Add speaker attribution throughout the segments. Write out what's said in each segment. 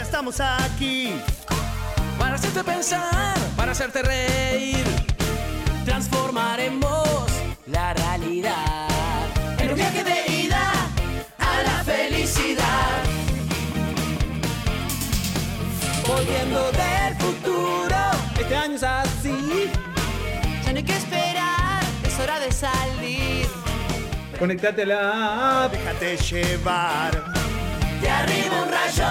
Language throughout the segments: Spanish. Speaker 1: estamos aquí.
Speaker 2: Para hacerte pensar, para hacerte reír. Transformaremos la realidad en un viaje de ida a la felicidad. Volviendo del futuro, este año es así.
Speaker 3: Ya no hay que esperar, es hora de salir.
Speaker 4: Conectate a la app.
Speaker 1: Déjate llevar.
Speaker 2: De arriba un rayo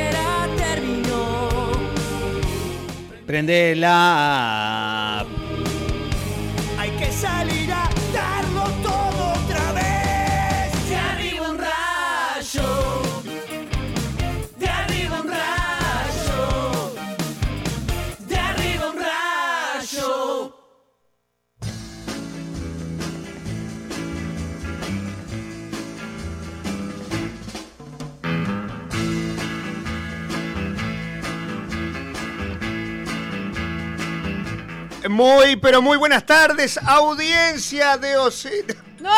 Speaker 2: terminó.
Speaker 4: Prende la app.
Speaker 1: Hay que salir a darlo todo otra vez.
Speaker 2: De arriba un rayo. De arriba un rayo. De arriba un rayo.
Speaker 1: Muy, pero muy buenas tardes, audiencia de OC.
Speaker 5: ¡No!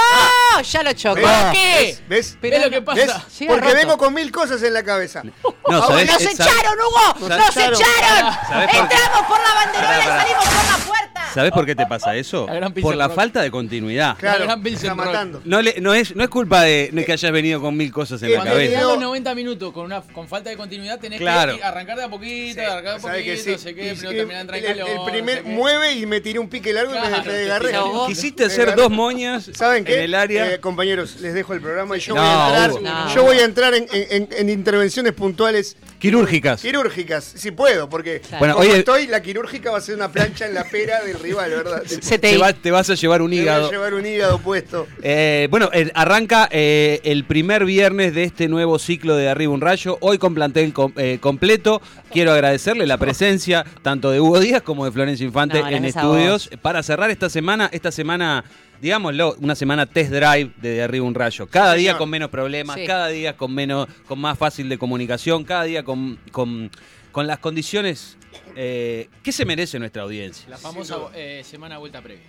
Speaker 5: Ya lo chocó.
Speaker 1: Ah,
Speaker 5: ¿Qué?
Speaker 1: ¿Ves?
Speaker 5: Pero
Speaker 2: Ve lo que pasa.
Speaker 1: ¿Ves?
Speaker 5: Siga
Speaker 1: Porque
Speaker 5: roto.
Speaker 1: vengo con mil cosas en la cabeza.
Speaker 6: No, ¿sabés?
Speaker 5: ¡Nos
Speaker 6: Eh, sab-
Speaker 5: echaron, Hugo!
Speaker 6: sab-
Speaker 5: ¡Nos
Speaker 1: echaron.
Speaker 5: echaron!
Speaker 6: ¿Sabés por qué?
Speaker 5: Entramos por la banderola
Speaker 6: Pará, pará.
Speaker 5: y salimos por la puerta.
Speaker 6: ¿Sabés por qué te pasa eso?
Speaker 7: La gran pizza
Speaker 6: Por la
Speaker 7: rock.
Speaker 6: falta de continuidad.
Speaker 1: Claro,
Speaker 7: gran Vincent
Speaker 1: está
Speaker 7: Roy.
Speaker 1: matando.
Speaker 6: No, le- no, es, no es culpa de no es que hayas venido con mil cosas
Speaker 1: Eh,
Speaker 6: en la
Speaker 7: Cuando te
Speaker 1: Cabeza.
Speaker 7: dan
Speaker 6: cabeza.
Speaker 7: los 90 minutos con, una, con falta de continuidad, tenés
Speaker 6: Claro.
Speaker 7: que ir- arrancar de a poquito, arrancar de a
Speaker 1: Sabe
Speaker 7: poquito,
Speaker 1: que
Speaker 7: no
Speaker 1: sí.
Speaker 7: sé
Speaker 1: Y-
Speaker 7: qué, primero
Speaker 1: y-
Speaker 7: terminar en
Speaker 1: el, el
Speaker 7: calor,
Speaker 1: primer
Speaker 7: no sé qué.
Speaker 1: mueve y me tiré un pique largo y
Speaker 7: Claro,
Speaker 1: me, me
Speaker 7: te
Speaker 1: agarré.
Speaker 5: ahogó.
Speaker 6: Quisiste
Speaker 1: Me
Speaker 6: hacer
Speaker 1: agarré.
Speaker 6: dos moñas
Speaker 1: ¿Saben qué?
Speaker 6: en el área.
Speaker 1: Eh, compañeros, les dejo el programa y yo
Speaker 6: No,
Speaker 1: voy a entrar,
Speaker 6: Hugo.
Speaker 5: No.
Speaker 1: yo voy a entrar en, en- en- en intervenciones puntuales
Speaker 6: Quirúrgicas.
Speaker 1: quirúrgicas, si puedo, porque
Speaker 6: Bueno,
Speaker 1: como
Speaker 6: hoy-
Speaker 1: estoy, la quirúrgica va a ser una plancha en la pera del rival, ¿verdad?
Speaker 5: Se te
Speaker 6: Te,
Speaker 5: iba.
Speaker 6: va- te vas a llevar un
Speaker 1: Me voy a
Speaker 6: hígado.
Speaker 1: llevar un hígado puesto.
Speaker 6: Eh, bueno, eh, arranca eh, el primer viernes de este nuevo ciclo de Arriba un Rayo, hoy con plantel com- eh, completo. Quiero agradecerle la presencia tanto de Hugo Díaz como de Florencia Infante
Speaker 5: No,
Speaker 6: en
Speaker 5: gracias a
Speaker 6: estudios. Para cerrar esta semana, esta semana, digámoslo, una semana test drive de, de Arriba un Rayo. Cada
Speaker 1: Sí,
Speaker 6: día
Speaker 1: señor.
Speaker 6: con menos problemas,
Speaker 5: Sí.
Speaker 6: cada día con menos, con más fácil de comunicación, cada día con, con, con las condiciones eh, que se merece nuestra audiencia.
Speaker 7: La famosa eh, semana vuelta previa.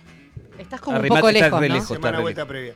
Speaker 5: Estás como un
Speaker 6: Arrimate,
Speaker 5: poco
Speaker 6: estás
Speaker 5: lejos,
Speaker 6: re
Speaker 5: ¿no?
Speaker 6: lejos.
Speaker 1: Semana
Speaker 6: Está
Speaker 1: vuelta previa.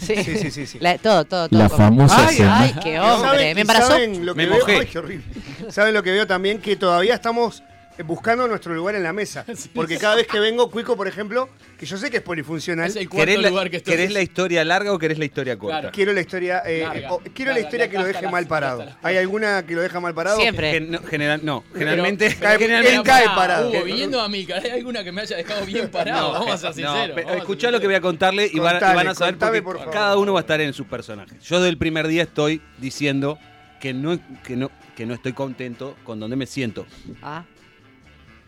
Speaker 5: Sí,
Speaker 1: Sí, sí, sí, sí.
Speaker 5: La- todo, todo, todo.
Speaker 8: La
Speaker 5: Como-
Speaker 8: famosa
Speaker 5: ay,
Speaker 8: semana.
Speaker 5: ay, qué hombre.
Speaker 1: ¿Saben-
Speaker 5: Me
Speaker 1: y
Speaker 5: embarazó.
Speaker 1: saben lo que
Speaker 6: Me
Speaker 1: veo?
Speaker 6: mojé.
Speaker 1: Ay, qué horrible. ¿Saben lo que veo también? Que todavía estamos eh, buscando nuestro lugar en la mesa. Porque cada vez que vengo, Cuico, por ejemplo, que yo sé que es polifuncional,
Speaker 7: Es el cuarto
Speaker 6: ¿Querés la,
Speaker 7: lugar que estoy.
Speaker 6: querés la historia larga o querés la historia corta?
Speaker 7: Claro.
Speaker 1: quiero la historia, eh,
Speaker 7: Larga.
Speaker 1: o- quiero la
Speaker 7: Larga,
Speaker 1: historia que lo
Speaker 7: larga,
Speaker 1: deje
Speaker 7: hasta
Speaker 1: mal
Speaker 7: la-
Speaker 1: parado.
Speaker 7: hasta la-
Speaker 1: ¿Hay alguna que lo deja mal parado?
Speaker 5: Siempre.
Speaker 6: Gen- no, general, no, generalmente.
Speaker 1: Cae-
Speaker 6: generalmente-
Speaker 1: él cae parado.
Speaker 7: Hugo, Ah, viniendo a mí, caray, hay alguna que me haya dejado bien parado. vamos a ser
Speaker 6: no,
Speaker 7: sinceros.
Speaker 6: pero
Speaker 7: vamos a ser
Speaker 6: escuchá lo
Speaker 7: sinceros.
Speaker 6: que voy a contarle y van, y
Speaker 1: Contale,
Speaker 6: van a saber porque
Speaker 1: contame, por favor.
Speaker 6: cada uno va a estar en sus personajes. Yo del primer día estoy diciendo que no, que no, que no estoy contento con donde me siento.
Speaker 5: Ah,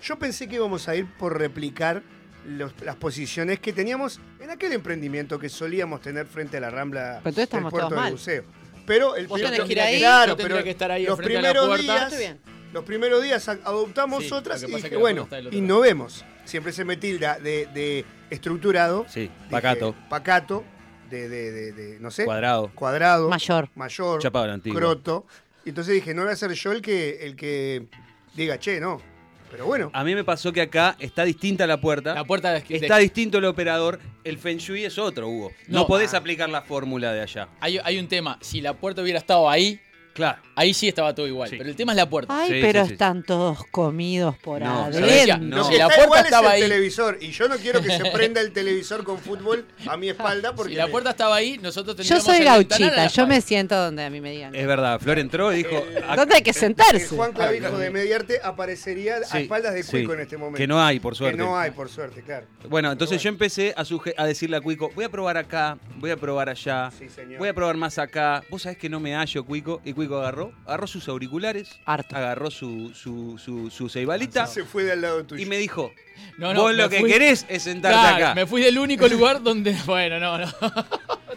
Speaker 1: Yo pensé que íbamos a ir por replicar los- las posiciones que teníamos en aquel emprendimiento que solíamos tener frente a la Rambla
Speaker 5: Pero entonces
Speaker 1: del
Speaker 5: estamos
Speaker 1: puerto
Speaker 5: todos
Speaker 1: del
Speaker 5: mal.
Speaker 1: buceo. Pero el
Speaker 5: Vos
Speaker 1: pero-
Speaker 5: tenés que ir ahí,
Speaker 1: claro,
Speaker 7: yo tendría
Speaker 1: pero
Speaker 7: que estar ahí
Speaker 1: los
Speaker 7: enfrente de la
Speaker 1: primeros
Speaker 7: puerta.
Speaker 1: días,
Speaker 5: Estoy bien.
Speaker 1: los primeros días a- adoptamos
Speaker 7: Sí, lo
Speaker 1: otras
Speaker 7: que
Speaker 1: y
Speaker 7: pasa es
Speaker 1: dije,
Speaker 7: que la
Speaker 1: bueno,
Speaker 7: puerta está del otro lado.
Speaker 1: innovemos. Siempre se me tilda de, de estructurado.
Speaker 6: Sí,
Speaker 1: Dije,
Speaker 6: pacato,
Speaker 1: pacato, de, de- de- de- no sé,
Speaker 6: cuadrado.
Speaker 1: cuadrado,
Speaker 5: Mayor.
Speaker 1: mayor,
Speaker 6: Chapa de la antigua.
Speaker 1: croto. Y entonces dije, no voy a ser yo el que, el que diga, che, no. Pero bueno.
Speaker 6: A mí me pasó que acá está distinta la puerta.
Speaker 7: La puerta de
Speaker 6: Está distinto el operador, el Feng Shui es otro, Hugo. No,
Speaker 7: No.
Speaker 6: podés aplicar la fórmula de allá.
Speaker 7: hay, hay un tema. Si la puerta hubiera estado ahí,
Speaker 6: Claro.
Speaker 7: ahí sí estaba todo igual.
Speaker 6: Sí.
Speaker 7: Pero el tema es la puerta.
Speaker 5: ay
Speaker 6: Sí,
Speaker 5: pero
Speaker 6: sí, sí.
Speaker 5: están todos comidos por
Speaker 6: No,
Speaker 7: Yo decía,
Speaker 5: adentro.
Speaker 6: No.
Speaker 1: Lo
Speaker 7: Si
Speaker 1: que
Speaker 7: la
Speaker 1: está
Speaker 7: puerta
Speaker 1: igual
Speaker 7: estaba
Speaker 1: es el
Speaker 7: ahí.
Speaker 1: televisor y yo no quiero que se prenda el televisor con fútbol a mi espalda porque
Speaker 7: Si la
Speaker 1: me-
Speaker 7: puerta estaba ahí, nosotros
Speaker 5: Yo
Speaker 7: tendríamos
Speaker 5: soy
Speaker 7: el ventanal a la
Speaker 5: gauchita. Yo me
Speaker 7: espalda.
Speaker 5: siento donde a mí me digan.
Speaker 6: Es verdad, Flor entró y dijo. "Acá-
Speaker 5: ¿Dónde hay que
Speaker 1: el
Speaker 5: sentarse?
Speaker 1: Juan Clavijo de Mediarte aparecería
Speaker 6: Sí,
Speaker 1: a espaldas de
Speaker 6: sí,
Speaker 1: Cuico en este momento.
Speaker 6: Que no hay, por
Speaker 1: Que
Speaker 6: suerte.
Speaker 1: no hay, por suerte, claro.
Speaker 6: Bueno, entonces yo
Speaker 1: Pero
Speaker 6: empecé a, suge- a decirle a Cuico, voy a probar acá, voy a probar allá,
Speaker 1: Sí, señor.
Speaker 6: voy a probar más acá. Vos sabés que no me hallo, Cuico. Y Cuico agarró, agarró sus auriculares,
Speaker 5: Harto.
Speaker 6: agarró su, su, su, su ceibalita
Speaker 1: Se fue del lado tuyo.
Speaker 6: y me dijo,
Speaker 7: No, no,
Speaker 6: vos lo
Speaker 7: me
Speaker 6: que
Speaker 7: fui-
Speaker 6: querés es sentarte
Speaker 7: Claro,
Speaker 6: acá.
Speaker 7: Me fui del único lugar donde. Bueno, no, no.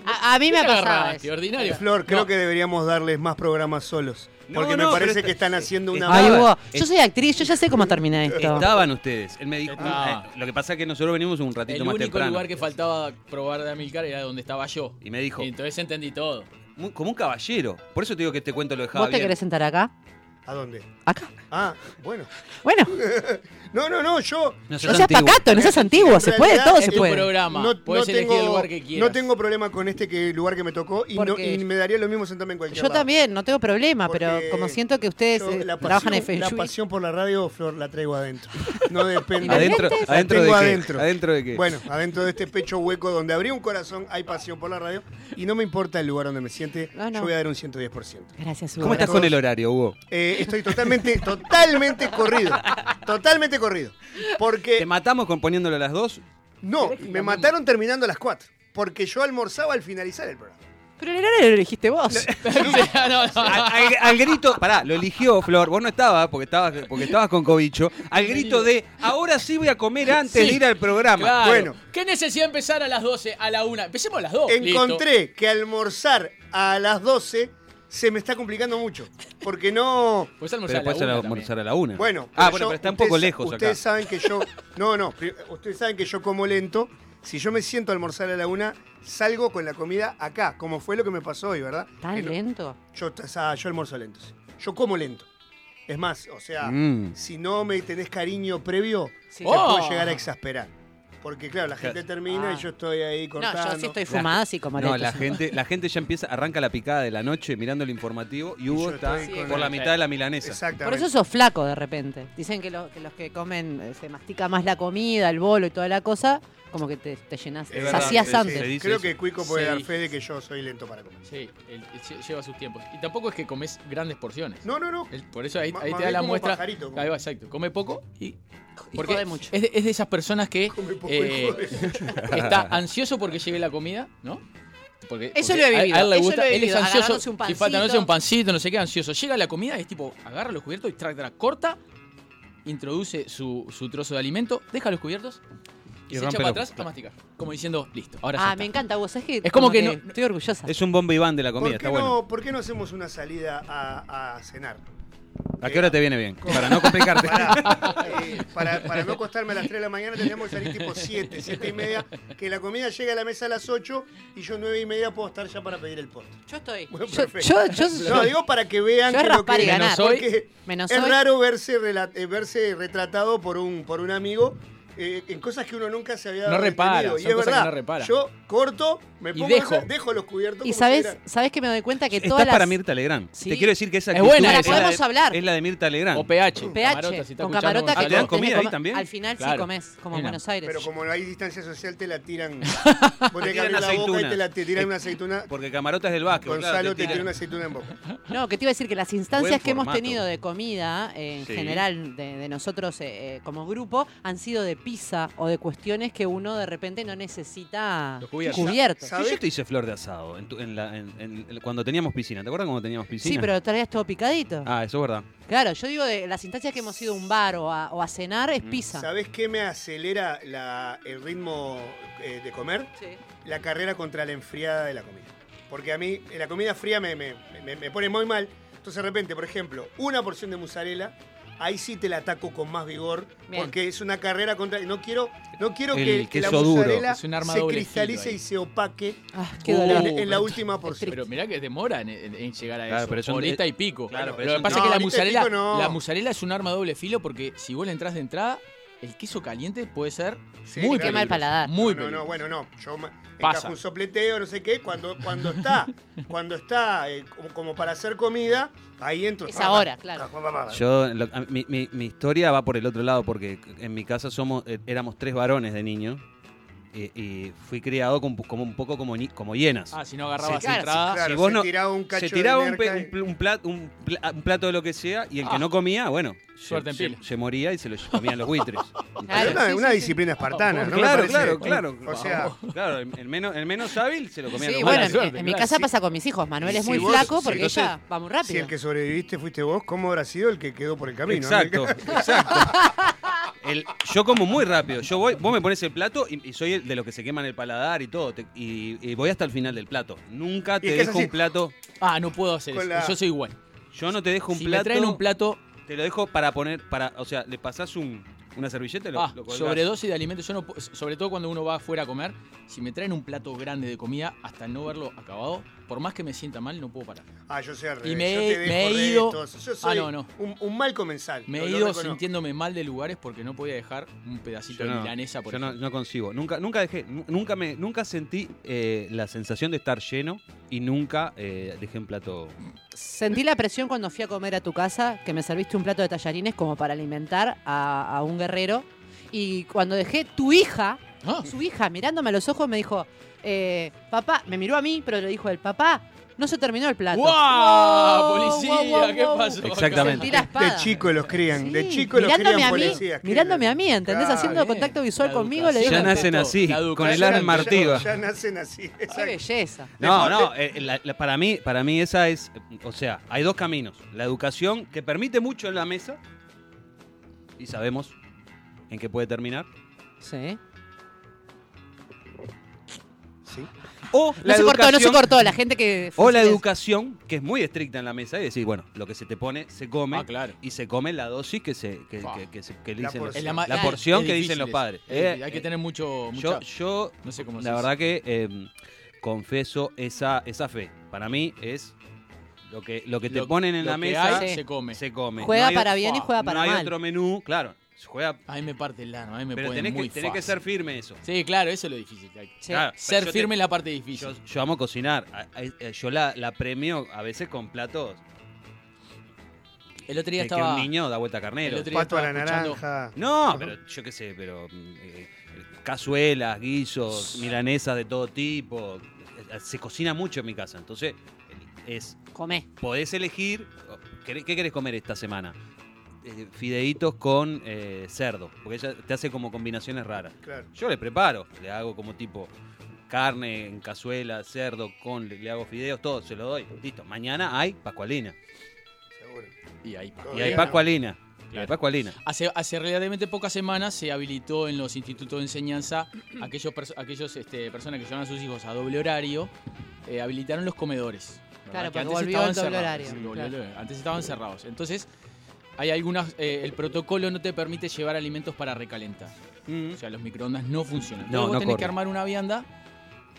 Speaker 5: A, a mí me ha
Speaker 7: ¿Qué
Speaker 5: pasado
Speaker 7: agarraste,
Speaker 5: eso.
Speaker 7: ordinario.
Speaker 1: Flor, creo
Speaker 7: No,
Speaker 1: que deberíamos darles más programas solos. Porque me
Speaker 6: no,
Speaker 1: parece
Speaker 6: pero está-
Speaker 1: que están haciendo una.
Speaker 5: Ay,
Speaker 6: Estaba-
Speaker 5: Hugo,
Speaker 6: es-
Speaker 5: yo soy actriz, yo ya sé cómo termina esto.
Speaker 6: Estaban ustedes. Él me dijo.
Speaker 7: Estaba.
Speaker 6: ah, eh, Lo que pasa es que nosotros venimos un ratito
Speaker 7: El
Speaker 6: más
Speaker 7: único
Speaker 6: temprano.
Speaker 7: lugar que faltaba probar de Amilcar era donde estaba yo.
Speaker 6: Y me dijo,
Speaker 7: Y entonces entendí todo.
Speaker 6: mu- como un caballero. Por eso te digo que este cuento lo dejaba
Speaker 5: ¿Vos te
Speaker 6: bien.
Speaker 5: querés sentar acá?
Speaker 1: ¿A dónde?
Speaker 5: Acá.
Speaker 1: Ah, bueno.
Speaker 5: Bueno,
Speaker 1: No, no, no, yo.
Speaker 6: No seas
Speaker 5: no seas
Speaker 6: antiguo.
Speaker 5: pacato, no seas antiguo,
Speaker 1: En
Speaker 5: se puede,
Speaker 1: realidad,
Speaker 5: todo
Speaker 1: es
Speaker 5: se
Speaker 7: tu
Speaker 5: puede.
Speaker 7: programa.
Speaker 1: No, no
Speaker 7: Podés elegir
Speaker 1: tengo,
Speaker 7: el lugar que quieras.
Speaker 1: no tengo problema con este que, lugar que me tocó y, no-
Speaker 5: Porque-
Speaker 1: y me daría lo mismo sentarme en cualquier
Speaker 5: Yo
Speaker 1: lado.
Speaker 5: también, no tengo problema, pero
Speaker 1: Porque
Speaker 5: como siento que ustedes
Speaker 1: yo
Speaker 5: eh,
Speaker 1: la
Speaker 5: trabajan en
Speaker 1: pasión-
Speaker 5: Feng
Speaker 1: La
Speaker 5: Shui-
Speaker 1: pasión por la radio, Flor, la traigo adentro. No depende.
Speaker 6: Adentro,
Speaker 1: La
Speaker 6: adentro de
Speaker 1: tengo
Speaker 6: qué?
Speaker 1: adentro.
Speaker 6: Adentro de qué?
Speaker 1: Bueno, adentro de este pecho hueco donde abrí un corazón hay pasión por la radio y no me importa el lugar donde me siente,
Speaker 5: No, Ah, no.
Speaker 1: yo voy a dar un 110%.
Speaker 5: Gracias, Hugo.
Speaker 6: ¿Cómo estás con el horario, Hugo?
Speaker 1: Eh, estoy totalmente, totalmente corrido. Totalmente corrido.
Speaker 6: ¿Te
Speaker 1: Porque
Speaker 6: matamos con poniéndolo a las dos?
Speaker 1: no, me mataron terminando a las 4. Porque yo almorzaba al finalizar el programa.
Speaker 5: Pero el horario lo elegiste vos.
Speaker 7: no, no.
Speaker 6: Al, al- al grito, pará, lo eligió Flor, vos no estabas porque estabas, porque estabas con Cobicho. Al grito de, ahora sí voy a comer antes
Speaker 7: Sí.
Speaker 6: de ir al programa.
Speaker 7: Claro.
Speaker 1: Bueno.
Speaker 7: ¿Qué necesidad de empezar a las 12, a la 1? Empecemos a las 2.
Speaker 1: Encontré que almorzar a las 12 se me está complicando mucho. Porque no.
Speaker 7: Pues almorzar
Speaker 6: Pero puedes
Speaker 7: a la 1.
Speaker 6: almorzar a la una.
Speaker 1: Bueno,
Speaker 6: ah,
Speaker 1: pero
Speaker 6: bueno,
Speaker 1: yo-
Speaker 6: pero está un
Speaker 1: ustedes
Speaker 6: poco
Speaker 1: sa-
Speaker 6: lejos acá.
Speaker 1: Ustedes saben que yo. No, no. pri- Ustedes saben que yo como lento. Si yo me siento a almorzar a la una, salgo con la comida acá, como fue lo que me pasó hoy, ¿verdad?
Speaker 5: ¿Tan
Speaker 1: En-
Speaker 5: lento?
Speaker 1: Yo, o sea, yo almuerzo lento. sí. Yo como lento. Es más, o sea,
Speaker 6: Mm.
Speaker 1: si no me tenés cariño previo,
Speaker 5: Sí.
Speaker 1: te
Speaker 7: Oh.
Speaker 1: puedo llegar a exasperar. Porque claro, la gente termina y
Speaker 5: Ah.
Speaker 1: yo estoy ahí
Speaker 5: No,
Speaker 1: cortando.
Speaker 5: yo sí estoy fumada, así como
Speaker 6: No,
Speaker 5: aretes.
Speaker 6: la gente, la gente ya empieza, arranca la picada de la noche mirando el informativo y Hugo
Speaker 1: yo
Speaker 6: está
Speaker 1: estoy con
Speaker 6: por la
Speaker 1: el-
Speaker 6: mitad de la milanesa.
Speaker 5: Por
Speaker 1: Exactamente.
Speaker 5: eso sos flaco de repente. Dicen que, lo- que los que comen eh, se mastica más la comida, el bolo y toda la cosa, como que te, te llenas,
Speaker 1: Es verdad,
Speaker 5: sacías
Speaker 1: sí,
Speaker 5: antes.
Speaker 6: se dice
Speaker 1: Creo
Speaker 6: eso.
Speaker 1: que Cuico puede
Speaker 7: Sí.
Speaker 1: dar fe de que yo soy lento para comer.
Speaker 7: Sí, el- el- lleva sus tiempos. Y tampoco es que comes grandes porciones.
Speaker 1: No, no, no.
Speaker 7: El- por eso ahí,
Speaker 1: Ma-
Speaker 7: ahí
Speaker 1: más
Speaker 7: te da
Speaker 1: bien
Speaker 7: la
Speaker 1: como
Speaker 7: muestra.
Speaker 1: pajarito, como-
Speaker 7: Ahí va, exacto. Come poco y.
Speaker 5: Y
Speaker 7: Porque
Speaker 5: jode mucho.
Speaker 7: Es, de, es de esas personas que
Speaker 1: Come poco y
Speaker 7: eh,
Speaker 1: jode
Speaker 7: está ansioso porque llegue la comida, ¿no? Porque,
Speaker 5: Eso
Speaker 7: porque
Speaker 5: lo he
Speaker 7: a-
Speaker 5: vivido,
Speaker 7: A él le
Speaker 5: eso
Speaker 7: gusta,
Speaker 5: lo he
Speaker 7: él es
Speaker 5: vivido, agarrándose
Speaker 7: ansioso.
Speaker 5: un
Speaker 7: si falta, no sé,
Speaker 5: pancito.
Speaker 7: un pancito, no sé qué, ansioso. Llega la comida y es tipo, agarra los cubiertos y track, track, corta, introduce su, su trozo de alimento, deja los cubiertos y,
Speaker 6: Y
Speaker 7: se
Speaker 6: rompe
Speaker 7: echa para
Speaker 6: los-
Speaker 7: atrás a masticar. Como diciendo, listo, ahora ya
Speaker 5: Ah,
Speaker 7: está.
Speaker 5: me encanta, vos sabés que.
Speaker 7: Es como que no-
Speaker 5: Estoy orgullosa.
Speaker 6: Es un bombiván de la comida,
Speaker 1: ¿Por qué,
Speaker 6: está
Speaker 1: no,
Speaker 6: bueno.
Speaker 1: ¿Por qué no hacemos una salida a, a cenar?
Speaker 6: ¿A qué hora te viene bien? Para no complicarte.
Speaker 1: Pará, eh, para, para no acostarme a las 3 de la mañana teníamos que salir tipo 7, 7 y media, que la comida llegue a la mesa a las 8 y yo 9 y media puedo estar ya para pedir el postre.
Speaker 5: Yo estoy.
Speaker 1: Bueno,
Speaker 5: yo,
Speaker 1: perfecto.
Speaker 5: yo, yo-
Speaker 1: No, digo para que vean
Speaker 5: Yo
Speaker 1: que
Speaker 5: es
Speaker 1: lo
Speaker 5: raspar
Speaker 1: que
Speaker 5: y ganar.
Speaker 7: Menos hoy.
Speaker 1: porque
Speaker 5: Menos
Speaker 1: es
Speaker 5: hoy.
Speaker 1: raro verse, rela- eh, verse retratado por un, por un amigo eh, en cosas que uno nunca se había
Speaker 7: No
Speaker 1: dado
Speaker 7: repara,
Speaker 1: detenido.
Speaker 7: son
Speaker 1: y es
Speaker 7: cosas que
Speaker 1: verdad,
Speaker 7: no repara.
Speaker 1: yo corto, me
Speaker 7: Y
Speaker 1: pongo
Speaker 7: dejo.
Speaker 1: dejo. los cubiertos.
Speaker 5: y
Speaker 1: como si
Speaker 5: sabés,
Speaker 1: fuera-
Speaker 5: sabés que me doy cuenta que
Speaker 6: Estás
Speaker 5: todas
Speaker 6: para
Speaker 5: las.
Speaker 6: Mirta Legrand.
Speaker 5: Sí.
Speaker 6: Te quiero decir que esa
Speaker 7: Es
Speaker 6: actitud
Speaker 7: buena
Speaker 6: es
Speaker 7: esa.
Speaker 6: la de-
Speaker 5: Podemos hablar.
Speaker 6: Es la de Mirta Legrand.
Speaker 7: O PH.
Speaker 5: PH,
Speaker 7: camarota, si está
Speaker 5: con
Speaker 7: escuchando,
Speaker 5: camarota
Speaker 6: Gonzalo.
Speaker 5: que
Speaker 6: Ah, ¿te dan
Speaker 5: tenés que
Speaker 6: comida
Speaker 5: comer-
Speaker 6: ahí también?
Speaker 5: Al final sí
Speaker 7: Claro.
Speaker 5: comés, como en
Speaker 7: Mira.
Speaker 5: Buenos Aires.
Speaker 1: Pero como hay distancia social, te la tiran. Vos tenés que
Speaker 6: Tiran
Speaker 1: abrir la boca y
Speaker 6: aceitunas.
Speaker 1: te la te tiran una aceituna.
Speaker 6: Eh, Porque Camarota es del básquet.
Speaker 1: Gonzalo
Speaker 6: claro,
Speaker 1: te
Speaker 6: tiran-
Speaker 1: tira una aceituna en boca.
Speaker 5: No, que te iba a decir que las instancias
Speaker 6: Buen
Speaker 5: que hemos
Speaker 6: formato.
Speaker 5: tenido de comida eh, en
Speaker 6: Sí.
Speaker 5: general de, de nosotros eh, eh, como grupo han sido de pizza o de cuestiones que uno de repente no necesita
Speaker 7: Los cubiertos.
Speaker 5: cubiertos.
Speaker 1: ¿Sabés?
Speaker 6: Sí, yo te hice flor de asado en tu- en la- en- en- en- cuando teníamos piscina. ¿Te acuerdas cuando teníamos piscina?
Speaker 5: Sí, pero traías todo picadito.
Speaker 6: Ah, eso es verdad.
Speaker 5: Claro, yo digo de las instancias que hemos ido a un bar o a, o a cenar
Speaker 6: Mm.
Speaker 5: es pizza.
Speaker 1: ¿Sabés qué me acelera la- el ritmo eh, de comer?
Speaker 5: Sí.
Speaker 1: La carrera contra la enfriada de la comida. Porque a mí eh, la comida fría me, me- me- me pone muy mal. Entonces de repente, por ejemplo, una porción de mozzarella, ahí sí te la ataco con más vigor.
Speaker 5: Bien.
Speaker 1: Porque es una carrera contra... No quiero, no quiero
Speaker 6: El
Speaker 1: que, que la
Speaker 6: queso duro.
Speaker 1: mozzarella
Speaker 7: Es un arma
Speaker 1: se
Speaker 7: doble
Speaker 1: cristalice
Speaker 7: filo ahí.
Speaker 1: y se opaque
Speaker 5: Ah, qué
Speaker 7: Uh,
Speaker 5: dolor.
Speaker 1: en, en la
Speaker 7: pero-
Speaker 1: última porción.
Speaker 7: Pero mirá que demora en, en- en llegar a
Speaker 6: Claro,
Speaker 7: eso.
Speaker 6: pero es un-
Speaker 7: Horita
Speaker 6: eh,
Speaker 7: y pico.
Speaker 6: claro, pero
Speaker 7: lo
Speaker 6: es
Speaker 7: que
Speaker 6: un-
Speaker 7: pasa es
Speaker 1: No,
Speaker 7: que la
Speaker 1: horita y
Speaker 7: mozzarella,
Speaker 1: pico no.
Speaker 7: la mozzarella es un arma doble filo porque si vos le entras de entrada, el queso caliente puede ser
Speaker 1: Sí,
Speaker 7: muy
Speaker 5: Qué mal
Speaker 1: claro.
Speaker 7: peligroso,
Speaker 5: paladar.
Speaker 7: Muy
Speaker 1: no, no, no,
Speaker 7: peligroso.
Speaker 1: bueno, no. Yo me-
Speaker 7: Pasa.
Speaker 1: encajo un sopleteo, no sé qué. Cuando, cuando está, cuando está eh, como, como para hacer comida, ahí entro.
Speaker 5: Es ahora, claro.
Speaker 6: Yo, lo- a- mi, mi- mi historia va por el otro lado porque en mi casa somos eh, éramos tres varones de niño y, y fui criado con- como un poco como, ni- como hienas.
Speaker 7: Ah, si no agarrabas
Speaker 5: Sí, claro,
Speaker 7: entrada.
Speaker 1: Claro,
Speaker 6: si vos
Speaker 1: se
Speaker 6: no-
Speaker 1: tiraba un cacho
Speaker 6: Se tiraba
Speaker 1: de
Speaker 6: un, pe-
Speaker 1: merca
Speaker 6: un pl- un plat- un pla- un plato, de lo que sea y el que
Speaker 7: Ah.
Speaker 6: no comía, bueno,
Speaker 7: Suerte en
Speaker 6: se,
Speaker 7: pila.
Speaker 6: se- se moría y se lo comían los buitres.
Speaker 1: Pero
Speaker 5: Claro,
Speaker 1: una,
Speaker 7: sí,
Speaker 1: una
Speaker 7: sí, sí.
Speaker 1: disciplina espartana, ¿no? Me
Speaker 6: claro,
Speaker 1: parece.
Speaker 6: claro, claro.
Speaker 1: O sea,
Speaker 6: Claro, el el menos, el menos hábil se lo comía
Speaker 5: Sí,
Speaker 6: los
Speaker 5: bueno,
Speaker 7: mala
Speaker 5: en,
Speaker 6: buitres.
Speaker 7: suerte,
Speaker 5: en mi
Speaker 7: claro.
Speaker 5: casa
Speaker 1: Sí.
Speaker 5: pasa con mis hijos. Manuel
Speaker 1: Y
Speaker 5: es
Speaker 1: si
Speaker 5: muy
Speaker 1: vos-
Speaker 5: flaco
Speaker 1: sí,
Speaker 5: porque
Speaker 1: entonces,
Speaker 5: ella va muy
Speaker 1: si
Speaker 5: rápido.
Speaker 1: el que sobreviviste fuiste vos, ¿cómo habrá sido el que quedó por el camino?
Speaker 6: Exacto, exacto. El- yo como muy rápido. Yo voy, vos me pones el plato y, y soy el de los que se queman el paladar y todo. te- y, y voy hasta el final del plato. Nunca
Speaker 1: es
Speaker 6: te
Speaker 1: que es
Speaker 6: dejo
Speaker 1: así.
Speaker 6: un plato.
Speaker 7: Ah, no puedo hacer
Speaker 1: Con
Speaker 7: eso.
Speaker 1: la-
Speaker 7: Yo soy igual.
Speaker 6: Yo no te dejo un
Speaker 7: si
Speaker 6: plato.
Speaker 7: me traen un plato,
Speaker 6: Te lo dejo para poner, para, o sea, le pasás un, una servilleta y lo,
Speaker 7: ah,
Speaker 6: lo colgás.
Speaker 7: sobredosis de alimentos, yo no po- sobre todo cuando uno va afuera a comer, si me traen un plato grande de comida, hasta no verlo acabado, por más que me sienta mal, no puedo parar.
Speaker 1: Ah, yo soy al
Speaker 7: Y
Speaker 1: revés.
Speaker 7: me
Speaker 1: yo
Speaker 7: he-
Speaker 1: te dejo
Speaker 7: me he
Speaker 1: de
Speaker 7: ido-
Speaker 1: estos. Yo soy
Speaker 7: Ah, no, no.
Speaker 1: Un, un mal comensal.
Speaker 7: Me
Speaker 1: lo-
Speaker 7: he
Speaker 1: lo
Speaker 7: ido
Speaker 1: reconozco.
Speaker 7: sintiéndome mal de lugares porque no podía dejar un pedacito
Speaker 6: Yo
Speaker 7: de
Speaker 6: no,
Speaker 7: milanesa, por
Speaker 6: yo no,
Speaker 7: ejemplo.
Speaker 6: no consigo. Nunca, nunca dejé, nu- nunca me, nunca sentí eh, la sensación de estar lleno y nunca eh, dejé un plato.
Speaker 5: Sentí la presión cuando fui a comer a tu casa, que me serviste un plato de tallarines como para alimentar a, a un guerrero. Y cuando dejé tu hija,
Speaker 7: Ah,
Speaker 5: su hija, mirándome a los ojos, me dijo, eh, papá, me miró a mí, pero le dijo el papá, no se terminó el plato. Oh,
Speaker 7: ¡Guau!
Speaker 5: Wow,
Speaker 7: ¡Policía!
Speaker 5: wow, wow,
Speaker 7: ¿Qué
Speaker 5: wow.
Speaker 7: pasó? acá?
Speaker 6: Exactamente.
Speaker 5: Sentí la espada.
Speaker 1: De Este chico los crían. De
Speaker 5: Sí,
Speaker 1: chico los
Speaker 5: mirándome
Speaker 1: crían
Speaker 5: a mí,
Speaker 1: policías. qué
Speaker 5: mirándome
Speaker 1: lindo.
Speaker 5: a mí, ¿entendés?
Speaker 1: Claro.
Speaker 5: Haciendo contacto visual
Speaker 7: La
Speaker 5: conmigo, le
Speaker 7: educación.
Speaker 5: digo,
Speaker 6: Ya
Speaker 7: Yo
Speaker 6: nacen
Speaker 7: respeto
Speaker 6: así,
Speaker 7: la
Speaker 6: con el
Speaker 7: educación
Speaker 6: alma
Speaker 7: ante todo.
Speaker 6: martiva.
Speaker 1: Ya nacen así.
Speaker 5: qué
Speaker 1: Exacto.
Speaker 5: belleza.
Speaker 6: No,
Speaker 1: Le-
Speaker 6: no, eh, la- la- para mí, para mí esa es, eh, o sea, hay dos caminos. La educación que permite mucho en la mesa y sabemos en qué puede terminar.
Speaker 5: Sí.
Speaker 6: O
Speaker 5: No
Speaker 6: la
Speaker 5: se cortó, no se
Speaker 6: educación-
Speaker 5: cortó. La gente que...
Speaker 6: O la
Speaker 5: fusiles-
Speaker 6: educación que es muy estricta en la mesa y decir, bueno, lo que se te pone se come
Speaker 7: Ah, claro.
Speaker 6: y se come la dosis que se que,
Speaker 7: Fa.
Speaker 6: que- que se- que
Speaker 1: La
Speaker 6: dicen los-
Speaker 1: porción.
Speaker 7: Es
Speaker 6: la,
Speaker 7: ma-
Speaker 6: porción
Speaker 7: es
Speaker 6: que
Speaker 7: difícil
Speaker 6: dicen los
Speaker 7: eso.
Speaker 6: padres.
Speaker 7: Es-
Speaker 6: Eh,
Speaker 7: hay que
Speaker 6: eh,
Speaker 7: tener mucho.
Speaker 6: yo,
Speaker 7: mucha-
Speaker 6: yo
Speaker 7: no sé cómo se
Speaker 6: la
Speaker 7: dice.
Speaker 6: verdad que eh, confieso esa, esa fe. Para mí es lo que, lo que te
Speaker 7: Lo-
Speaker 6: ponen en
Speaker 7: lo
Speaker 6: la
Speaker 7: que
Speaker 6: mesa
Speaker 7: hay,
Speaker 5: Sí.
Speaker 7: se come.
Speaker 6: se come.
Speaker 5: Juega
Speaker 6: No hay
Speaker 5: para
Speaker 6: otro-
Speaker 5: bien y
Speaker 7: fa,
Speaker 5: juega para
Speaker 6: No hay
Speaker 5: mal.
Speaker 6: otro menú, claro. se juega,
Speaker 7: A mí me parte el ano, a mí me
Speaker 6: pero
Speaker 7: pone
Speaker 6: tenés,
Speaker 7: muy
Speaker 6: que, tenés que
Speaker 7: fácil.
Speaker 6: ser firme eso.
Speaker 7: Sí, claro, eso es lo difícil. que hay.
Speaker 5: Sí.
Speaker 6: Claro,
Speaker 7: Ser
Speaker 6: yo te-
Speaker 7: firme es la parte difícil.
Speaker 6: Yo, yo amo cocinar. A- a- Yo la, la premio a veces con platos
Speaker 7: el otro día
Speaker 6: de que
Speaker 7: estaba.
Speaker 6: un niño da vuelta a carnero.
Speaker 7: el otro día
Speaker 1: Pato a la
Speaker 7: estaba escuchando-
Speaker 1: naranja.
Speaker 6: No, pero yo qué sé, pero mm, eh, cazuelas, guisos, milanesas de todo tipo. Eh, Se cocina mucho en mi casa, entonces el- es
Speaker 5: Comé.
Speaker 6: podés elegir o, ¿queré- qué querés comer esta semana. Eh, Fideitos con eh, cerdo, porque ella te hace como combinaciones raras.
Speaker 1: Claro.
Speaker 6: Yo le preparo, le hago como tipo carne en cazuela, cerdo con, le, le hago fideos, todo, se lo doy. Listo, mañana hay pascualina.
Speaker 1: Seguro.
Speaker 7: Y ahí,
Speaker 6: Y hay
Speaker 1: Bien.
Speaker 6: pascualina. Y hay
Speaker 7: Claro.
Speaker 6: pascualina.
Speaker 7: Hace, hace relativamente pocas semanas se habilitó en los institutos de enseñanza aquellos, perso- aquellos este, personas que llevan a sus hijos a doble horario, eh, habilitaron los comedores. ¿verdad?
Speaker 5: Claro,
Speaker 7: Que
Speaker 5: porque volvió
Speaker 7: estaban
Speaker 5: el doble
Speaker 7: cerrados,
Speaker 5: horario,
Speaker 7: sí, volvió
Speaker 5: claro.
Speaker 7: el doble- Antes estaban cerrados. Entonces, hay algunas. eh, el protocolo no te permite llevar alimentos para recalentar.
Speaker 6: Mm.
Speaker 7: O sea, los microondas no funcionan.
Speaker 6: No,
Speaker 7: Luego
Speaker 6: no
Speaker 7: tenés
Speaker 6: corre.
Speaker 7: que armar una vianda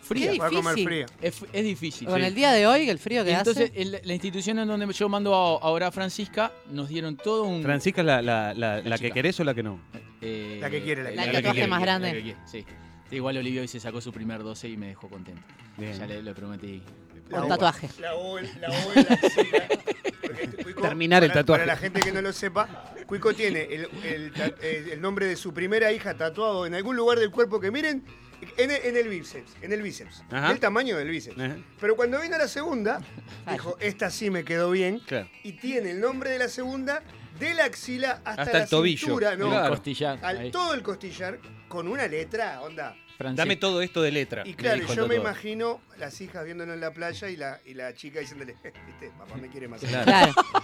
Speaker 7: fría.
Speaker 5: Qué
Speaker 1: Va a comer
Speaker 5: Difícil.
Speaker 1: fría.
Speaker 7: Es, es difícil.
Speaker 5: Con el día de hoy, el frío que
Speaker 7: Entonces,
Speaker 5: hace...
Speaker 7: el- la institución en donde yo mando a- ahora a Francisca nos dieron todo un.
Speaker 6: ¿Francisca es la, la- la- la que
Speaker 7: chica.
Speaker 6: querés o la que no?
Speaker 7: eh,
Speaker 1: La que quiere, la
Speaker 7: que
Speaker 5: quiere.
Speaker 1: que
Speaker 5: La tatuaje
Speaker 7: quiere,
Speaker 5: más grande.
Speaker 7: la que quiere, sí. Sí, Igual Olivia hoy se sacó su primer 12 y me dejó contento.
Speaker 6: Bien.
Speaker 7: Ya le lo prometí.
Speaker 1: La
Speaker 5: Un
Speaker 1: uva.
Speaker 5: tatuaje.
Speaker 1: La O, la O en la axila. Porque, este Cuico,
Speaker 6: Terminar el
Speaker 1: para-
Speaker 6: tatuaje.
Speaker 1: Para la gente que no lo sepa, Cuico tiene el, el ta- eh, el nombre de su primera hija tatuado en algún lugar del cuerpo que miren, en el, en el bíceps, en el bíceps,
Speaker 6: Ajá.
Speaker 1: el tamaño del bíceps.
Speaker 6: Ajá.
Speaker 1: Pero cuando vino la segunda, dijo, esta sí me quedó bien,
Speaker 6: Claro.
Speaker 1: y tiene el nombre de la segunda de la axila hasta,
Speaker 6: Hasta
Speaker 1: la
Speaker 6: el tobillo,
Speaker 1: cintura, no,
Speaker 6: claro.
Speaker 7: Costillar.
Speaker 1: al
Speaker 7: ahí.
Speaker 1: todo el costillar con una letra, onda.
Speaker 7: Francés.
Speaker 6: Dame todo esto de letra.
Speaker 1: Y
Speaker 6: me
Speaker 1: claro,
Speaker 6: dijo el
Speaker 1: yo me
Speaker 6: doctor.
Speaker 1: imagino las hijas viéndolo en la playa y la, y la chica diciéndole, viste, papá me quiere más.
Speaker 5: Claro.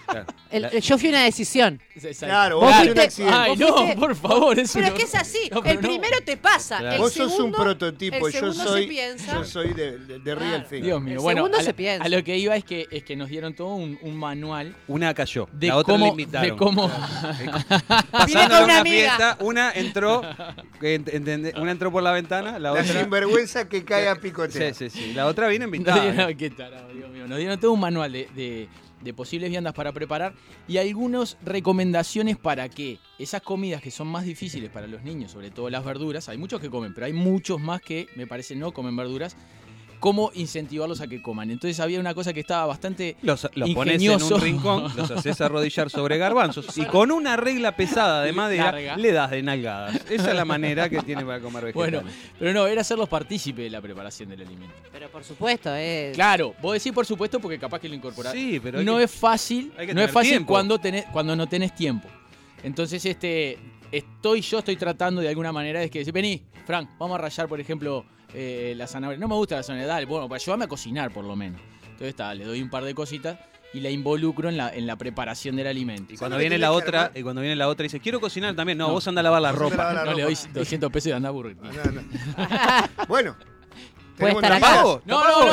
Speaker 6: Claro.
Speaker 5: El-
Speaker 6: La-
Speaker 5: el- yo fui una decisión.
Speaker 7: Exacto.
Speaker 1: Claro,
Speaker 5: Vos
Speaker 1: vos sos un
Speaker 5: fuiste-
Speaker 1: accidente.
Speaker 7: Ay,
Speaker 5: Vos
Speaker 7: no,
Speaker 5: fuiste-
Speaker 7: por favor, es
Speaker 5: Pero
Speaker 7: un
Speaker 5: es que es así.
Speaker 7: No, pero
Speaker 5: el
Speaker 7: no.
Speaker 5: primero te pasa.
Speaker 6: Claro.
Speaker 5: El
Speaker 1: Vos sos un
Speaker 5: segundo-
Speaker 1: prototipo,
Speaker 5: el
Speaker 1: yo
Speaker 5: segundo
Speaker 1: soy,
Speaker 5: se piensa.
Speaker 1: yo soy de, de, de Real
Speaker 5: Claro.
Speaker 1: Thing.
Speaker 7: Dios mío,
Speaker 5: El
Speaker 7: bueno,
Speaker 5: segundo
Speaker 7: a,
Speaker 5: se
Speaker 7: la-
Speaker 5: piensa.
Speaker 7: a lo que iba es que, es que nos dieron todo un, un manual
Speaker 6: Una cayó,
Speaker 7: de
Speaker 6: la otra
Speaker 7: cómo,
Speaker 6: le invitaron.
Speaker 7: de cómo
Speaker 5: Vine
Speaker 6: Pasando una
Speaker 5: con una amiga.
Speaker 6: fiesta, una entró, ent- entendé- una entró por la ventana, la
Speaker 1: La
Speaker 6: otra...
Speaker 1: sinvergüenza que cae a picoteo.
Speaker 6: Sí, sí, sí. La otra vino
Speaker 7: Nos
Speaker 6: invitada.
Speaker 7: dieron, qué tarado, Dios mío. Nos dieron todo un manual de, de- de posibles viandas para preparar y algunas recomendaciones para que esas comidas que son más difíciles para los niños, sobre todo las verduras, hay muchos que comen, pero hay muchos más que me parece no comen verduras, cómo incentivarlos a que coman. Entonces había una cosa que estaba bastante...
Speaker 6: Los, los pones en
Speaker 7: Ingenioso.
Speaker 6: un rincón, los haces arrodillar sobre garbanzos y con una regla pesada de madera
Speaker 7: Larga.
Speaker 6: le das de nalgadas. Esa es la manera que tiene para comer vegetales.
Speaker 7: Bueno, pero no, era hacerlos partícipes de la preparación del alimento.
Speaker 5: Pero por supuesto, eh.
Speaker 7: Claro, vos decís por supuesto porque capaz que lo incorporás.
Speaker 6: sí, pero hay
Speaker 7: no
Speaker 6: que-
Speaker 7: es fácil,
Speaker 6: hay que
Speaker 7: no es
Speaker 6: tener
Speaker 7: fácil
Speaker 6: tiempo.
Speaker 7: cuando tenés, cuando no tenés tiempo. Entonces, este, estoy yo estoy tratando de alguna manera de que decir, vení, Frank, vamos a rayar, por ejemplo, eh, la zanahoria. No me gusta la zanahoria, dale, bueno, para ayudarme a cocinar por lo menos. Entonces está, le doy un par de cositas y la involucro en la, en la preparación del alimento.
Speaker 6: Y cuando
Speaker 1: lo que
Speaker 6: viene
Speaker 1: tenés
Speaker 6: la
Speaker 1: que
Speaker 6: otra,
Speaker 1: armar?
Speaker 6: y cuando viene la otra dice, quiero cocinar también. No,
Speaker 7: No.
Speaker 6: vos anda a lavar la
Speaker 1: Vos andá a
Speaker 6: ropa.
Speaker 1: lavar la
Speaker 7: No le
Speaker 1: ropa.
Speaker 7: doy 200 pesos y anda a Burger King.
Speaker 1: No, no. bueno,
Speaker 5: Puede
Speaker 1: ¿Tenemos
Speaker 5: estar
Speaker 1: tapados?
Speaker 5: acá.
Speaker 6: ¿Tapago?
Speaker 7: No,
Speaker 6: ¿Tapago?
Speaker 7: no,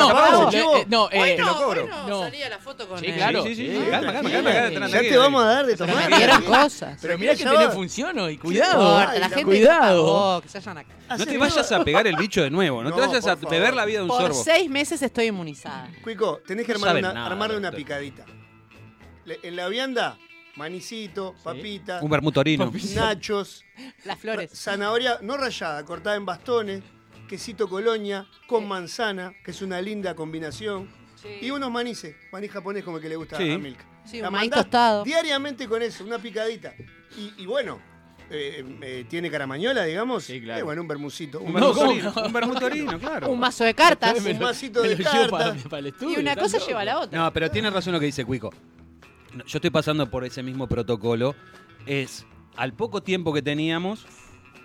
Speaker 6: ¿Tapago?
Speaker 7: no, no, eh, eh, no, eh,
Speaker 1: Te
Speaker 3: Bueno,
Speaker 1: lo cobro.
Speaker 3: bueno,
Speaker 7: No.
Speaker 3: salía la foto con
Speaker 7: Sí,
Speaker 3: él.
Speaker 7: claro.
Speaker 6: Sí, sí, sí.
Speaker 7: Eh,
Speaker 6: Calma, calma,
Speaker 7: tranquila,
Speaker 6: calma.
Speaker 7: eh.
Speaker 6: calma,
Speaker 1: Ya te
Speaker 6: tranquila.
Speaker 1: vamos a dar de
Speaker 5: Se
Speaker 1: tomar.
Speaker 5: metieron cosas.
Speaker 7: Pero
Speaker 1: Pero
Speaker 7: mirá
Speaker 1: que
Speaker 7: que
Speaker 1: ya
Speaker 7: tenés
Speaker 1: va.
Speaker 7: función hoy,
Speaker 5: No,
Speaker 7: cuidado.
Speaker 1: Ay,
Speaker 5: la
Speaker 1: la-
Speaker 5: gente
Speaker 7: cuidado.
Speaker 5: Oh, que se hayan acá.
Speaker 6: No te
Speaker 1: Hace
Speaker 6: vayas
Speaker 1: nada.
Speaker 6: a pegar el bicho de nuevo. No, te
Speaker 1: No,
Speaker 6: vayas a
Speaker 1: por favor.
Speaker 6: beber la vida de un
Speaker 5: Por
Speaker 6: sorbo.
Speaker 5: seis meses estoy inmunizada.
Speaker 1: Cuico, tenés que
Speaker 6: No
Speaker 1: armar
Speaker 6: saben
Speaker 1: una,
Speaker 6: nada,
Speaker 1: armarle una
Speaker 6: doctor.
Speaker 1: picadita. Le- en la vianda, manicito, papita,
Speaker 6: Un bermutorino.
Speaker 1: nachos,
Speaker 5: Las flores.
Speaker 1: zanahoria no rallada, cortada en bastones, quesito colonia con manzana, que es una linda combinación. Y unos manices, maní japonés como el que le gusta
Speaker 6: Sí.
Speaker 1: a Milk.
Speaker 5: Sí,
Speaker 1: La
Speaker 5: un maíz
Speaker 1: mandás
Speaker 5: tostado.
Speaker 1: Diariamente con eso, una picadita. Y, y bueno, eh, eh, tiene caramañola, digamos.
Speaker 7: Sí, claro.
Speaker 1: Eh, bueno, un bermucito.
Speaker 6: Un
Speaker 1: Un,
Speaker 7: No, ¿cómo?
Speaker 6: bermutorino. Un bermutorino, claro.
Speaker 5: Un mazo de cartas.
Speaker 1: un vasito
Speaker 7: Me
Speaker 1: de
Speaker 7: lo llevo para,
Speaker 1: cartas.
Speaker 7: para el estudio.
Speaker 5: Y una
Speaker 7: está
Speaker 5: cosa
Speaker 7: loco.
Speaker 5: lleva a la otra.
Speaker 6: No, pero tiene razón lo que dice Cuico. No, Yo estoy pasando por ese mismo protocolo. Es, al poco tiempo que teníamos,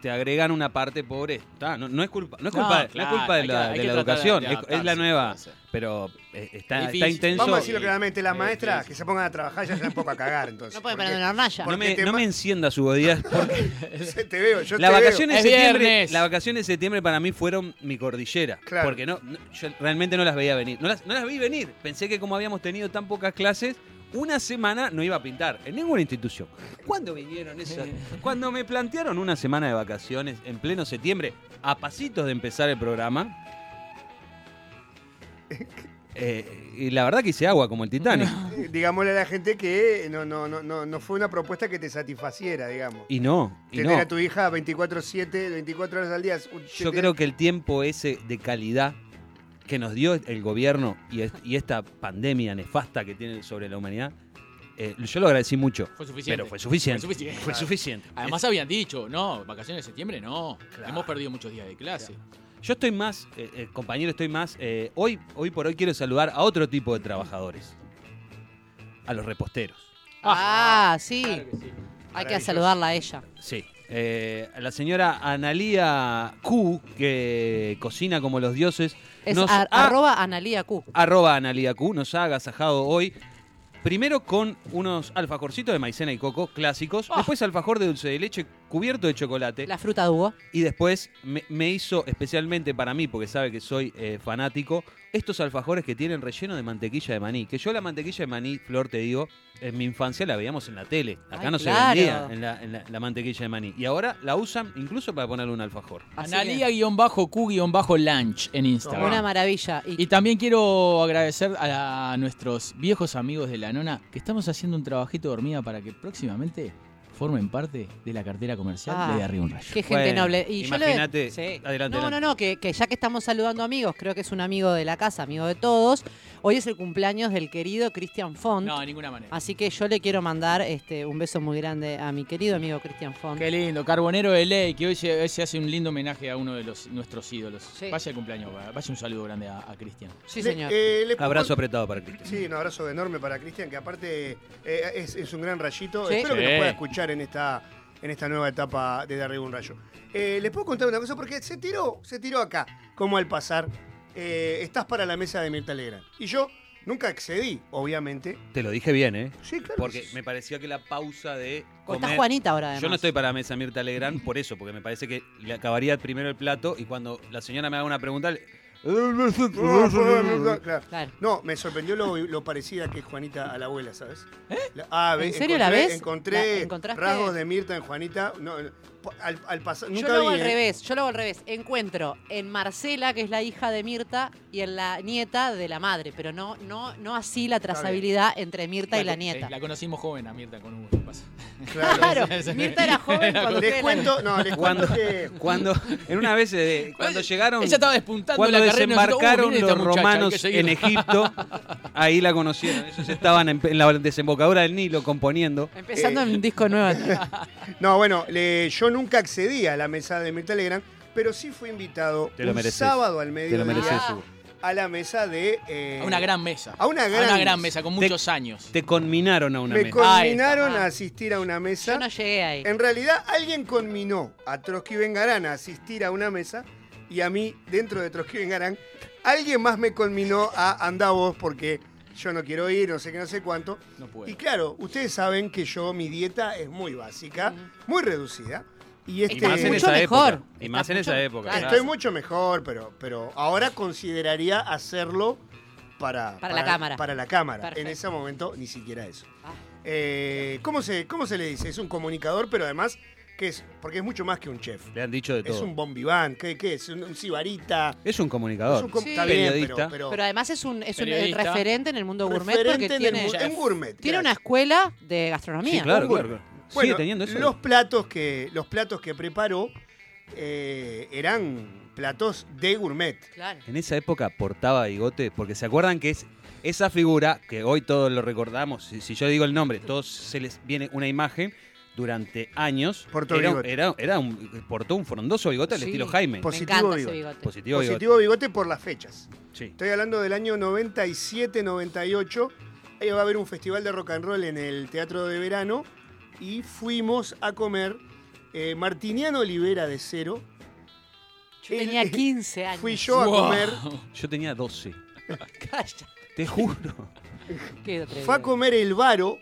Speaker 6: te agregan una parte pobre. Está, no, no es culpa, no es
Speaker 7: No,
Speaker 6: culpa, no es
Speaker 7: claro,
Speaker 6: culpa de
Speaker 7: hay
Speaker 6: la,
Speaker 7: que- hay
Speaker 6: de
Speaker 7: que
Speaker 6: la
Speaker 7: tratar de
Speaker 6: educación. es- es, la
Speaker 7: adaptarse,
Speaker 6: nueva.
Speaker 7: adaptarse.
Speaker 6: Pero eh, está, está
Speaker 7: Difícil.
Speaker 6: intenso.
Speaker 1: Vamos a decirlo
Speaker 7: Y-
Speaker 1: claramente, las
Speaker 7: eh,
Speaker 1: maestras
Speaker 7: sí, sí.
Speaker 1: que se pongan a trabajar ya se la poco a cagar, entonces.
Speaker 5: No pueden
Speaker 1: porque
Speaker 5: parar una hornalla.
Speaker 6: No
Speaker 1: porque
Speaker 6: me,
Speaker 1: este te
Speaker 6: no
Speaker 1: ma-
Speaker 6: me enciendas su día porque
Speaker 7: eh.
Speaker 1: Te veo, yo
Speaker 6: la
Speaker 1: te
Speaker 6: vacación,
Speaker 1: veo.
Speaker 6: de
Speaker 7: Es
Speaker 6: septiembre,
Speaker 7: viernes.
Speaker 6: la vacación de septiembre para mí fueron mi cordillera.
Speaker 1: Claro.
Speaker 6: Porque no, no- yo realmente no las veía venir. No las, no las vi venir. Pensé que como habíamos tenido tan pocas clases, una semana no iba a pintar en ninguna institución. ¿Cuándo vinieron esas? Cuando me plantearon una semana de vacaciones en pleno septiembre, a pasitos de empezar el programa. eh, y la verdad que hice agua como el Titanic.
Speaker 1: Eh, Digámosle a la gente que no, no, no, no, no fue una propuesta que te satisfaciera, digamos.
Speaker 6: Y no, y
Speaker 1: Tener
Speaker 6: no.
Speaker 1: a tu hija 24-7, 24 horas al día.
Speaker 6: Yo creo que el tiempo ese de calidad que nos dio el gobierno y, est- y esta pandemia nefasta que tiene sobre la humanidad, eh, yo lo agradecí mucho.
Speaker 7: Fue suficiente.
Speaker 6: Pero fue suficiente.
Speaker 7: Fue suficiente.
Speaker 6: Fue suficiente.
Speaker 7: Además habían dicho, no, vacaciones de septiembre no. Hemos perdido muchos días de clase.
Speaker 6: Yo estoy más, eh, eh, compañero, estoy más. eh, hoy, hoy por hoy quiero saludar a otro tipo de trabajadores: a los reposteros.
Speaker 5: Ah, sí. Hay que saludarla a ella.
Speaker 6: Sí. Eh, a la señora Analía Q, que cocina como los dioses.
Speaker 5: Es
Speaker 6: nos
Speaker 5: ar-
Speaker 6: ha-
Speaker 5: arroba analía Q.
Speaker 6: arroba Analia Q, nos ha agasajado hoy. Primero con unos alfajorcitos de maicena y coco clásicos, después alfajor de dulce de leche cubierto de chocolate
Speaker 5: Oh. La fruta de Hugo.
Speaker 6: y después me, me hizo especialmente para mí, porque sabe que soy eh, fanático, estos alfajores que tienen relleno de mantequilla de maní. Que yo la mantequilla de maní, Flor, te digo, en mi infancia la veíamos en la tele. Acá
Speaker 5: Ay,
Speaker 6: no
Speaker 5: claro.
Speaker 6: se vendía en la, en la- la mantequilla de maní. Y ahora la usan incluso para ponerle un alfajor.
Speaker 5: Así
Speaker 7: Analia-Q-Lunch en
Speaker 5: que,
Speaker 7: Instagram.
Speaker 5: Una maravilla. Y,
Speaker 7: Y también quiero agradecer a, la- a nuestros viejos amigos de la nona que estamos haciendo un trabajito dormida para que próximamente formen parte de la cartera comercial
Speaker 5: Ah,
Speaker 7: de Arriba un Rayo.
Speaker 5: Qué gente
Speaker 6: Bueno,
Speaker 5: noble. Y yo le-
Speaker 6: imagínate.
Speaker 5: Sí.
Speaker 6: Adelante,
Speaker 5: No,
Speaker 6: adelante.
Speaker 5: no, no, que, que ya que estamos saludando amigos, creo que es un amigo de la casa, amigo de todos. Hoy es el cumpleaños del querido Cristian Font.
Speaker 7: No, de ninguna manera.
Speaker 5: Así que yo le quiero mandar este, un beso muy grande a mi querido amigo Cristian Font.
Speaker 7: Qué lindo, Carbonero de Ley, que hoy se, hoy se hace un lindo homenaje a uno de los nuestros ídolos.
Speaker 5: Sí.
Speaker 7: Vaya el cumpleaños, va- vaya un saludo grande a, a Cristian.
Speaker 5: Sí, señor.
Speaker 1: eh,
Speaker 6: Abrazo apretado para Cristian.
Speaker 1: Sí, un abrazo enorme para Cristian, que aparte eh, es, es un gran rayito.
Speaker 5: Sí.
Speaker 1: Espero que
Speaker 7: Sí.
Speaker 1: nos pueda escuchar en esta, en esta nueva etapa de De Arriba un Rayo. Eh, Les puedo contar una cosa, porque se tiró, se tiró acá, como al pasar. eh, estás para la mesa de Mirta Legrand. Y yo nunca accedí, obviamente.
Speaker 6: Te lo dije bien, ¿eh?
Speaker 1: Sí, claro.
Speaker 6: Porque me pareció que la pausa de
Speaker 5: Porque
Speaker 6: comer...
Speaker 5: Eh, está Juanita ahora, además.
Speaker 6: Yo no estoy para la mesa Mirta Legrand por eso, porque me parece que le acabaría primero el plato y cuando la señora me haga una pregunta... le-
Speaker 1: Claro.
Speaker 5: Claro.
Speaker 1: No, me sorprendió lo, lo parecida que es Juanita a la abuela, ¿sabes? La- ah, ve-
Speaker 5: ¿Eh? ¿En serio la
Speaker 1: encontré-
Speaker 5: ves? ¿La
Speaker 1: Encontré
Speaker 5: encontraste?
Speaker 1: rasgos de Mirta en Juanita. No, al, al pasar,
Speaker 5: Yo
Speaker 1: nunca
Speaker 5: lo hago
Speaker 1: vi,
Speaker 5: al
Speaker 1: ¿eh?
Speaker 5: revés, yo lo hago al revés. Encuentro en Marcela, que es la hija de Mirta, y en la nieta de la madre, pero no, no, no así la trazabilidad entre Mirta y la
Speaker 7: co-
Speaker 5: nieta.
Speaker 7: eh, la conocimos joven a Mirta con Hugo. pasa?
Speaker 5: Claro,
Speaker 1: Claro.
Speaker 5: Mirta era joven cuando
Speaker 1: Les
Speaker 5: ustedes la-
Speaker 1: cuento, no, les cuento
Speaker 6: Cuando,
Speaker 1: que
Speaker 6: cuando, en una vez, eh, cuando llegaron,
Speaker 7: Ella estaba despuntando
Speaker 6: cuando
Speaker 7: la carrera. y nosotros,
Speaker 6: desembarcaron
Speaker 7: "Uh, miren
Speaker 6: los
Speaker 7: esta muchacha, hay que
Speaker 6: romanos en
Speaker 7: seguirla".
Speaker 6: Egipto, ahí la conocieron. Ellos estaban en, en la desembocadura del Nilo componiendo.
Speaker 5: Empezando en un disco nuevo.
Speaker 1: No, bueno, le- yo nunca accedí a la mesa de Mirta Legrand, pero sí fui invitado
Speaker 6: Te lo
Speaker 1: un
Speaker 6: mereces.
Speaker 1: sábado al
Speaker 6: Te
Speaker 1: mediodía
Speaker 6: lo mereces,
Speaker 5: Ah.
Speaker 6: Hugo.
Speaker 1: a la mesa de... eh,
Speaker 7: A una gran mesa.
Speaker 1: A una gran mesa.
Speaker 7: mesa con
Speaker 6: Te-
Speaker 7: muchos años.
Speaker 6: Te conminaron a una
Speaker 1: Me
Speaker 6: mesa.
Speaker 1: conminaron
Speaker 5: Ah.
Speaker 1: a asistir a una mesa.
Speaker 5: Yo no llegué ahí.
Speaker 1: En realidad, alguien conminó a Trotsky Vengarán a asistir a una mesa y a mí, dentro de Trotsky Vengarán, alguien más me conminó a andá vos porque yo no quiero ir, no sé qué, no sé cuánto.
Speaker 7: No puedo.
Speaker 1: Y claro, ustedes saben que yo, mi dieta es muy básica, muy reducida. Y este,
Speaker 6: y más en
Speaker 5: mucho
Speaker 6: esa
Speaker 5: mejor.
Speaker 6: época. Y más
Speaker 5: Está
Speaker 6: en esa
Speaker 5: mucho-
Speaker 6: época.
Speaker 5: claro.
Speaker 6: claro.
Speaker 1: Estoy mucho mejor, pero, pero ahora consideraría hacerlo para,
Speaker 5: Para la cámara.
Speaker 1: Para la cámara. En
Speaker 5: Perfecto.
Speaker 1: ese momento ni siquiera eso.
Speaker 5: Ah.
Speaker 1: Eh, ¿cómo, se, ¿Cómo se le dice? Es un comunicador, pero además, ¿qué es? Porque es mucho más que un chef.
Speaker 6: Le han dicho de todo.
Speaker 1: Es un bombiván, ¿qué, qué es? Un, un sibarita.
Speaker 6: comunicador.
Speaker 1: Es un com-
Speaker 5: Sí.
Speaker 1: Está bien, pero-
Speaker 6: Periodista.
Speaker 1: pero,
Speaker 5: Pero además es un, es un eh,
Speaker 7: Periodista.
Speaker 5: referente en el mundo gourmet
Speaker 1: referente
Speaker 5: porque
Speaker 1: en el
Speaker 5: tiene,
Speaker 1: mu- en gourmet.
Speaker 5: tiene una
Speaker 1: gracias.
Speaker 5: escuela de gastronomía.
Speaker 6: Sí, claro, claro.
Speaker 1: Un gourmet.
Speaker 6: claro.
Speaker 1: Bueno,
Speaker 6: Sigue teniendo eso.
Speaker 1: Los platos que, los platos que preparó eh, eran platos de gourmet.
Speaker 5: Claro.
Speaker 6: En esa época portaba bigote, porque se acuerdan que es esa figura, que hoy todos lo recordamos, si, si yo digo el nombre, todos se les viene una imagen, durante años
Speaker 1: Portó
Speaker 6: era,
Speaker 1: bigote.
Speaker 6: era- era un, portó un frondoso bigote al
Speaker 5: Sí.
Speaker 6: estilo Jaime.
Speaker 1: Por-
Speaker 5: Me
Speaker 1: Positivo
Speaker 5: encanta ese
Speaker 1: bigote.
Speaker 5: bigote.
Speaker 6: Positivo, bigote.
Speaker 1: Positivo bigote por las fechas.
Speaker 6: Sí.
Speaker 1: Estoy hablando del año 97-98. Ahí va a haber un festival de rock and roll en el Teatro de Verano. Y fuimos a comer eh, Martiniano Olivera de Cero.
Speaker 5: Yo
Speaker 1: El-
Speaker 5: tenía 15 años.
Speaker 1: Fui yo a
Speaker 7: Wow.
Speaker 1: comer.
Speaker 6: Yo tenía 12,
Speaker 5: Calla.
Speaker 6: te juro.
Speaker 5: Qué atrevido.
Speaker 1: Fue a comer el varo.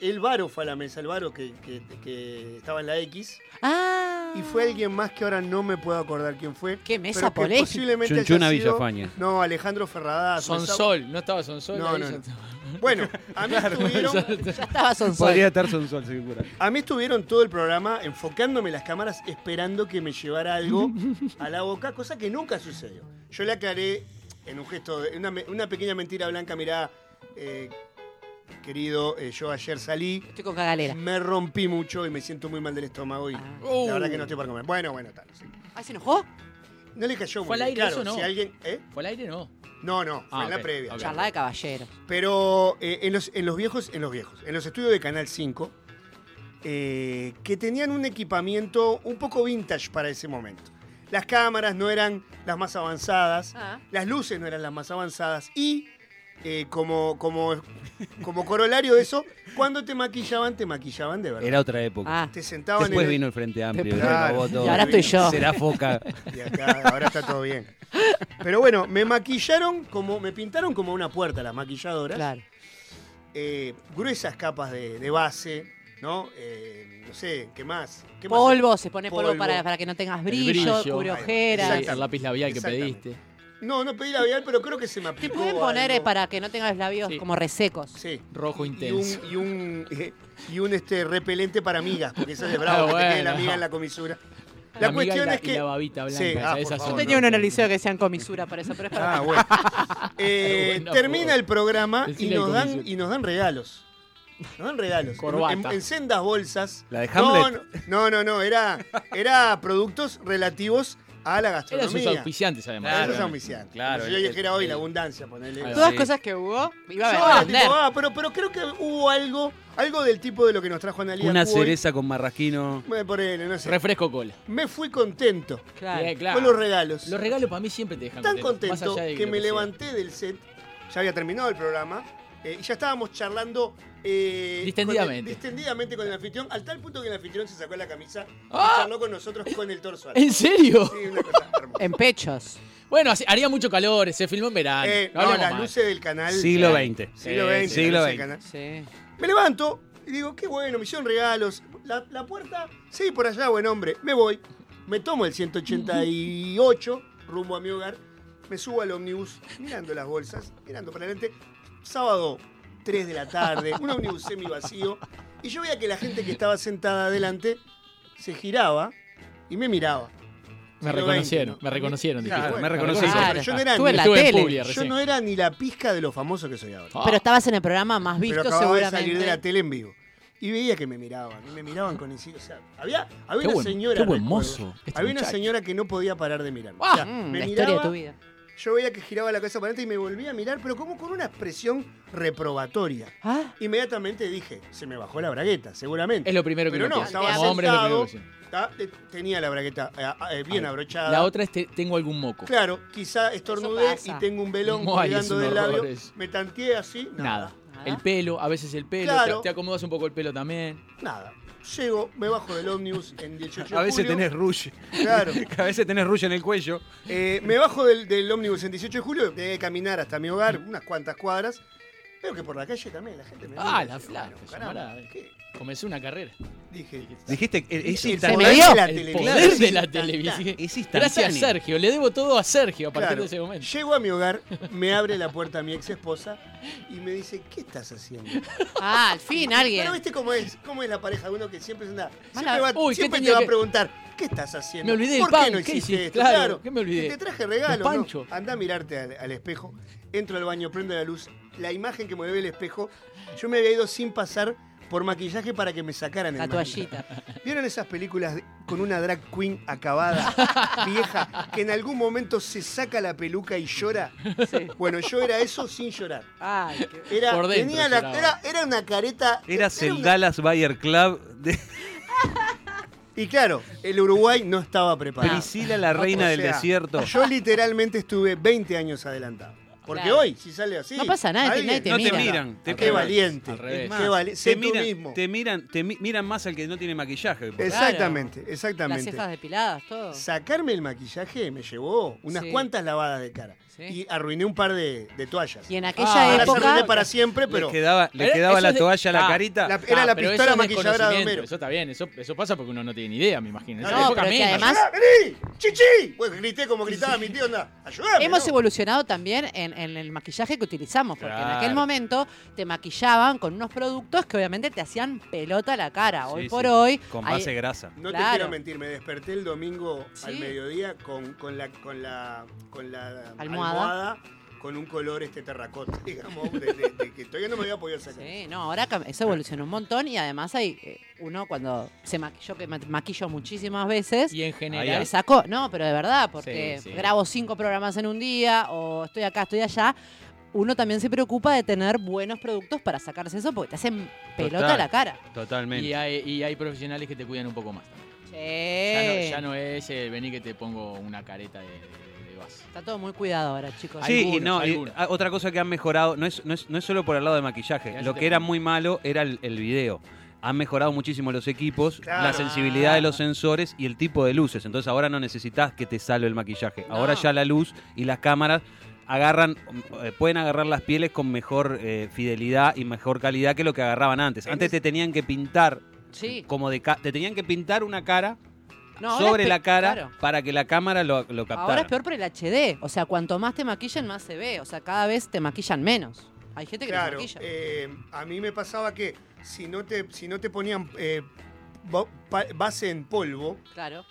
Speaker 1: El varo fue a la mesa, el varo que, que- que estaba en la X.
Speaker 5: Ah.
Speaker 1: Y fue alguien más que ahora no me puedo acordar quién fue.
Speaker 5: Qué mesa
Speaker 1: pero que
Speaker 5: polémica.
Speaker 1: posiblemente haya
Speaker 6: Chunchuna
Speaker 1: sido-
Speaker 6: Villafañe.
Speaker 1: No, Alejandro Ferradas.
Speaker 7: Sonsol, no estaba Sonsol.
Speaker 1: No,
Speaker 7: ahí,
Speaker 1: no,
Speaker 7: ya
Speaker 1: no.
Speaker 7: estaba.
Speaker 1: Bueno, a mí estuvieron,
Speaker 5: Ya estaba Sonsoy.
Speaker 6: Podría estar son sol, segura.
Speaker 1: A mí estuvieron todo el programa enfocándome las cámaras esperando que me llevara algo a la boca, cosa que nunca sucedió. Yo le aclaré en un gesto, de, una, me- una pequeña mentira blanca, mirá, eh, querido, eh, yo ayer salí,
Speaker 5: Estoy con cagalera.
Speaker 1: me rompí mucho y me siento muy mal del estómago y
Speaker 7: Oh.
Speaker 1: la verdad que no estoy para comer. Bueno, bueno, tal. sí.
Speaker 5: ¿Ah, se enojó?
Speaker 1: No le cayó muy
Speaker 7: ¿Fue al
Speaker 1: bien,
Speaker 7: aire
Speaker 1: claro,
Speaker 7: eso o no?
Speaker 1: si alguien... ¿eh?
Speaker 7: ¿Fue al aire? No.
Speaker 1: No, no, fue
Speaker 7: Ah,
Speaker 1: en la
Speaker 7: ok,
Speaker 1: previa.
Speaker 7: ok.
Speaker 5: Charla de caballeros.
Speaker 1: Pero eh, en, los, en los viejos, en los viejos, en los estudios de Canal 5, eh, que tenían un equipamiento un poco vintage para ese momento. Las cámaras no eran las más avanzadas,
Speaker 5: Ah.
Speaker 1: las luces no eran las más avanzadas y eh, como, como, como corolario de eso, cuando te maquillaban, te maquillaban de verdad.
Speaker 6: Era otra época.
Speaker 5: Ah.
Speaker 1: Te sentaban
Speaker 6: Después
Speaker 1: en el-
Speaker 6: vino el Frente Amplio.
Speaker 1: Después-
Speaker 6: se acabó
Speaker 1: Claro.
Speaker 6: todo.
Speaker 5: Y ahora estoy yo.
Speaker 6: Será foca.
Speaker 1: Y acá, ahora está todo bien. Pero bueno, me maquillaron como, me pintaron como una puerta las maquilladoras.
Speaker 5: Claro.
Speaker 1: eh, gruesas capas de, de base, ¿no? Eh, no sé, ¿qué más? ¿Qué más?
Speaker 5: Polvo, se pone polvo,
Speaker 1: Polvo.
Speaker 5: Para, para que no tengas brillo,
Speaker 7: brillo.
Speaker 5: cubre
Speaker 1: Ahí va.
Speaker 5: ojeras.
Speaker 7: El,
Speaker 1: Exacto.
Speaker 7: lápiz labial que
Speaker 1: Exactamente.
Speaker 7: pediste.
Speaker 1: No, no pedí labial, pero creo que se me aplicó.
Speaker 5: Te pueden poner eh,
Speaker 1: algo.
Speaker 5: para que no tengas los labios
Speaker 7: Sí.
Speaker 5: como resecos.
Speaker 1: Sí.
Speaker 7: Rojo
Speaker 1: Y-
Speaker 7: intenso.
Speaker 1: Y un, y un, y un, este, repelente para migas, porque eso es de bravo,
Speaker 7: Ah,
Speaker 1: que te quede la
Speaker 7: bueno.
Speaker 1: miga en la comisura. La,
Speaker 7: amiga
Speaker 1: cuestión
Speaker 7: y la-
Speaker 1: es que.
Speaker 7: y la babita blanca,
Speaker 1: Sí,
Speaker 7: esa-
Speaker 1: ah, por
Speaker 7: esas
Speaker 1: favor,
Speaker 7: son-
Speaker 5: Tenía uno en el liceo que sean comisura para eso, pero es para.
Speaker 1: Ah, bueno. Eh,
Speaker 7: Buena
Speaker 1: termina
Speaker 7: voz.
Speaker 1: el programa y
Speaker 7: Decile
Speaker 1: nos,
Speaker 7: al
Speaker 1: dan,
Speaker 7: comisario.
Speaker 1: y nos dan regalos. Nos dan regalos.
Speaker 7: Corbata.
Speaker 1: En, en sendas bolsas.
Speaker 6: La de
Speaker 1: no, no,
Speaker 6: Hamlet.
Speaker 1: no, no, no, Era, era productos relativos a la
Speaker 7: Eran sus
Speaker 1: gastronomía.
Speaker 7: auspiciantes, además.
Speaker 1: Claro,
Speaker 6: Claro.
Speaker 1: es auspiciante.
Speaker 6: Claro,
Speaker 1: Como si yo
Speaker 6: el-
Speaker 1: dijera hoy la
Speaker 6: el-
Speaker 1: abundancia, ponele.
Speaker 7: Ahí va.
Speaker 5: Todas
Speaker 6: Sí.
Speaker 5: cosas que hubo,
Speaker 1: Yo
Speaker 5: iba
Speaker 1: era
Speaker 5: a
Speaker 1: tipo,
Speaker 5: vender.
Speaker 1: ah, pero, pero creo que hubo algo, algo del tipo de lo que nos trajo Analia
Speaker 6: Una
Speaker 1: Cuoy.
Speaker 6: cereza con marraquino.
Speaker 1: Me, ponele, no sé.
Speaker 7: Refresco cola.
Speaker 1: Me fui contento
Speaker 5: Claro.
Speaker 7: Bien, claro.
Speaker 1: con los regalos.
Speaker 7: Los regalos para mí siempre te dejan
Speaker 1: Tan
Speaker 7: contento, más
Speaker 1: contento
Speaker 7: allá de
Speaker 1: que
Speaker 7: lo
Speaker 1: me
Speaker 7: sea.
Speaker 1: levanté del set, ya había terminado el programa, eh, y ya estábamos charlando eh,
Speaker 7: Distendidamente.
Speaker 1: con el- distendidamente con el anfitrión, al tal punto que el anfitrión se sacó la camisa
Speaker 7: ¡Ah!
Speaker 1: y charló con nosotros con el torso alto.
Speaker 7: ¿En serio?
Speaker 1: Sí, una cosa hermosa.
Speaker 5: En pechos.
Speaker 7: Bueno, así- haría mucho calor, se filmó en verano.
Speaker 1: Eh,
Speaker 7: no
Speaker 1: no,
Speaker 7: hablemos
Speaker 1: las
Speaker 7: más.
Speaker 1: luces del canal.
Speaker 6: Siglo XX.
Speaker 1: Siglo
Speaker 7: Eh,
Speaker 1: XX.
Speaker 6: siglo
Speaker 1: las luces del
Speaker 6: XX.
Speaker 1: canal.
Speaker 5: Sí.
Speaker 1: Me levanto y digo, qué bueno, me hicieron regalos. La, la puerta, sí, por allá, buen hombre. Me voy, me tomo el 188 rumbo a mi hogar, me subo al ómnibus mirando las bolsas, mirando para adelante. Sábado, 3 de la tarde, un ómnibus semi vacío. Y yo veía que la gente que estaba sentada adelante se giraba y me miraba.
Speaker 7: Me
Speaker 1: Siglo
Speaker 7: reconocieron,
Speaker 1: XX, ¿no?
Speaker 7: me reconocieron.
Speaker 1: Claro,
Speaker 7: dijiste.
Speaker 6: me reconocí.
Speaker 5: Claro.
Speaker 1: Yo no era
Speaker 5: Estuve en
Speaker 1: ni-
Speaker 5: la
Speaker 7: Estuve en
Speaker 5: tele.
Speaker 7: Puglia
Speaker 1: Yo
Speaker 7: recién.
Speaker 1: no era ni la pizca de lo famoso que soy ahora.
Speaker 7: Ah,
Speaker 5: Pero estabas en el programa más visto,
Speaker 1: Pero acababa de
Speaker 5: seguramente.
Speaker 1: salir de la tele en vivo. Y veía que me miraban, y me miraban con el O sea, había, había
Speaker 7: Qué
Speaker 1: una
Speaker 7: buen-
Speaker 1: señora.
Speaker 7: qué buen
Speaker 1: recuerdo,
Speaker 7: mozo este
Speaker 1: había una
Speaker 7: muchacho.
Speaker 1: señora que no podía parar de mirarme.
Speaker 7: Ah,
Speaker 1: o sea,
Speaker 5: Mm,
Speaker 1: me
Speaker 5: la
Speaker 1: miraba,
Speaker 5: historia de tu vida.
Speaker 1: yo veía que giraba la cabeza para adelante y me volvía a mirar, pero como con una expresión reprobatoria.
Speaker 5: Ah,
Speaker 1: Inmediatamente dije, se me bajó la bragueta, seguramente.
Speaker 7: es lo primero que
Speaker 1: pero
Speaker 7: uno
Speaker 1: no,
Speaker 7: piensa.
Speaker 1: estaba
Speaker 7: Como hombre es lo
Speaker 1: sentado,
Speaker 7: primero que piensa.
Speaker 1: ta- eh, tenía la bragueta eh, eh, bien
Speaker 7: Ahí.
Speaker 1: abrochada.
Speaker 7: La otra es te- tengo algún moco.
Speaker 1: Claro, quizá estornudé y
Speaker 5: pasa.
Speaker 1: tengo un velón
Speaker 7: No, ahí es
Speaker 1: colgando
Speaker 7: un
Speaker 1: del
Speaker 7: horror
Speaker 1: labio.
Speaker 7: eso.
Speaker 1: Me tanteé así,
Speaker 7: Nada.
Speaker 5: Nada.
Speaker 7: El pelo, a veces el pelo,
Speaker 1: Claro.
Speaker 7: te, te acomodas un poco el pelo también.
Speaker 1: Nada. Llego, me bajo del ómnibus en 18 de
Speaker 6: A veces
Speaker 1: julio.
Speaker 6: tenés rush.
Speaker 1: Claro.
Speaker 6: A veces tenés rush en el cuello.
Speaker 1: Eh, me bajo del, del ómnibus en 18 de julio, tenía que caminar hasta mi hogar, unas cuantas cuadras. Veo que por la calle también la gente me
Speaker 7: Ah,
Speaker 1: mira,
Speaker 7: la
Speaker 1: dice,
Speaker 7: flaca,
Speaker 1: bueno,
Speaker 7: es eh.
Speaker 1: caramba,
Speaker 7: una-
Speaker 1: ¿qué?
Speaker 7: Comencé una carrera.
Speaker 1: Dije,
Speaker 6: Dijiste, eh, es,
Speaker 1: el
Speaker 6: instan-
Speaker 5: me
Speaker 1: poder
Speaker 5: dio.
Speaker 1: de la
Speaker 7: El
Speaker 1: televisión.
Speaker 7: poder de la
Speaker 1: Instantá-
Speaker 7: televisión.
Speaker 6: es instantáneo.
Speaker 7: Gracias, Sergio. Le debo todo a Sergio a partir
Speaker 1: Claro.
Speaker 7: de ese momento.
Speaker 1: Llego a mi hogar, me abre la puerta mi ex esposa y me dice, ¿qué estás haciendo?
Speaker 5: Ah, al fin
Speaker 1: Pero
Speaker 5: alguien.
Speaker 1: viste cómo es, cómo es la pareja, uno que siempre es una-
Speaker 5: Mala-
Speaker 1: siempre, va-
Speaker 7: Uy, ¿qué
Speaker 1: siempre te
Speaker 7: tenía
Speaker 1: va a
Speaker 7: que-
Speaker 1: preguntar, ¿qué estás haciendo?
Speaker 7: Me olvidé
Speaker 1: ¿Por
Speaker 7: el
Speaker 1: qué
Speaker 7: pan,
Speaker 1: no
Speaker 7: ¿qué
Speaker 1: hiciste
Speaker 7: hiciste?
Speaker 1: esto?
Speaker 7: Claro, ¿qué me olvidé?
Speaker 1: Te traje regalo,
Speaker 7: Los panchos.
Speaker 1: ¿no? Andá a mirarte al, al espejo, entro al baño, prendo la luz, la imagen que me ve el espejo, yo me había ido sin pasar por maquillaje para que me sacaran el
Speaker 5: La
Speaker 1: maquillaje.
Speaker 5: toallita.
Speaker 1: ¿Vieron esas películas de- con una drag queen acabada, vieja, que en algún momento se saca la peluca y llora? Bueno, yo era eso sin llorar.
Speaker 5: Ay, qué-
Speaker 1: Era,
Speaker 7: Por dentro
Speaker 1: tenía la-
Speaker 7: lloraba.
Speaker 1: era, era una careta.
Speaker 6: era el
Speaker 1: una-
Speaker 6: Dallas Bayer Club de
Speaker 1: Y claro, el Uruguay no estaba preparado.
Speaker 6: Priscila, la reina
Speaker 1: O
Speaker 6: del
Speaker 1: sea,
Speaker 6: desierto.
Speaker 1: Yo literalmente estuve 20 años adelantado. Porque
Speaker 5: Claro.
Speaker 1: hoy, si sale así.
Speaker 5: No pasa nada,
Speaker 1: alguien-
Speaker 5: nadie te
Speaker 6: no
Speaker 5: mira.
Speaker 6: te miran. Te
Speaker 1: Qué
Speaker 6: miran.
Speaker 1: valiente.
Speaker 7: Al
Speaker 6: Es
Speaker 7: revés.
Speaker 6: más,
Speaker 1: Qué vale, sé
Speaker 6: te,
Speaker 1: tú mismo.
Speaker 6: miran, te miran, te mi- miran más al que no tiene maquillaje. por-
Speaker 1: Exactamente,
Speaker 5: Las
Speaker 1: exactamente.
Speaker 5: cejas depiladas, todo.
Speaker 1: Sacarme el maquillaje me llevó unas
Speaker 5: Sí.
Speaker 1: cuantas lavadas de cara.
Speaker 5: Sí.
Speaker 1: Y arruiné un par de, de toallas.
Speaker 5: Y en
Speaker 7: Ah,
Speaker 5: aquella
Speaker 1: Ahora se arruiné
Speaker 5: época.
Speaker 1: para siempre, pero
Speaker 6: le quedaba, le
Speaker 7: Era-
Speaker 6: quedaba
Speaker 7: eso
Speaker 6: la
Speaker 7: es de-
Speaker 6: toalla a la
Speaker 7: Ah,
Speaker 6: carita.
Speaker 1: la- era
Speaker 7: Ah,
Speaker 1: la
Speaker 7: pero eso
Speaker 1: pistola
Speaker 7: es
Speaker 1: maquilladora de
Speaker 7: desconocimiento,
Speaker 1: Homero.
Speaker 7: Eso está bien, eso, eso pasa porque uno no tiene ni idea, me imagino. En esa
Speaker 1: No,
Speaker 7: época
Speaker 5: pero es que
Speaker 7: menos.
Speaker 5: además-
Speaker 1: ¡Ah, vení! ¡Chichi! Pues grité como gritaba mi tío, anda, ayúdame.
Speaker 5: Hemos
Speaker 1: ¿no?
Speaker 5: evolucionado también en, en el maquillaje que utilizamos, porque en aquel
Speaker 7: Claro.
Speaker 5: momento te maquillaban con unos productos que obviamente te hacían pelota a la cara.
Speaker 6: Sí,
Speaker 5: hoy
Speaker 6: sí,
Speaker 5: por hoy.
Speaker 6: Con
Speaker 5: hay-
Speaker 6: base grasa.
Speaker 1: No te
Speaker 5: Claro.
Speaker 1: quiero mentir, me desperté el domingo al
Speaker 5: Sí.
Speaker 1: mediodía con, con la con la con la
Speaker 5: Almohada.
Speaker 1: almohada, con un color este terracota, digamos, de, de- de que todavía no me había podido sacar.
Speaker 5: Sí, no, ahora cam- eso evolucionó un montón y además hay eh, uno cuando se maquilló, que ma- maquillo muchísimas veces,
Speaker 7: Y en general,
Speaker 6: Ahí
Speaker 5: me sacó, no, pero de verdad, porque
Speaker 7: Sí, sí.
Speaker 5: grabo cinco programas en un día o estoy acá, estoy allá, uno también se preocupa de tener buenos productos para sacarse eso porque te hacen pelota
Speaker 6: Total.
Speaker 5: a la cara.
Speaker 6: Totalmente.
Speaker 7: y hay, y hay profesionales que te cuidan un poco más.
Speaker 5: Sí.
Speaker 7: Ya no,
Speaker 5: Eh.
Speaker 7: ya no es el vení que te pongo una careta de, de- de base.
Speaker 5: Está todo muy cuidado ahora, chicos.
Speaker 6: Sí, y
Speaker 7: Algunos,
Speaker 6: no, y,
Speaker 7: algunos.
Speaker 6: ah, otra cosa que han mejorado, no es, no es, no es solo por el lado de maquillaje,
Speaker 7: Mirá, yo
Speaker 6: lo
Speaker 7: te
Speaker 6: que era
Speaker 7: pongo.
Speaker 6: muy malo era el, el video. Han mejorado muchísimo los equipos,
Speaker 1: Claro.
Speaker 6: la sensibilidad de los sensores y el tipo de luces. Entonces ahora no necesitas que te salve el maquillaje. Ahora
Speaker 5: No.
Speaker 6: ya la luz y las cámaras agarran, eh, pueden agarrar las pieles con mejor eh, fidelidad y mejor calidad que lo que agarraban antes.
Speaker 1: En
Speaker 6: Antes
Speaker 1: ese-
Speaker 6: te tenían que pintar
Speaker 5: Sí.
Speaker 6: como de ca- te tenían que pintar una cara
Speaker 5: No, ahora
Speaker 6: sobre
Speaker 5: es pe-
Speaker 6: la cara
Speaker 5: claro.
Speaker 6: para que la cámara lo, lo captara.
Speaker 5: Ahora es peor por el HD. O sea, cuanto más te maquillan, más se ve. O sea, cada vez te maquillan menos. Hay gente que
Speaker 1: Claro,
Speaker 5: te maquilla.
Speaker 1: eh, a mí me pasaba que si no te si no te ponían eh, ba- pa- base en polvo,
Speaker 5: claro.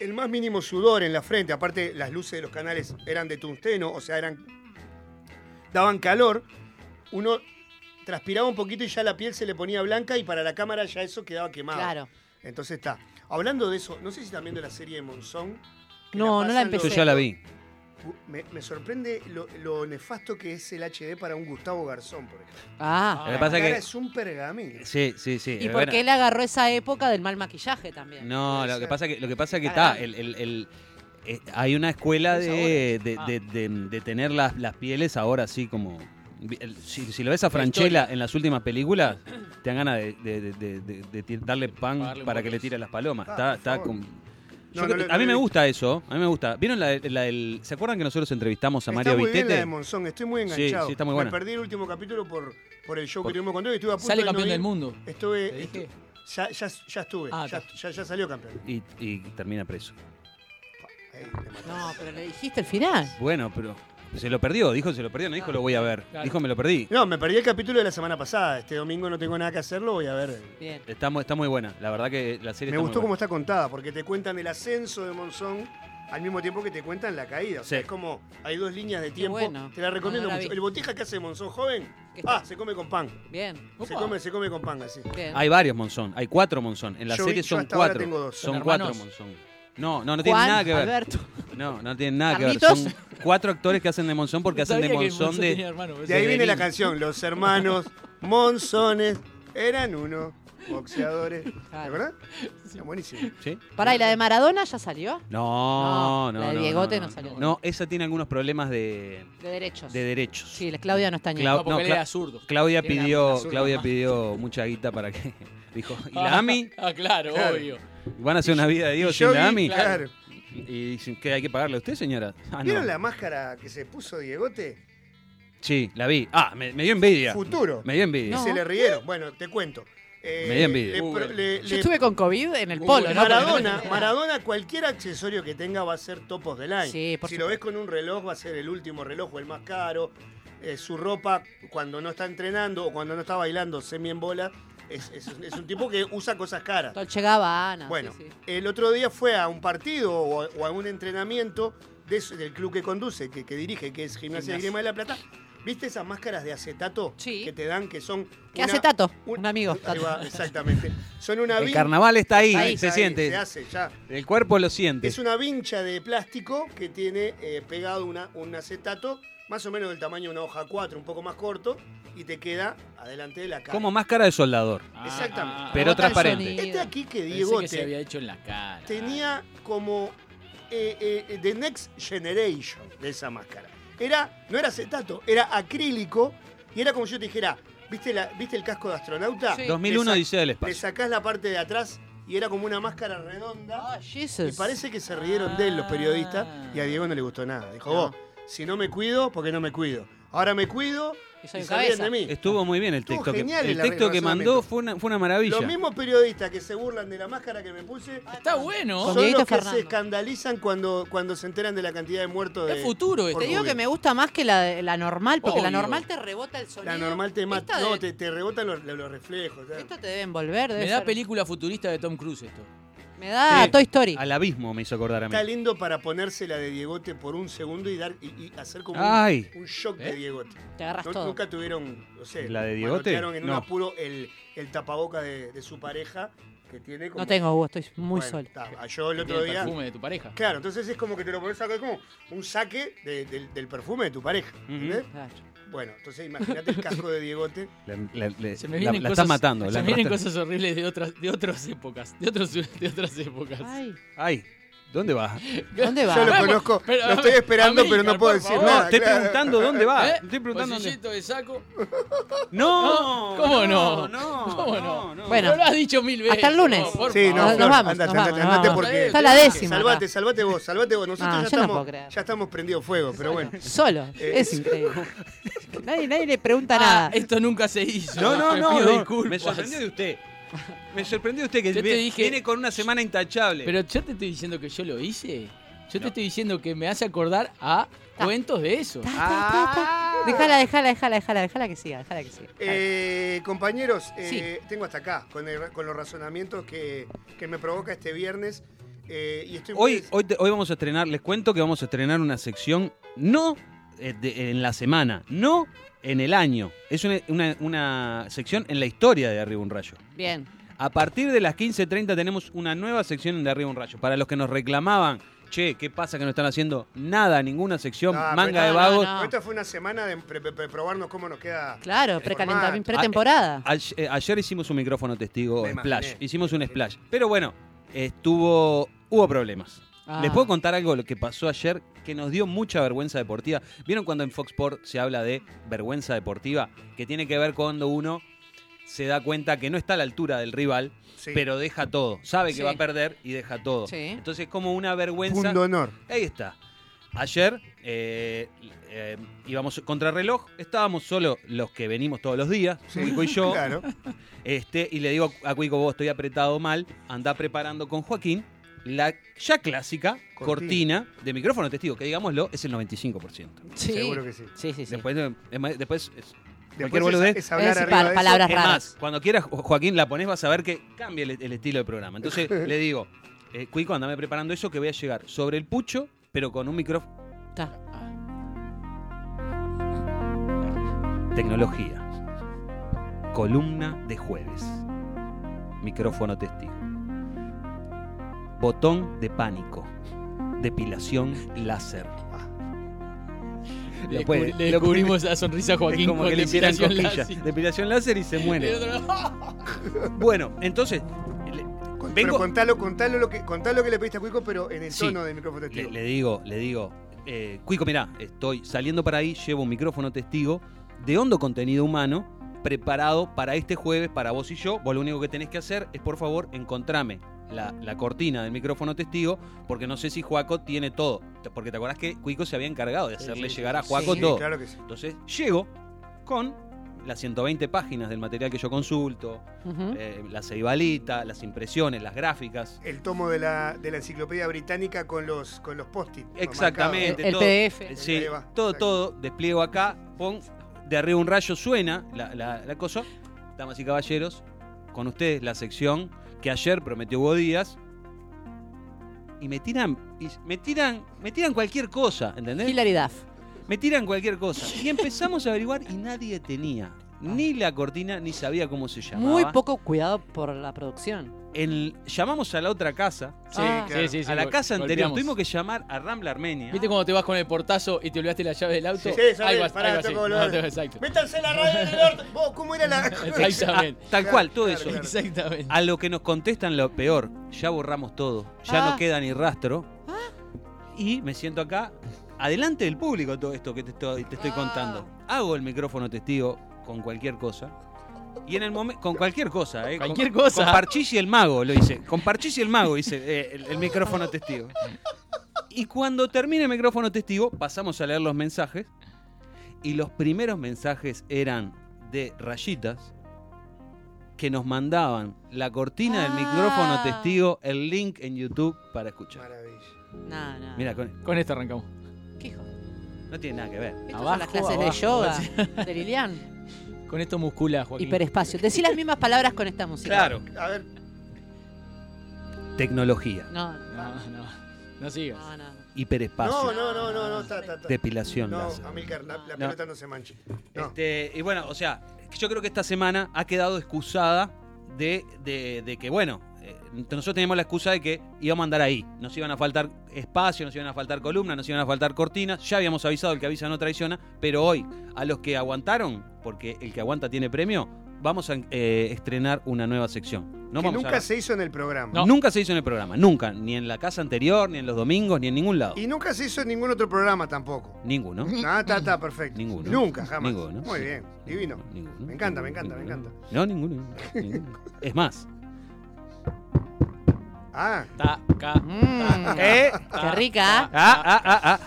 Speaker 1: el más mínimo sudor en la frente, aparte las luces de los canales eran de tungsteno, o sea, eran daban calor, uno transpiraba un poquito y ya la piel se le ponía blanca y para la cámara ya eso quedaba quemado.
Speaker 5: Claro.
Speaker 1: Entonces está. Hablando de eso, no sé si están viendo la serie de Monzón. que
Speaker 5: No, no la
Speaker 1: pasan los-
Speaker 6: Yo
Speaker 5: empecé.
Speaker 6: ya la vi.
Speaker 1: Me, me sorprende lo, lo nefasto que es el HD para un Gustavo Garzón, por ejemplo.
Speaker 5: Ah.
Speaker 6: Lo que pasa
Speaker 1: La
Speaker 6: es
Speaker 1: cara
Speaker 6: que
Speaker 1: es un pergamino.
Speaker 6: Sí, sí, sí.
Speaker 5: Y
Speaker 6: Eh,
Speaker 5: porque
Speaker 6: bueno,
Speaker 5: él agarró esa época del mal maquillaje también.
Speaker 6: No,
Speaker 1: Puede
Speaker 6: lo
Speaker 1: ser.
Speaker 6: que pasa que lo que
Speaker 7: Ah.
Speaker 6: pasa que
Speaker 5: Claro.
Speaker 6: está el, el- el- eh, hay una escuela
Speaker 5: Es
Speaker 6: de, de,
Speaker 7: ahora.
Speaker 6: de- de- de tener las, las pieles ahora así como vi- el- si, si lo ves a Franchella en las últimas películas, te dan ganas de, de- de- de- de- de ti- darle pan
Speaker 7: Pagarle un
Speaker 6: para que
Speaker 7: poco
Speaker 6: le
Speaker 7: eso.
Speaker 6: tire las palomas.
Speaker 1: Ah,
Speaker 6: Está-
Speaker 1: por
Speaker 6: está
Speaker 1: favor.
Speaker 6: con-
Speaker 1: No,
Speaker 6: Yo
Speaker 1: no
Speaker 6: creo-
Speaker 1: lo-
Speaker 6: a mí
Speaker 1: no
Speaker 6: me
Speaker 1: lo vi.
Speaker 6: gusta eso, a mí me gusta. ¿Vieron la, la del- ¿Se acuerdan que nosotros entrevistamos a
Speaker 1: Está
Speaker 6: Mario
Speaker 1: muy bien la
Speaker 6: Vitete?
Speaker 1: de Monzón, estoy muy
Speaker 6: Sí,
Speaker 1: enganchado.
Speaker 6: sí, está muy buena.
Speaker 1: Me perdí el último capítulo por, por el show
Speaker 6: Por-
Speaker 1: que tuvimos con Diego y estuve a punto
Speaker 7: Sale
Speaker 1: de no
Speaker 7: campeón
Speaker 1: ir.
Speaker 7: del mundo.
Speaker 1: Estuve,
Speaker 7: ¿Te dije?
Speaker 1: estu- ya, ya, ya estuve,
Speaker 7: Ah,
Speaker 1: ya,
Speaker 7: está.
Speaker 1: ya- ya salió campeón.
Speaker 6: Y, y termina preso.
Speaker 1: Ahí, te maté.
Speaker 5: No, pero le dijiste el final.
Speaker 6: Bueno, pero se lo perdió, dijo se lo perdió, no dijo lo voy a ver.
Speaker 7: Claro.
Speaker 6: Dijo me lo perdí.
Speaker 1: No, me perdí el capítulo de la semana pasada. Este domingo no tengo nada que hacerlo, voy a ver.
Speaker 5: Bien.
Speaker 6: Está, mu- está muy buena, la verdad que la serie
Speaker 1: Me
Speaker 6: está muy
Speaker 1: gustó
Speaker 6: buena.
Speaker 1: cómo está contada, porque te cuentan el ascenso de Monzón al mismo tiempo que te cuentan la caída. O sea,
Speaker 6: Sí.
Speaker 1: es como, hay dos líneas de tiempo.
Speaker 5: bueno.
Speaker 1: Te la
Speaker 5: No,
Speaker 1: recomiendo
Speaker 5: no la
Speaker 1: mucho.
Speaker 5: vi.
Speaker 1: El botija que hace Monzón joven,
Speaker 5: ¿Qué
Speaker 1: ah,
Speaker 5: está?
Speaker 1: se come con pan.
Speaker 5: Bien.
Speaker 1: Se
Speaker 7: Opa.
Speaker 1: come, se come con pan así.
Speaker 5: Bien.
Speaker 6: Hay varios Monzón, hay cuatro Monzón. En la
Speaker 1: Yo vi-
Speaker 6: serie
Speaker 1: yo
Speaker 6: son
Speaker 1: hasta ahora
Speaker 6: cuatro.
Speaker 1: tengo dos.
Speaker 6: Son
Speaker 7: ¿Son
Speaker 6: cuatro
Speaker 7: hermanos?
Speaker 6: Monzón. No, no, no tienen
Speaker 5: Juan,
Speaker 6: nada que ver.
Speaker 5: Alberto.
Speaker 6: No, no tienen nada que ver.
Speaker 5: ¿Carlitos?
Speaker 6: Son cuatro actores que hacen de Monzón porque hacen de
Speaker 7: Sabía que
Speaker 6: Monzón
Speaker 7: tenía
Speaker 6: de.
Speaker 7: hermano, por
Speaker 1: De
Speaker 7: eso
Speaker 1: ahí
Speaker 7: de
Speaker 1: viene la
Speaker 7: niño.
Speaker 1: canción, los hermanos Monzones eran uno, boxeadores. ¿Te
Speaker 5: Claro.
Speaker 1: acordás? Era Buenísimo.
Speaker 6: ¿Sí?
Speaker 5: Pará, ¿y la de Maradona ya salió?
Speaker 6: No,
Speaker 5: No,
Speaker 6: no,
Speaker 5: la de
Speaker 6: no,
Speaker 5: Diegote no
Speaker 6: no,
Speaker 5: salió.
Speaker 6: no, esa tiene algunos problemas de,
Speaker 5: De derechos.
Speaker 6: de derechos.
Speaker 5: Sí, la Claudia no está ni
Speaker 6: Clau-
Speaker 7: No, porque
Speaker 6: no,
Speaker 7: él
Speaker 6: Cla-
Speaker 7: era zurdo.
Speaker 6: Claudia
Speaker 7: Era
Speaker 6: pidió,
Speaker 7: zurdo,
Speaker 6: Claudia
Speaker 7: más.
Speaker 6: pidió mucha guita para que. Dijo, ¿y la AMI?
Speaker 7: Ah, claro,
Speaker 1: Claro.
Speaker 7: obvio.
Speaker 6: ¿Van a hacer una vida de Dios
Speaker 1: Yo
Speaker 6: sin la
Speaker 1: vi,
Speaker 6: AMI?
Speaker 1: claro.
Speaker 6: Y dicen, ¿qué hay que pagarle a usted, señora? Ah, no.
Speaker 1: ¿Vieron la máscara que se puso Diegote?
Speaker 6: Sí, la vi. Ah, me, me dio envidia.
Speaker 1: Futuro.
Speaker 6: Me dio envidia.
Speaker 5: No.
Speaker 1: Y se le rieron. Bueno, te cuento. Eh,
Speaker 6: Me dio envidia.
Speaker 1: le pro- le-
Speaker 5: Yo
Speaker 1: le-
Speaker 5: estuve con COVID en el polo, ¿no?
Speaker 1: Maradona, Maradona, cualquier accesorio que tenga va a ser top of the line.
Speaker 5: Sí, por
Speaker 1: si lo ves con un reloj, va a ser el último reloj o el más caro. Eh, su ropa, cuando no está entrenando o cuando no está bailando semi en bola, es, es- es un tipo que usa cosas caras.
Speaker 5: Dolce Gabbana.
Speaker 1: Bueno,
Speaker 5: sí, sí.
Speaker 1: el otro día fue a un partido o a, o a un entrenamiento de su- del club que conduce, que, que dirige, que es Gimnasia de Grima de la Plata. ¿Viste esas máscaras de acetato
Speaker 5: Sí.
Speaker 1: que te dan que son.
Speaker 5: ¿Qué
Speaker 1: una-
Speaker 5: acetato? Un amigo,
Speaker 1: Ahí
Speaker 5: Tato.
Speaker 1: va, exactamente. Son una
Speaker 6: El
Speaker 1: vin-
Speaker 6: carnaval está ahí,
Speaker 5: Ahí,
Speaker 6: se
Speaker 1: Ahí,
Speaker 6: siente.
Speaker 1: Se hace ya.
Speaker 6: El cuerpo lo siente.
Speaker 1: Es una vincha de plástico que tiene eh, pegado una, un acetato más o menos del tamaño de una hoja 4, un poco más corto, y te queda adelante de la cara.
Speaker 6: Como máscara de soldador.
Speaker 7: Ah,
Speaker 1: Exactamente.
Speaker 6: Pero
Speaker 5: Aguanta el
Speaker 6: transparente.
Speaker 5: sonido.
Speaker 1: Este aquí que
Speaker 7: Pensé
Speaker 1: Diego
Speaker 7: que
Speaker 1: te-
Speaker 7: se había hecho en la cara.
Speaker 1: tenía como eh, eh, The Next Generation de esa máscara. Era, no era acetato, era acrílico y era como si yo te dijera, ¿viste, la, ¿viste el casco de astronauta?
Speaker 5: Sí.
Speaker 1: Le
Speaker 6: 2001
Speaker 1: sac-
Speaker 6: Odisea del
Speaker 1: Le
Speaker 6: Espacio.
Speaker 1: sacás la parte de atrás y era como una máscara redonda.
Speaker 5: Ah,
Speaker 1: Y
Speaker 5: Jesus. Ah.
Speaker 1: parece que se rieron de él los periodistas y a Diego no le gustó nada. Dijo, vos, si no me cuido, porque no me cuido. Ahora me cuido
Speaker 5: Y
Speaker 1: y,
Speaker 5: soy
Speaker 1: se
Speaker 5: cabeza.
Speaker 1: ríen de mí.
Speaker 6: Estuvo muy bien el
Speaker 1: Estuvo
Speaker 6: texto. Que,
Speaker 1: genial
Speaker 6: el
Speaker 1: el
Speaker 6: texto que
Speaker 1: razonamiento.
Speaker 6: mandó fue una, fue una maravilla.
Speaker 1: Los mismos periodistas que se burlan de la máscara que me puse
Speaker 7: Ah, Está bueno.
Speaker 5: Con
Speaker 1: son
Speaker 5: Dieguito
Speaker 1: los que
Speaker 5: Fernando.
Speaker 1: se escandalizan cuando, cuando se enteran de la cantidad de muertos de
Speaker 7: Es futuro esto.
Speaker 1: por
Speaker 5: Te digo
Speaker 1: COVID.
Speaker 5: eh, que me gusta más que la, la normal, porque la
Speaker 7: Obvio.
Speaker 5: normal te rebota el sonido.
Speaker 1: La normal te mata.
Speaker 5: Esta de-
Speaker 1: No, te, te rebotan los, los reflejos. ya.
Speaker 5: Esto te debe envolver. debe
Speaker 7: Me da
Speaker 5: ser-
Speaker 7: película futurista de Tom Cruise esto.
Speaker 5: Me
Speaker 7: Ah,
Speaker 5: da
Speaker 6: Sí.
Speaker 5: Toy Story.
Speaker 6: Al abismo me hizo acordar a mí.
Speaker 1: Está lindo para ponérsela de Diegote por un segundo y dar y, y hacer como un-
Speaker 6: Ay.
Speaker 1: un, shock de
Speaker 7: ¿Eh?
Speaker 1: Diegote.
Speaker 5: Te agarras
Speaker 1: No-
Speaker 5: todo.
Speaker 1: nunca tuvieron, no sé,
Speaker 6: ¿La de Diegote?
Speaker 1: manotearon en
Speaker 6: No.
Speaker 1: un apuro el, el tapaboca de, de su pareja que tiene como.
Speaker 5: No tengo Hugo, estoy muy
Speaker 1: Bueno,
Speaker 5: solo.
Speaker 1: está. ah, Yo el otro
Speaker 7: Tiene el
Speaker 1: día.
Speaker 7: perfume de tu pareja.
Speaker 1: Claro, entonces es como que te lo pones acá es como un saque de- del, del perfume de tu pareja. ¿entendés?
Speaker 5: Claro.
Speaker 1: Bueno, entonces imagínate el casco de Diegote.
Speaker 6: La, la- la-
Speaker 7: Se me
Speaker 6: la-
Speaker 7: vienen
Speaker 6: la
Speaker 7: cosas,
Speaker 6: está matando.
Speaker 7: se
Speaker 6: la
Speaker 7: me vienen
Speaker 6: arrastra.
Speaker 7: cosas horribles de otras, de otras épocas. De, otros, de otras épocas.
Speaker 5: Ay,
Speaker 6: Ay, ¿dónde vas?
Speaker 5: ¿dónde va?
Speaker 1: Yo lo
Speaker 7: Vamos,
Speaker 1: conozco,
Speaker 7: pero-
Speaker 1: lo estoy esperando,
Speaker 7: Amilcar,
Speaker 1: pero no puedo
Speaker 7: por
Speaker 1: decir
Speaker 7: favor.
Speaker 6: No,
Speaker 1: nada.
Speaker 6: estoy
Speaker 1: claro.
Speaker 6: preguntando dónde va.
Speaker 7: ¿Eh?
Speaker 6: Estoy preguntando dónde.
Speaker 7: Bolsillito de saco.
Speaker 6: No,
Speaker 7: No, ¿cómo no?
Speaker 6: No,
Speaker 7: ¿Cómo
Speaker 6: no,
Speaker 7: no?
Speaker 6: no.
Speaker 5: Bueno.
Speaker 7: No lo has dicho mil veces.
Speaker 5: Hasta el lunes.
Speaker 7: No, por
Speaker 1: Sí, no,
Speaker 5: Nos-
Speaker 7: favor.
Speaker 1: Flor,
Speaker 5: nos vamos,
Speaker 1: andate,
Speaker 5: nos
Speaker 1: andate,
Speaker 5: vamos,
Speaker 1: andate
Speaker 5: nos
Speaker 1: porque.
Speaker 7: vamos.
Speaker 5: Está la décima
Speaker 1: Salvate,
Speaker 5: acá.
Speaker 1: salvate vos, salvate vos. Nosotros
Speaker 5: Ah,
Speaker 1: ya,
Speaker 5: yo no
Speaker 1: estamos,
Speaker 5: puedo creer.
Speaker 1: ya estamos prendidos fuego, pero bueno.
Speaker 5: Solo.
Speaker 1: Eh,
Speaker 5: Es increíble. nadie, nadie le pregunta
Speaker 7: Ah,
Speaker 5: nada.
Speaker 7: esto nunca se hizo.
Speaker 6: No, no,
Speaker 7: Te
Speaker 6: no.
Speaker 7: pido
Speaker 6: no.
Speaker 7: disculpas.
Speaker 6: Me sorprendió de usted. Me sorprendió de usted que
Speaker 7: Yo te
Speaker 6: vi-
Speaker 7: dije-
Speaker 6: viene con una semana intachable.
Speaker 7: Pero yo te estoy diciendo que yo lo hice. Yo te estoy diciendo que me hace acordar a cuentos de eso.
Speaker 5: Ta, ta, ta, ta. Déjala, déjala, déjala, déjala, déjala que siga, déjala que siga.
Speaker 1: Eh, compañeros,
Speaker 5: Sí.
Speaker 1: eh, tengo hasta acá con, el- con los razonamientos que, que me provoca este viernes. eh, y estoy muy
Speaker 6: Hoy,
Speaker 1: des-
Speaker 6: hoy, te- hoy vamos a estrenar, les cuento que vamos a estrenar una sección no eh, de- en la semana, no en el año. Es una, una- una sección en la historia de Arriba un Rayo.
Speaker 5: Bien.
Speaker 6: A partir de las 15.30 tenemos una nueva sección en de Arriba un Rayo. Para los que nos reclamaban, che, ¿qué pasa que no están haciendo nada, ninguna sección,
Speaker 1: Ah, pero
Speaker 6: manga de
Speaker 1: está-
Speaker 6: vagos?
Speaker 5: no.
Speaker 1: Esta fue una semana de pre- pre- pre- probarnos cómo nos queda.
Speaker 5: Claro,
Speaker 1: el
Speaker 5: precalentamiento,
Speaker 1: formato.
Speaker 5: pretemporada.
Speaker 6: A- eh, Ah, ayer hicimos un micrófono testigo
Speaker 1: Me
Speaker 6: splash.
Speaker 1: imaginé.
Speaker 6: Hicimos un splash. Pero bueno, estuvo. hubo problemas.
Speaker 5: Ah.
Speaker 6: Les puedo contar algo de lo que pasó ayer que nos dio mucha vergüenza deportiva. ¿Vieron cuando en Fox Sport se habla de vergüenza deportiva? Que tiene que ver cuando uno se da cuenta que no está a la altura del rival,
Speaker 1: Sí.
Speaker 6: pero deja todo. Sabe que
Speaker 5: Sí.
Speaker 6: va a perder y deja todo.
Speaker 5: Sí.
Speaker 6: Entonces es como una vergüenza.
Speaker 1: Punto honor.
Speaker 6: Ahí está. Ayer eh, eh, íbamos contra reloj, estábamos solo los que venimos todos los días, Cuico y yo.
Speaker 1: Claro.
Speaker 6: Este, y le digo a Cuico, vos estoy apretado mal, anda preparando con Joaquín la ya clásica
Speaker 1: Cortina.
Speaker 6: cortina, de micrófono testigo, que digámoslo, es el 95%.
Speaker 5: Sí.
Speaker 1: Seguro que sí.
Speaker 5: Sí, sí, sí.
Speaker 6: Después, eh, es más, después es-
Speaker 1: Después
Speaker 6: cualquier boludez.
Speaker 1: es, es hablar
Speaker 5: Es
Speaker 1: arriba
Speaker 5: pa-
Speaker 1: de eso.
Speaker 5: palabras.
Speaker 6: es
Speaker 5: raras.
Speaker 6: más, cuando quieras, Jo- Joaquín, la pones, vas a ver que cambia el, el estilo del programa. Entonces le digo, eh, Cuico, andame preparando eso que voy a llegar sobre el pucho, pero con un micrófono.
Speaker 5: Está.
Speaker 6: Tecnología. Columna de jueves. Micrófono testigo. Botón de pánico. Depilación láser.
Speaker 7: Le,
Speaker 6: Lo puede-
Speaker 7: cu- le
Speaker 6: lo puede-
Speaker 7: descubrimos la sonrisa a Joaquín
Speaker 6: es como
Speaker 7: con
Speaker 6: que le hicieran
Speaker 7: depilación
Speaker 6: cosquillas.
Speaker 7: láser.
Speaker 6: Depilación láser y se
Speaker 7: Y
Speaker 6: muere.
Speaker 7: el otro, ¡ah!
Speaker 6: Bueno, entonces le, Vengo-
Speaker 1: Con- Pero contalo, contalo lo, que, contalo lo que le pediste a Cuico, pero en el
Speaker 6: Sí.
Speaker 1: tono del micrófono
Speaker 6: le-
Speaker 1: testigo.
Speaker 6: le digo, le digo, eh, Cuico, mirá, estoy saliendo para ahí, llevo un micrófono testigo de hondo contenido humano preparado para este jueves, para vos y yo. Vos lo único que tenés que hacer es, por favor, encontrame la, la cortina del micrófono testigo, porque no sé si Juaco tiene todo. Te- Porque te acordás que Cuico se había encargado de hacerle llegar a Juaco
Speaker 1: Sí,
Speaker 6: todo.
Speaker 1: claro que sí.
Speaker 6: Entonces llego con las 120 páginas del material que yo consulto,
Speaker 1: ¿Mm?
Speaker 5: Ujú.
Speaker 6: eh, la ceibalita, las impresiones, las gráficas.
Speaker 1: El tomo de la, de la enciclopedia británica con los, con los post-it.
Speaker 6: Exactamente.
Speaker 5: El- el
Speaker 6: todo. Eh,
Speaker 5: PDF.
Speaker 6: Sí,
Speaker 1: Ahí va,
Speaker 6: todo,
Speaker 1: exacto.
Speaker 6: todo. Despliego acá, pon, de arriba un rayo, suena la, la- la cosa. Damas y caballeros, con ustedes la sección que ayer prometió Hugo Díaz. Y me tiran, y me tiran, me tiran cualquier cosa, ¿entendés?
Speaker 5: Hilary Duff.
Speaker 6: Me tiran cualquier cosa. Y empezamos a averiguar y nadie tenía. Ni la cortina, ni sabía cómo se llamaba.
Speaker 5: Muy poco cuidado por la producción.
Speaker 6: El- llamamos a la otra casa,
Speaker 1: Sí,
Speaker 5: Ah.
Speaker 1: claro.
Speaker 7: Sí, sí, sí,
Speaker 6: a la
Speaker 7: gol-
Speaker 6: casa anterior.
Speaker 7: golpeamos.
Speaker 6: Tuvimos que llamar a Rambla Armenia.
Speaker 7: ¿Viste cuando te vas con el portazo y te olvidaste la llave del auto?
Speaker 1: Sí,
Speaker 7: Algo
Speaker 1: sabés,
Speaker 7: así,
Speaker 1: pará,
Speaker 7: algo así.
Speaker 1: tengo que volver.
Speaker 7: No, exacto.
Speaker 1: Métanse en la radio del norte. Vos, ¿cómo era la.?
Speaker 6: Ah,
Speaker 7: Exactamente.
Speaker 6: tal cual, todo
Speaker 1: Claro,
Speaker 6: eso.
Speaker 1: claro.
Speaker 7: Exactamente.
Speaker 6: A lo que nos contestan lo peor, ya borramos todo, ya
Speaker 5: Ah.
Speaker 6: no queda ni rastro.
Speaker 1: Ah.
Speaker 6: Y me siento acá, adelante del público todo esto que te estoy, te estoy
Speaker 5: Ah.
Speaker 6: contando. Hago el micrófono testigo con cualquier cosa. Y en el momento, con cualquier cosa, ¿eh?
Speaker 7: Cualquier
Speaker 6: Con-
Speaker 7: cosa.
Speaker 6: Con Parchís y el mago lo hice. Con Parchís y el mago hice eh, el, el micrófono testigo. Y cuando termine el micrófono testigo, pasamos a leer los mensajes. Y los primeros mensajes eran de rayitas que nos mandaban la cortina del micrófono
Speaker 5: Ah.
Speaker 6: testigo, el link en YouTube para escuchar.
Speaker 1: Maravilla.
Speaker 5: No, no.
Speaker 6: Mira, con-
Speaker 7: Con esto arrancamos.
Speaker 5: ¿Qué hijo?
Speaker 6: no tiene nada que ver.
Speaker 5: Estas
Speaker 7: Abajo,
Speaker 5: son las clases
Speaker 7: abajo.
Speaker 5: de yoga Ah, de Lilian.
Speaker 7: Con esto muscula, Joaquín.
Speaker 5: Hiperespacio. Decí las mismas palabras con esta música.
Speaker 1: A ver,
Speaker 6: Tecnología,
Speaker 5: No, no,
Speaker 7: No, no. No sigas.
Speaker 5: no. no.
Speaker 1: no,
Speaker 6: hiperespacio,
Speaker 1: no, no, no, no, está, está, está.
Speaker 6: depilación
Speaker 1: No,
Speaker 6: láser.
Speaker 1: Amilcar, la, la
Speaker 6: No.
Speaker 1: pelota no se manche. No.
Speaker 6: Este, y bueno, o sea, yo creo que esta semana ha quedado excusada de, de- de que, bueno, eh, nosotros teníamos la excusa de que íbamos a andar ahí. Nos iban a faltar espacio, nos iban a faltar columnas, nos iban a faltar cortinas. Ya habíamos avisado, el que avisa no traiciona. Pero hoy, a los que aguantaron, porque el que aguanta tiene premio, vamos a eh, estrenar una nueva sección. No
Speaker 1: que
Speaker 6: vamos a-
Speaker 1: nunca se hizo en el programa.
Speaker 7: No.
Speaker 6: Nunca se hizo en el programa, nunca. Ni en la casa anterior, ni en los domingos, ni en ningún lado.
Speaker 1: Y nunca se hizo en ningún otro programa tampoco.
Speaker 6: Ninguno.
Speaker 1: No, está, está, perfecto.
Speaker 6: Ninguno.
Speaker 1: Nunca, jamás.
Speaker 6: Ninguno.
Speaker 1: Muy bien, divino.
Speaker 6: Ninguno.
Speaker 1: Me encanta, me encanta, me
Speaker 6: Ninguno.
Speaker 1: encanta.
Speaker 6: No, ninguno. ninguno. Es más.
Speaker 1: Ah,
Speaker 7: Ta, ca.
Speaker 5: Mm,
Speaker 6: Eh,
Speaker 5: qué rica.
Speaker 6: Ah, ah, ah, ah.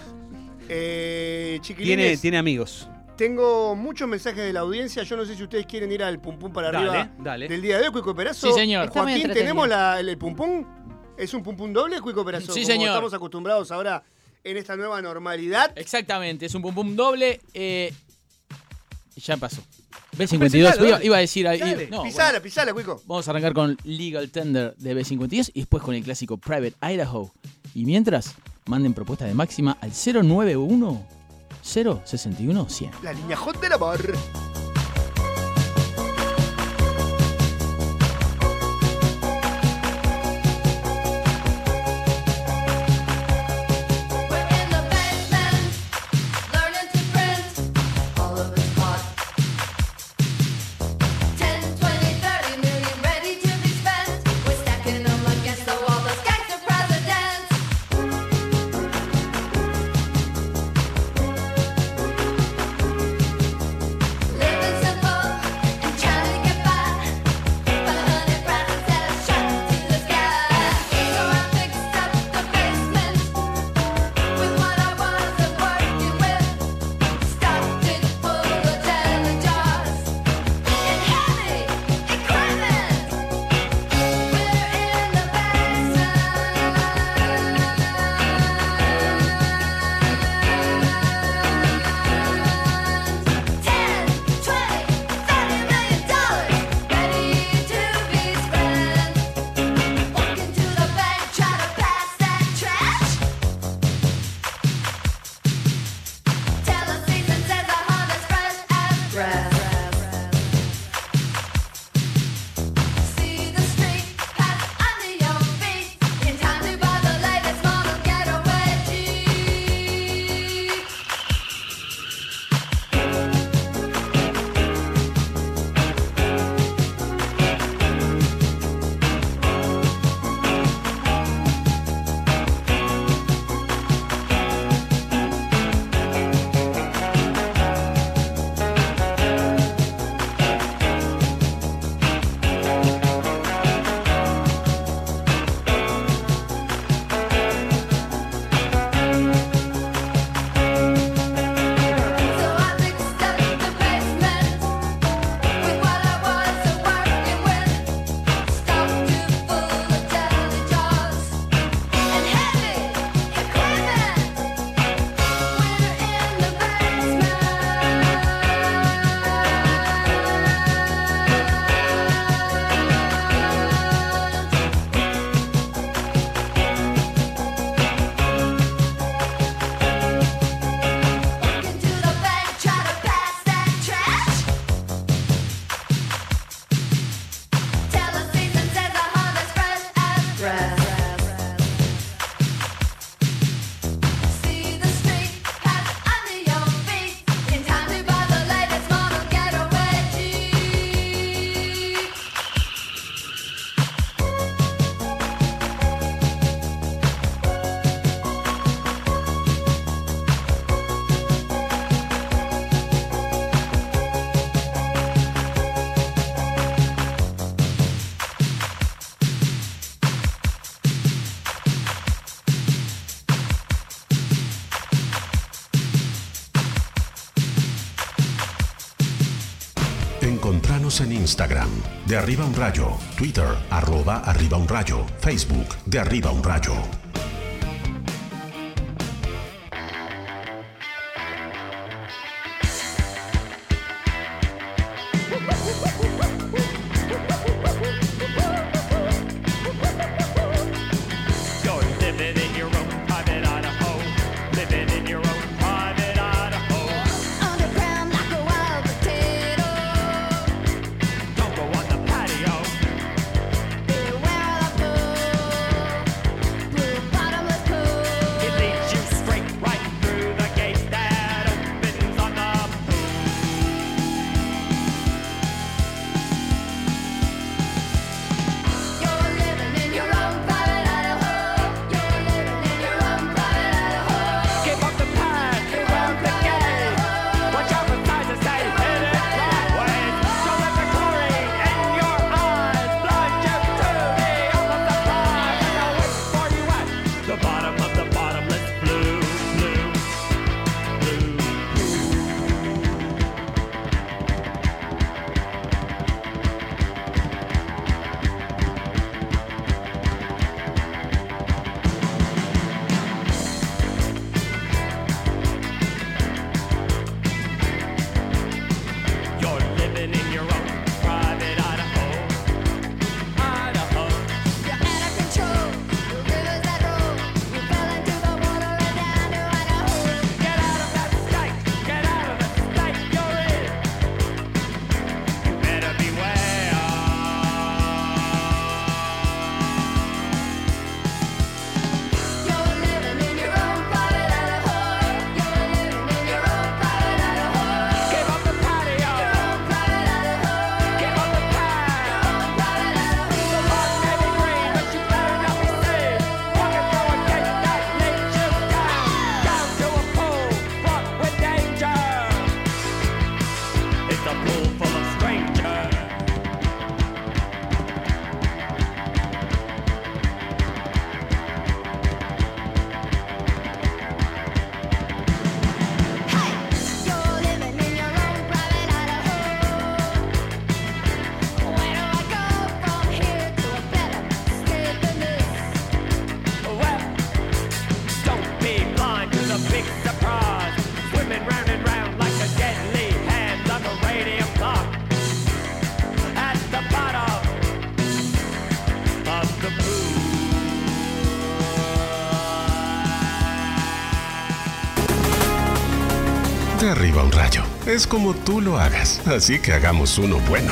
Speaker 1: eh, chiquilines,
Speaker 6: Tiene, tiene amigos.
Speaker 1: tengo muchos mensajes de la audiencia. Yo no sé si ustedes quieren ir al pum pum para
Speaker 6: Dale,
Speaker 1: arriba
Speaker 6: dale.
Speaker 1: del día de hoy, Cuico Perazo.
Speaker 7: Sí, señor.
Speaker 5: Está muy
Speaker 1: Joaquín,
Speaker 5: entretenido.
Speaker 1: ¿tenemos la- el, el pum pum? ¿Es un pum pum doble, Cuico Perazo?
Speaker 7: Sí,
Speaker 1: como
Speaker 7: señor.
Speaker 1: estamos acostumbrados ahora en esta nueva normalidad.
Speaker 7: Exactamente, es un pum pum doble. Eh, y ya pasó. B52, iba, iba a decir ahí.
Speaker 6: Dale,
Speaker 7: no,
Speaker 1: pisala,
Speaker 7: bueno.
Speaker 1: pisala, Cuico.
Speaker 7: Vamos a arrancar con Legal Tender de B52 y después con el clásico Private Idaho. Y mientras, manden propuestas de máxima al 091 061 100.
Speaker 1: La línea hot del amor.
Speaker 3: We're in the basement, learning to print all of us hot. 10, 20, 30 million ready to be spent. We're stacking them against the wall. Those guys are presidents.
Speaker 8: Seguimos en Instagram, de arriba un rayo, Twitter, arroba arriba un rayo, Facebook, de arriba un rayo.
Speaker 9: Go live it in your own private Idaho. Live it in your own private Idaho.
Speaker 3: Underground like a wild potato.
Speaker 9: Don't go on the patio.
Speaker 3: Beware the pool, blue bottomless pool.
Speaker 9: It leads you straight right through the gate that opens on the pool.
Speaker 3: You're living in your own private Idaho. You're living in your own private Idaho.
Speaker 9: Give up the pad, give up the gate. Watch out for signs that say hit it right way. Don't let the glory in your eyes blind you to the opposite side. And I'll wait for you at the bottom of the bottomless blue, blue, blue. You're living in your own private Idaho. Idaho.
Speaker 3: You're out of control. The rivers that roll. You fell into the water and down to Idaho.
Speaker 9: Get out of that state. Get out of the state you're in. You better beware.
Speaker 3: You're living in your own private Idaho. You're living in your own private Idaho.
Speaker 9: Give up the patio.
Speaker 3: Your own private Idaho.
Speaker 9: Give up the pad.
Speaker 3: Your own private Idaho.
Speaker 9: The light may be green, but you better not be seen. Walking through a gate that leads you down, down to a pool fraught with danger. It's a pool full of strangers.
Speaker 3: You're living in your own private Idaho. Where do I go from here to a better state than this?
Speaker 9: Well, don't be blind to the big surprise. Swimming round and round like a deadly hand on the radium clock. At the bottom of the pool.
Speaker 8: De arriba un rayo. Es como tú lo hagas, así que hagamos uno bueno.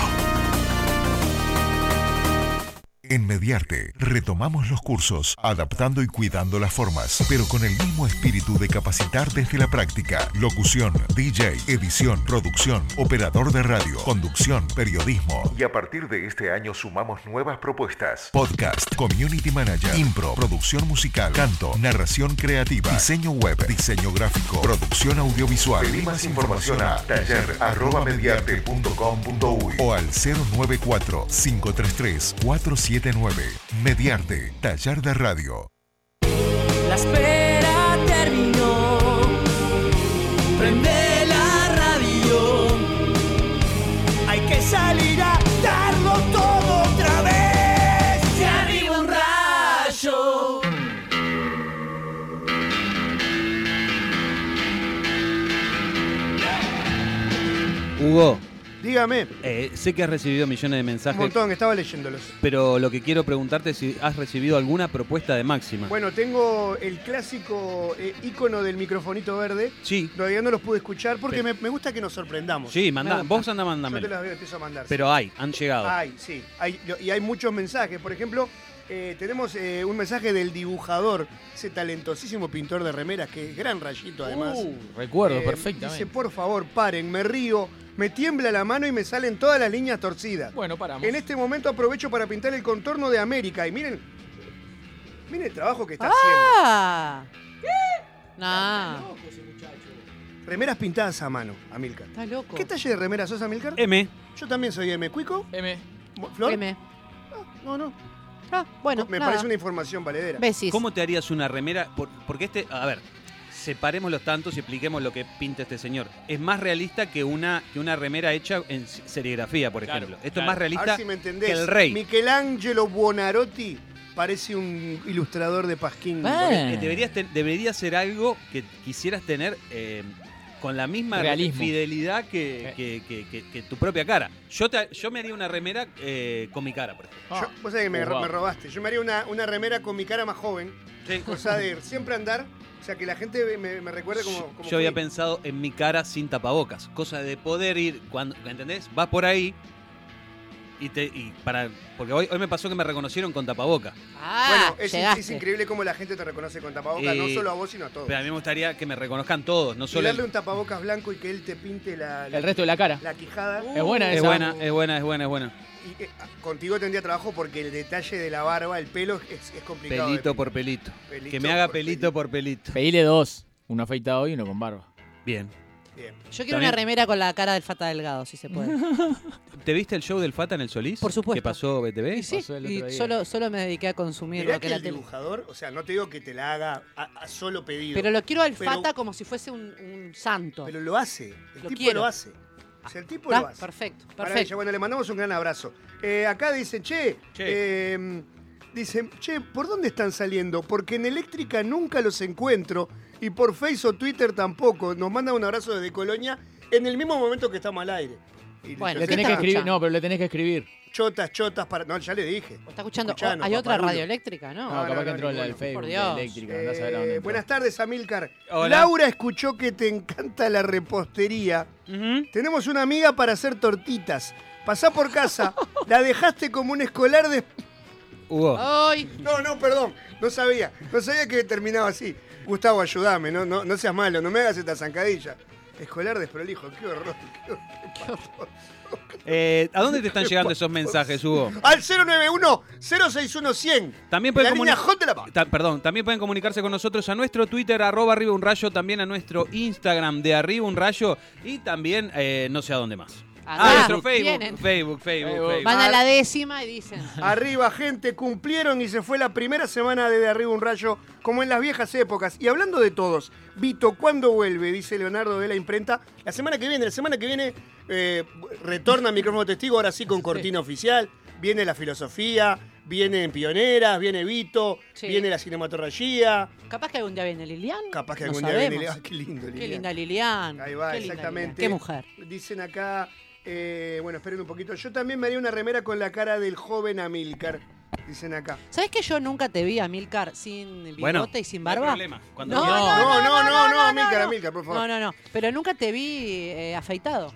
Speaker 10: En Mediarte retomamos los cursos, adaptando y cuidando las formas, pero con el mismo espíritu de capacitar desde la práctica. Locución, DJ, edición, producción, operador de radio, conducción, periodismo. Y a partir de este año sumamos nuevas propuestas. Podcast, community manager, impro, producción musical, canto, narración creativa, diseño web, diseño gráfico, producción audiovisual. Pedí más información a taller.mediarte.com.uy o al 094-533-479. Mediarte, taller de radio.
Speaker 2: La espera terminó. Prende la radio. Hay que salir a darlo todo otra vez. De arriba un rayo.
Speaker 6: Hugo,
Speaker 1: Dígame,
Speaker 6: eh, sé que has recibido millones de
Speaker 1: un
Speaker 6: mensajes,
Speaker 1: montón, estaba leyéndolos.
Speaker 6: pero lo que quiero preguntarte es si has recibido alguna propuesta de máxima.
Speaker 1: Bueno, tengo el clásico eh, ícono del microfonito verde.
Speaker 6: sí,
Speaker 1: Todavía no los pude escuchar porque me, me gusta que nos sorprendamos.
Speaker 6: sí, mandá,
Speaker 5: gusta.
Speaker 6: vos anda,
Speaker 1: Yo te
Speaker 6: mándamelo.
Speaker 1: los veo, empiezo a mandar. sí.
Speaker 6: Pero hay, han llegado.
Speaker 1: Hay, sí. Hay- yo- y hay muchos mensajes. Por ejemplo, eh, tenemos eh, un mensaje del dibujador, ese talentosísimo pintor de remeras, que es gran rayito además.
Speaker 7: Uh, Recuerdo
Speaker 1: Eh,
Speaker 7: perfectamente.
Speaker 1: Dice, por favor, paren, me río, me tiembla la mano y me salen todas las líneas torcidas.
Speaker 7: Bueno, paramos.
Speaker 1: En este momento aprovecho para pintar el contorno de América. Y miren, miren el trabajo que está
Speaker 5: ¡Ah!
Speaker 6: Ah.
Speaker 5: No,
Speaker 1: haciendo. Remeras pintadas a mano, Amilcar.
Speaker 5: está loco.
Speaker 1: ¿Qué talle de remeras sos, Amilcar?
Speaker 6: M,
Speaker 1: Yo también soy M. ¿Cuico?
Speaker 7: M.
Speaker 1: ¿Flor?
Speaker 5: M.
Speaker 1: No, no.
Speaker 5: Ah, bueno,
Speaker 1: Me
Speaker 5: nada.
Speaker 1: parece una información valedera.
Speaker 5: Besis.
Speaker 6: ¿cómo te harías una remera? Por- porque este, a ver, separemos los tantos y expliquemos lo que pinta este señor. Es más realista que una, que una remera hecha en s- serigrafía, por
Speaker 1: Claro,
Speaker 6: ejemplo. Esto
Speaker 1: claro.
Speaker 6: es más
Speaker 1: A ver
Speaker 6: realista
Speaker 1: si me entendés.
Speaker 6: que el rey.
Speaker 1: Michelangelo Buonarotti parece un ilustrador de Pasquín.
Speaker 6: Porque, eh, Deberías ten- debería ser algo que quisieras tener eh, con la misma
Speaker 7: Realismo.
Speaker 6: fidelidad que, que- que- que- que tu propia cara. Yo, te- yo me haría una remera eh, con mi cara, por ejemplo.
Speaker 1: Yo- vos sabés que me,
Speaker 6: Oh, wow.
Speaker 1: me robaste. Yo me haría una, una remera con mi cara más joven. Cosa de siempre andar. O sea, que la gente me, me recuerde como. como
Speaker 6: Yo había
Speaker 1: fui.
Speaker 6: pensado en mi cara sin tapabocas, cosa de poder ir cuando, ¿me ¿entendés? Vas por ahí y te y para porque hoy, hoy me pasó que me reconocieron con tapabocas.
Speaker 5: Ah,
Speaker 1: bueno, es,
Speaker 5: llegaste.
Speaker 1: es increíble cómo la gente te reconoce con tapabocas,
Speaker 6: Eh,
Speaker 1: no solo a vos, sino a todos.
Speaker 6: Pero a mí me gustaría que me reconozcan todos, no
Speaker 1: Y
Speaker 6: solo
Speaker 1: darle un tapabocas blanco y que él te pinte la,
Speaker 6: El resto de la cara.
Speaker 1: La quijada.
Speaker 6: Es buena Es esa. buena, es buena, es buena, es buena.
Speaker 1: Y, eh, contigo tendría trabajo porque el detalle de la barba, el pelo, es, es complicado.
Speaker 6: pelito por pelito.
Speaker 1: Pelito
Speaker 6: que me haga pelito por pelito.
Speaker 7: Pedile dos. Uno afeitado y uno con barba.
Speaker 6: Bien.
Speaker 5: Yo quiero
Speaker 6: También-
Speaker 5: una remera con la cara del Fata Delgado, si se puede.
Speaker 6: ¿Te viste el show del Fata en el Solís? Por supuesto. ¿Qué pasó BTV?
Speaker 5: Sí, y solo, solo me dediqué a consumir
Speaker 1: Mirá
Speaker 5: lo que
Speaker 1: que
Speaker 5: la
Speaker 1: el
Speaker 5: tele.
Speaker 1: dibujador, o sea, no te digo que te la haga a, a solo pedido.
Speaker 5: Pero lo quiero al
Speaker 1: Pero-
Speaker 5: Fata como si fuese un, un santo.
Speaker 1: Pero lo hace. El
Speaker 5: Lo
Speaker 1: tipo
Speaker 5: quiero.
Speaker 1: lo hace. O sea, el tipo
Speaker 5: ¿Está?
Speaker 1: lo hace.
Speaker 5: Perfecto,
Speaker 1: Maravilla.
Speaker 5: perfecto.
Speaker 1: Bueno, le mandamos un gran abrazo. Eh, acá dicen, che, eh, dicen, che, ¿por dónde están saliendo? Porque en Eléctrica nunca los encuentro y por Facebook o Twitter tampoco. Nos manda un abrazo desde Colonia en el mismo momento que estamos al aire. Y
Speaker 5: Bueno,
Speaker 7: Le
Speaker 1: entonces-
Speaker 7: tenés que escribir. No, pero le tenés que escribir.
Speaker 1: Chotas, chotas para. No, ya le dije.
Speaker 5: Está escuchando.
Speaker 1: Escuchanos,
Speaker 5: hay otra
Speaker 1: paparulo.
Speaker 5: radio eléctrica, ¿no?
Speaker 7: No, capaz que entró la del
Speaker 1: ninguno.
Speaker 7: Facebook,
Speaker 5: Por
Speaker 7: la
Speaker 5: Dios.
Speaker 7: eléctrica. andá a saber a dónde
Speaker 1: Eh,
Speaker 7: entró.
Speaker 1: buenas tardes, Amilcar.
Speaker 7: Hola.
Speaker 1: Laura escuchó que te encanta la repostería. Tenemos una amiga para hacer tortitas. Pasá por casa. la dejaste como un escolar de... Ah,
Speaker 6: Hugo.
Speaker 1: No, no, perdón. No sabía. No sabía que terminaba así. Gustavo, ayúdame. No, no, no seas malo. No me hagas esta zancadilla. Escolar desprolijo. Qué horror. Qué horror.
Speaker 6: Eh, ¿A dónde te están llegando esos mensajes, Hugo?
Speaker 1: Al 091-061-100.
Speaker 6: También pueden
Speaker 1: La niña
Speaker 6: comuni-
Speaker 1: Hot de la Paz.
Speaker 6: Ta- perdón, también pueden comunicarse con nosotros a nuestro Twitter, arroba arriba un rayo, también a nuestro Instagram de arriba un rayo y también eh, no sé a dónde más.
Speaker 5: Acá
Speaker 6: a nuestro
Speaker 5: tienen.
Speaker 6: Facebook, Facebook, Facebook, Facebook.
Speaker 5: Ah, Van a la décima y dicen.
Speaker 1: Arriba, gente, cumplieron y se fue la primera semana de, De Arriba un Rayo, como en las viejas épocas. Y hablando de todos, Vito, ¿cuándo vuelve? Dice Leonardo de la imprenta. La semana que viene, la semana que viene eh, retorna micrófono testigo, ahora sí con cortina oficial. Viene la filosofía, vienen pioneras, viene Vito,
Speaker 5: Sí.
Speaker 1: viene la cinematografía.
Speaker 5: Capaz que algún día viene Lilian.
Speaker 1: Capaz que
Speaker 5: No
Speaker 1: algún día viene.
Speaker 5: sabemos.
Speaker 1: Ay, qué lindo,
Speaker 5: Qué
Speaker 1: Lilian.
Speaker 5: linda Lilian.
Speaker 1: Ahí va,
Speaker 5: qué linda
Speaker 1: exactamente.
Speaker 5: Lilian. Qué mujer.
Speaker 1: Dicen acá, eh, bueno, esperen un poquito. Yo también me haría una remera con la cara del joven Amilcar. Dicen acá.
Speaker 5: ¿Sabes que yo nunca te vi a Milcar sin bigote
Speaker 1: Bueno,
Speaker 5: y sin
Speaker 1: no hay
Speaker 5: barba?
Speaker 1: problema. Cuando quieras. No, no, no, no, Amílcar, Amílcar, por favor.
Speaker 5: No, no, no. Pero nunca te vi eh, afeitado.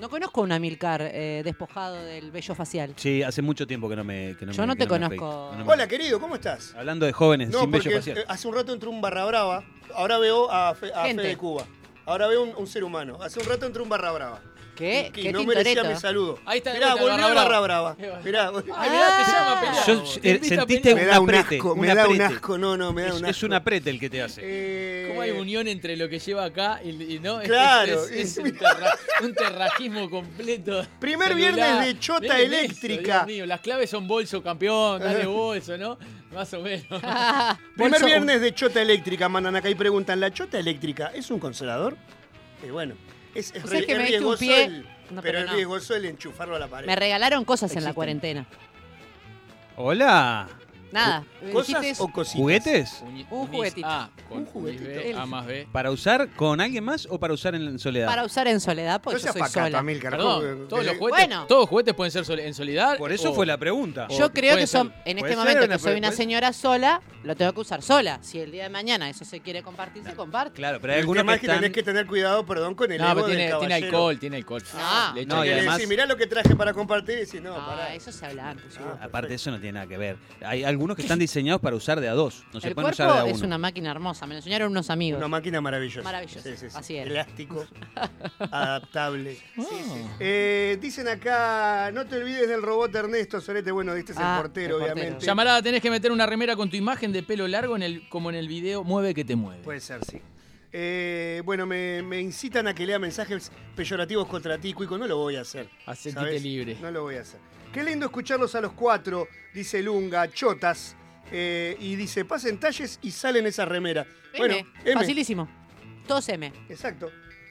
Speaker 5: No conozco a un Amilcar eh, despojado del vello facial.
Speaker 6: Sí, hace mucho tiempo que no me. que
Speaker 5: Yo
Speaker 6: me-
Speaker 5: no
Speaker 6: que
Speaker 5: te
Speaker 6: me
Speaker 5: conozco.
Speaker 6: afeito, no me-
Speaker 1: Hola, querido, ¿cómo estás?
Speaker 6: Hablando de jóvenes,
Speaker 1: No,
Speaker 6: sin bello
Speaker 1: porque
Speaker 6: facial.
Speaker 1: eh, hace un rato entró un barra brava. Ahora veo a, Fe, a
Speaker 5: Gente.
Speaker 1: Fede Cuba. Ahora veo un, un ser humano. Hace un rato entró un barra brava.
Speaker 5: ¿Qué?
Speaker 1: Que
Speaker 5: Qué
Speaker 1: no merecía
Speaker 5: tintoreto.
Speaker 1: mi saludo.
Speaker 5: Ahí está de
Speaker 1: Mirá,
Speaker 5: vuelta el
Speaker 1: volvió el
Speaker 5: Barra
Speaker 1: barra
Speaker 5: Brava.
Speaker 1: brava. Mirá, Ah. volvió.
Speaker 6: Yo, eh, sentiste
Speaker 1: Me
Speaker 6: un
Speaker 1: da un
Speaker 6: aprete.
Speaker 1: asco, me da un
Speaker 6: aprete.
Speaker 1: asco. No, no, me da
Speaker 6: Es-
Speaker 1: un Eh,
Speaker 6: Es un aprete el que te hace.
Speaker 7: ¿Cómo hay unión entre lo que lleva acá y, y no? Es-
Speaker 1: Claro,
Speaker 7: Es, es
Speaker 1: y-
Speaker 7: un, terra- un terrajismo completo.
Speaker 1: Primer viernes de chota
Speaker 7: Miren eso,
Speaker 1: eléctrica.
Speaker 7: Dios mío, las claves son bolso, campeón, dale bolso, ¿no? Más o menos.
Speaker 1: Primer viernes de chota eléctrica, mandan acá y preguntan, ¿la chota eléctrica es un consolador? Y bueno, es, es,
Speaker 5: O sea
Speaker 1: ri-
Speaker 5: que
Speaker 1: es
Speaker 5: me diste un
Speaker 1: riesgoso,
Speaker 5: pie.
Speaker 1: el-
Speaker 5: No,
Speaker 1: pero,
Speaker 5: pero
Speaker 1: es
Speaker 5: no.
Speaker 1: riesgoso el enchufarlo a la pared.
Speaker 5: Me regalaron cosas en la
Speaker 1: Existen.
Speaker 5: cuarentena.
Speaker 6: Hola.
Speaker 5: Nada.
Speaker 1: ¿Cosas
Speaker 5: dijiste-
Speaker 1: o cositas?
Speaker 6: ¿Juguetes?
Speaker 5: Un juguetito.
Speaker 7: un
Speaker 1: juguetito.
Speaker 7: A más B.
Speaker 6: ¿Para usar con alguien más o para usar en soledad?
Speaker 5: Para usar en soledad, porque yo soy sola.
Speaker 7: Perdón, todos los juguetes,
Speaker 5: Bueno.
Speaker 7: todos los juguetes pueden ser sol- en soledad.
Speaker 6: Por eso fue la pregunta.
Speaker 5: Yo creo que son, en este momento que soy una señora sola, lo tengo que usar sola. Si el día de mañana eso se quiere compartir, se comparte.
Speaker 6: Claro, pero
Speaker 1: El
Speaker 6: hay algunos
Speaker 1: tema
Speaker 6: que
Speaker 1: es que
Speaker 6: están...
Speaker 1: tenés que tener cuidado, perdón, con el
Speaker 7: No,
Speaker 1: ego
Speaker 7: pero
Speaker 1: del
Speaker 7: tiene, tiene
Speaker 1: caballero.
Speaker 7: alcohol, tiene alcohol.
Speaker 5: Ah.
Speaker 7: Le echa-
Speaker 6: No, y
Speaker 1: Que le
Speaker 6: además-
Speaker 1: decís, mirá lo que traje para compartir y si no,
Speaker 5: Ah,
Speaker 1: pará. Ah,
Speaker 5: eso se habla antes. Hugo.
Speaker 6: Aparte, eso no tiene nada que ver. Hay algunos que están diseñados para usar de a dos. No se
Speaker 5: el
Speaker 6: pueden
Speaker 5: cuerpo
Speaker 6: usar de a uno.
Speaker 5: es una máquina hermosa, me lo enseñaron unos amigos.
Speaker 1: Una máquina maravillosa.
Speaker 5: Maravillosa,
Speaker 1: Sí, sí, sí.
Speaker 5: así es.
Speaker 1: Elástico, adaptable. Eh, dicen acá, no te olvides del robot Ernesto Sorete. Bueno, este es
Speaker 7: Ah,
Speaker 1: el portero,
Speaker 7: el portero.
Speaker 1: obviamente.
Speaker 7: Llamarada, tenés que meter una remera con tu imagen de pelo largo en el, como en el video Mueve que te mueve.
Speaker 1: Puede ser, sí. Eh, bueno, me, me incitan a que lea mensajes peyorativos contra ti, Cuico. No lo voy a hacer.
Speaker 7: Hacétite
Speaker 1: ¿sabes?
Speaker 7: libre.
Speaker 1: No lo voy a hacer. Qué lindo escucharlos a los cuatro, dice Lunga, chotas. eh, y dice, pasen talles y salen esas remeras. Bueno,
Speaker 5: M,
Speaker 1: M.
Speaker 5: facilísimo. Todos M.
Speaker 1: Exacto.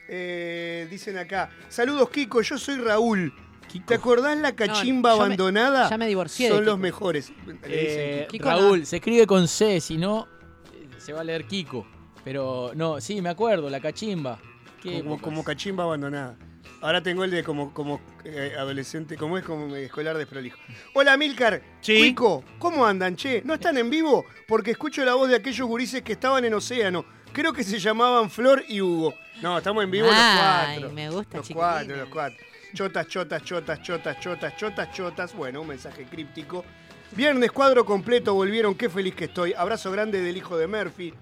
Speaker 1: Eh, dicen acá, saludos Kiko, yo soy Raúl. ¿Te acordás la cachimba
Speaker 5: No, ya me-
Speaker 1: abandonada?
Speaker 5: ya me divorcié de
Speaker 1: Son
Speaker 5: Kiko.
Speaker 1: los mejores. Le dicen
Speaker 7: Eh,
Speaker 1: Kiko.
Speaker 7: Raúl, se escribe con C, si no, eh, se va a leer Kiko. Pero no, sí, me acuerdo, la cachimba. Qué
Speaker 1: como,
Speaker 7: épocas.
Speaker 1: como cachimba abandonada. Ahora tengo el de como, como eh, adolescente, como es como eh, escolar desprolijo. Hola Milcar,
Speaker 6: Sí.
Speaker 1: Cuico, ¿cómo andan, che? ¿No están en vivo? Porque escucho la voz de aquellos gurises que estaban en Océano. Creo que se llamaban Flor y Hugo. No, estamos en vivo
Speaker 5: Ay,
Speaker 1: los cuatro.
Speaker 5: me gusta,
Speaker 1: Los
Speaker 5: chiquilina.
Speaker 1: cuatro, los cuatro. Chotas, chotas, chotas, chotas, chotas, chotas, chotas. Bueno, un mensaje críptico. Viernes cuadro completo, volvieron, qué feliz que estoy. Abrazo grande del hijo de Murphy.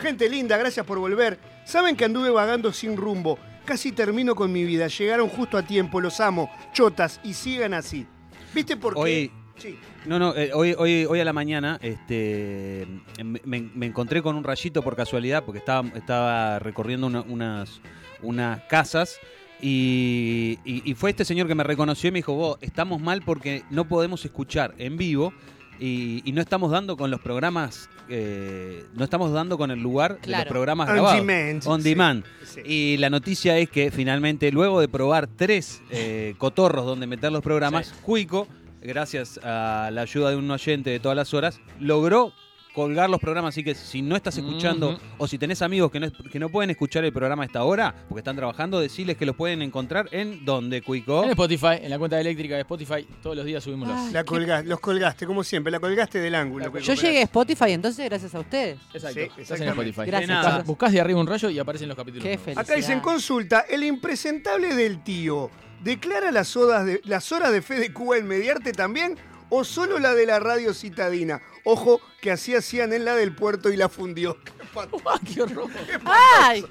Speaker 1: Gente linda, gracias por volver. Saben que anduve vagando sin rumbo. Casi termino con mi vida. Llegaron justo a tiempo, los amo. Chotas, y sigan así. ¿Viste por qué?
Speaker 6: Hoy-
Speaker 1: Sí.
Speaker 6: No, no, eh, hoy, hoy, hoy a la mañana este, me, me- me encontré con un rayito por casualidad, porque estaba, estaba recorriendo una- unas, unas casas. Y, y- y fue este señor que me reconoció y me dijo, vos, estamos mal porque no podemos escuchar en vivo y, y no estamos dando con los programas, eh, no estamos dando con el lugar de los
Speaker 5: Claro.
Speaker 6: programas
Speaker 1: On
Speaker 6: grabados.
Speaker 1: demand,
Speaker 6: On
Speaker 1: sí.
Speaker 6: demand.
Speaker 1: Sí.
Speaker 6: Y la noticia es que finalmente, luego de probar tres eh, cotorros donde meter los programas, Cuico, gracias a la ayuda de un oyente de todas las horas, logró colgar los programas. Así que si no estás escuchando
Speaker 7: Ujú.
Speaker 6: o si tenés amigos que no, que no pueden escuchar el programa a esta hora porque están trabajando, decirles que los pueden encontrar en donde, Cuico.
Speaker 7: En Spotify, en la cuenta eléctrica de Spotify, todos los días subimos las.
Speaker 1: La colga- los colgaste, como siempre, la colgaste del ángulo.
Speaker 5: Yo llegué a Spotify entonces gracias a ustedes.
Speaker 7: Exacto,
Speaker 1: Sí,
Speaker 7: estás en Spotify.
Speaker 5: Gracias, De
Speaker 7: Buscás-
Speaker 5: nada.
Speaker 7: Buscás de arriba un rayo y aparecen los capítulos.
Speaker 5: Qué
Speaker 7: nuevos.
Speaker 5: feliz.
Speaker 1: Acá dicen, consulta, el impresentable del tío, ¿declara las, odas de- las horas de fe de Cuba en Mediarte también o solo la de la radio citadina? Ojo, que así hacían en la del puerto y la fundió. ¡Qué espantoso!
Speaker 7: ¡Qué horror!
Speaker 5: ¡Ay!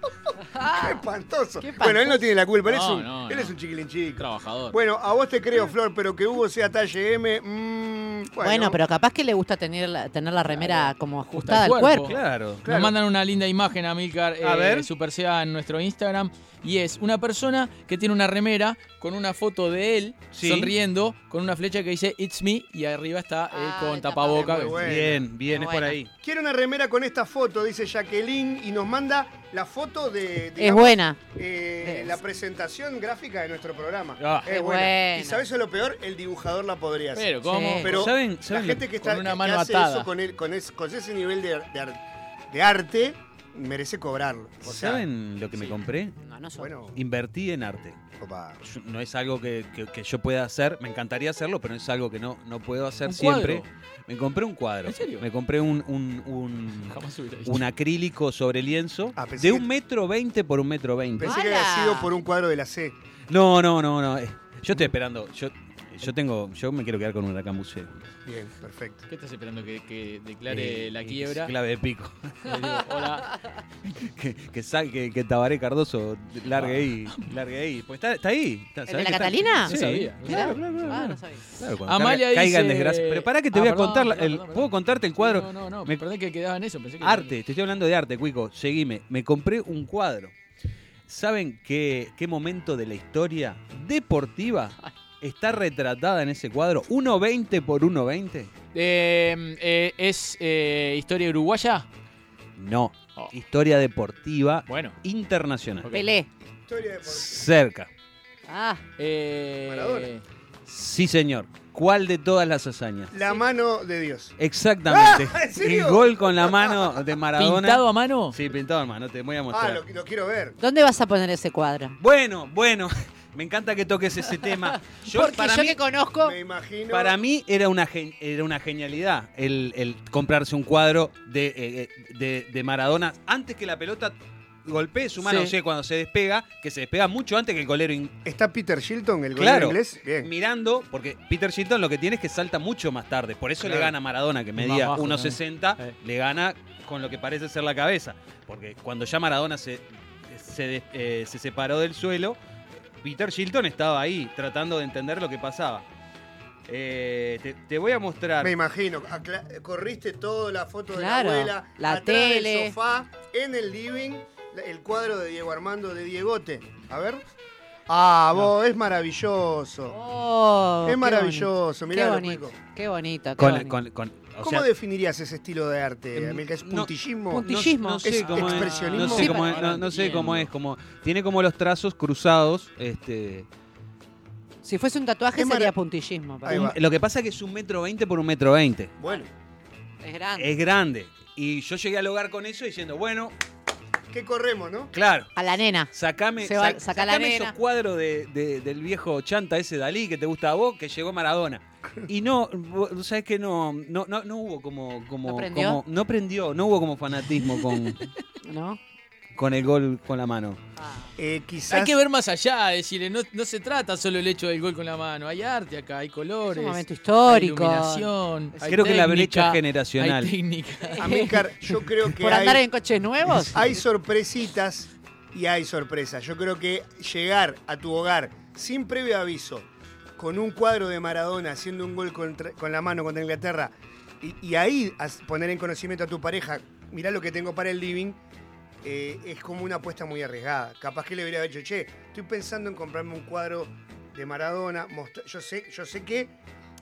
Speaker 1: qué espantoso!
Speaker 5: Qué espantoso.
Speaker 1: Bueno, él no tiene la culpa, él, es,
Speaker 7: No,
Speaker 1: un,
Speaker 7: no,
Speaker 1: él
Speaker 7: no.
Speaker 1: es un chiquilín chico.
Speaker 7: Trabajador.
Speaker 1: Bueno, a vos te creo, Flor, pero que Hugo sea talle M, mm, bueno,
Speaker 5: Bueno, pero capaz que le gusta tener la, tener la remera como
Speaker 7: Ajusta
Speaker 5: ajustada
Speaker 7: el
Speaker 5: al cuerpo.
Speaker 7: cuerpo.
Speaker 6: Claro.
Speaker 1: Claro.
Speaker 7: Nos mandan una linda imagen a Milcar eh,
Speaker 6: A ver.
Speaker 7: Super Sea en nuestro Instagram. Y es una persona que tiene una remera con una foto de él
Speaker 6: Sí.
Speaker 7: sonriendo, con una flecha que dice It's me. Y arriba está eh,
Speaker 5: Ah,
Speaker 7: con
Speaker 5: el
Speaker 7: tapaboca.
Speaker 1: tapaboca. Muy bueno.
Speaker 6: Bien, bien, es por
Speaker 5: Bueno.
Speaker 6: ahí.
Speaker 1: Quiero una remera con esta foto, dice Jacqueline, y nos manda la foto de...
Speaker 5: Es
Speaker 1: digamos,
Speaker 5: buena.
Speaker 1: Eh,
Speaker 5: Es.
Speaker 1: la presentación gráfica de nuestro programa.
Speaker 6: Ah.
Speaker 1: es
Speaker 5: Qué
Speaker 1: buena.
Speaker 5: bueno.
Speaker 1: Y sabes lo peor, el dibujador la podría hacer.
Speaker 7: Pero, ¿cómo?
Speaker 5: Sí.
Speaker 1: Pero
Speaker 6: ¿Saben-
Speaker 1: la
Speaker 6: saben
Speaker 1: gente que está
Speaker 7: con una
Speaker 1: que
Speaker 7: mano
Speaker 1: hace
Speaker 7: atada.
Speaker 1: eso con, el- con es- con ese nivel de, ar- de ar- de arte merece cobrarlo. O sea,
Speaker 6: ¿Saben lo que me
Speaker 1: sí.
Speaker 6: compré?
Speaker 5: No, no son-
Speaker 1: Bueno,
Speaker 6: Invertí en arte.
Speaker 1: opa.
Speaker 6: Yo- No es algo que, que- que yo pueda hacer, me encantaría hacerlo, pero es algo que no, no puedo hacer
Speaker 7: ¿Un
Speaker 6: siempre.
Speaker 7: cuadro?
Speaker 6: Me compré un cuadro.
Speaker 7: ¿En serio?
Speaker 6: Me compré un, un- un-
Speaker 7: Jamás hubiera dicho.
Speaker 6: un acrílico sobre lienzo
Speaker 1: Ah, pensé
Speaker 6: de
Speaker 1: que-
Speaker 6: un metro veinte por un metro veinte.
Speaker 1: Pensé que había
Speaker 5: ¡Hala!
Speaker 1: sido por un cuadro de la C.
Speaker 6: No, no, no, no. eh, Yo estoy esperando. Yo, yo tengo, yo me quiero quedar con un huracán buceo.
Speaker 1: Bien, perfecto.
Speaker 7: ¿Qué estás esperando? ¿Que, que declare
Speaker 6: Eh,
Speaker 7: la
Speaker 6: eh,
Speaker 7: quiebra?
Speaker 6: Clave de pico.
Speaker 7: Le digo, Hola.
Speaker 6: que, que, sa- que, que Tabaré Cardoso
Speaker 7: Ah.
Speaker 6: largue ahí, largue ahí. Pues está, está ahí. Está-
Speaker 5: ¿El
Speaker 6: ¿sabés
Speaker 5: de la
Speaker 6: que está-
Speaker 5: Catalina?
Speaker 6: Sí,
Speaker 7: No sabía.
Speaker 6: claro, claro, claro,
Speaker 5: Ah,
Speaker 6: claro.
Speaker 5: no sabía.
Speaker 6: Claro, cuando
Speaker 7: Amalia
Speaker 6: caiga, caiga en
Speaker 7: dice-
Speaker 6: desgracia. Pero pará que te
Speaker 7: Ah,
Speaker 6: voy a
Speaker 7: perdón,
Speaker 6: contar. la-
Speaker 7: perdón,
Speaker 6: el-
Speaker 7: perdón.
Speaker 6: ¿Puedo contarte el cuadro?
Speaker 7: No, no, no.
Speaker 6: Me-
Speaker 7: Perdón que quedaba en eso. Pensé que
Speaker 6: Arte, te estoy hablando de arte, Cuico. Seguime. Me compré un cuadro. ¿Saben qué, qué momento de la historia deportiva está retratada en ese cuadro? 1.20 por 1.20.
Speaker 7: Eh, eh, ¿Es eh, historia uruguaya?
Speaker 6: No.
Speaker 7: Oh.
Speaker 6: Historia deportiva
Speaker 7: Bueno.
Speaker 6: internacional.
Speaker 7: Ok.
Speaker 5: Pelé.
Speaker 1: Historia de por-
Speaker 6: Cerca.
Speaker 5: Ah,
Speaker 7: Eh,
Speaker 1: Maradona.
Speaker 6: Sí, señor. ¿Cuál de todas las hazañas?
Speaker 1: La mano de Dios.
Speaker 6: Exactamente.
Speaker 1: Ah, ¿en serio?
Speaker 6: el gol con la mano de Maradona.
Speaker 7: ¿Pintado a mano?
Speaker 6: Sí, pintado, hermano. Te voy a
Speaker 1: Ah,
Speaker 6: mostrar.
Speaker 1: lo, lo quiero ver.
Speaker 5: ¿dónde vas a poner ese cuadro?
Speaker 6: Bueno, bueno. Me encanta que toques ese tema. Yo,
Speaker 5: Porque
Speaker 6: para
Speaker 5: yo
Speaker 6: mí,
Speaker 5: que conozco.
Speaker 1: Me imagino.
Speaker 6: Para mí era una, gen- era una genialidad el, el comprarse un cuadro de, eh, de- de Maradona antes que la pelota golpee su mano,
Speaker 7: Sí.
Speaker 6: o sea, cuando se despega, que se despega mucho antes que el golero in-
Speaker 1: ¿Está Peter Shilton, el golero
Speaker 6: Claro,
Speaker 1: inglés? Bien.
Speaker 6: mirando, porque Peter Shilton lo que tiene es que salta mucho más tarde, por eso le
Speaker 1: Claro.
Speaker 6: gana a Maradona, que
Speaker 7: Más
Speaker 6: medía
Speaker 7: bajo
Speaker 6: 1.60,
Speaker 7: también. Eh.
Speaker 6: le gana con lo que parece ser la cabeza, porque cuando ya Maradona se, se, des- eh, se separó del suelo, Peter Shilton estaba ahí tratando de entender lo que pasaba. Eh, te, te voy a mostrar.
Speaker 1: Me imagino, acla- corriste toda la foto
Speaker 5: Claro,
Speaker 1: de la abuela,
Speaker 5: la
Speaker 1: atrás
Speaker 5: tele.
Speaker 1: del sofá, en el living, la- el cuadro de Diego Armando de Diegote. A ver. Ah, vos, es maravilloso.
Speaker 5: Oh,
Speaker 1: es
Speaker 5: qué
Speaker 1: maravilloso,
Speaker 5: bonito. Oh, Qué
Speaker 1: mirá lo
Speaker 5: bonito.
Speaker 1: cuico.
Speaker 5: Qué bonito. qué
Speaker 6: Con-
Speaker 5: bonito.
Speaker 6: con- con- o
Speaker 1: ¿Cómo
Speaker 6: sea, em,
Speaker 1: definirías ese estilo de arte, Amilcar? ¿Es puntillismo?
Speaker 5: puntillismo.
Speaker 6: No sé
Speaker 1: ¿Es
Speaker 6: cómo es.
Speaker 1: expresionismo?
Speaker 6: No sé cómo es. no- no sé cómo es, como- tiene como los trazos cruzados. Este,
Speaker 5: Si fuese un tatuaje
Speaker 1: Es
Speaker 5: sería
Speaker 1: mara-
Speaker 5: puntillismo. para
Speaker 1: Ahí
Speaker 5: mí.
Speaker 1: va.
Speaker 6: lo que pasa es que es un metro veinte por un metro veinte.
Speaker 1: Bueno,
Speaker 5: Es grande.
Speaker 6: Es grande. Y yo llegué al hogar con eso diciendo, bueno,
Speaker 1: ¿qué corremos, no?
Speaker 6: claro,
Speaker 5: A la nena.
Speaker 6: sacame,
Speaker 5: Se va-
Speaker 6: sac-
Speaker 5: saca la
Speaker 6: sacame
Speaker 5: nena.
Speaker 6: esos cuadros de- de- del viejo chanta ese Dalí que te gusta a vos, que llegó Maradona. Y no, vos sabés que no, no, no, no hubo como, como,
Speaker 5: ¿No prendió?
Speaker 6: como- no prendió, no hubo como fanatismo con,
Speaker 5: ¿No?
Speaker 6: con el gol con la mano.
Speaker 1: Eh, quizás...
Speaker 7: Hay que ver más allá, decirle, no, no se trata solo el hecho del gol con la mano, hay arte acá, hay colores.
Speaker 5: Es un momento histórico.
Speaker 7: Hay iluminación, hay
Speaker 6: Creo que la
Speaker 7: técnica,
Speaker 6: brecha
Speaker 7: Hay
Speaker 6: generacional.
Speaker 7: técnica.
Speaker 1: Amilcar, yo creo que
Speaker 5: ¿Por
Speaker 1: hay,
Speaker 5: andar en coches nuevos?
Speaker 1: hay sorpresitas y hay sorpresas. Yo creo que llegar a tu hogar sin previo aviso, con un cuadro de Maradona haciendo un gol contra- con la mano contra Inglaterra, y, y ahí as- poner en conocimiento a tu pareja, mirá lo que tengo para el living, eh, es como una apuesta muy arriesgada. Capaz que le hubiera dicho, che, estoy pensando en comprarme un cuadro de Maradona. mostra- Yo sé, yo sé que,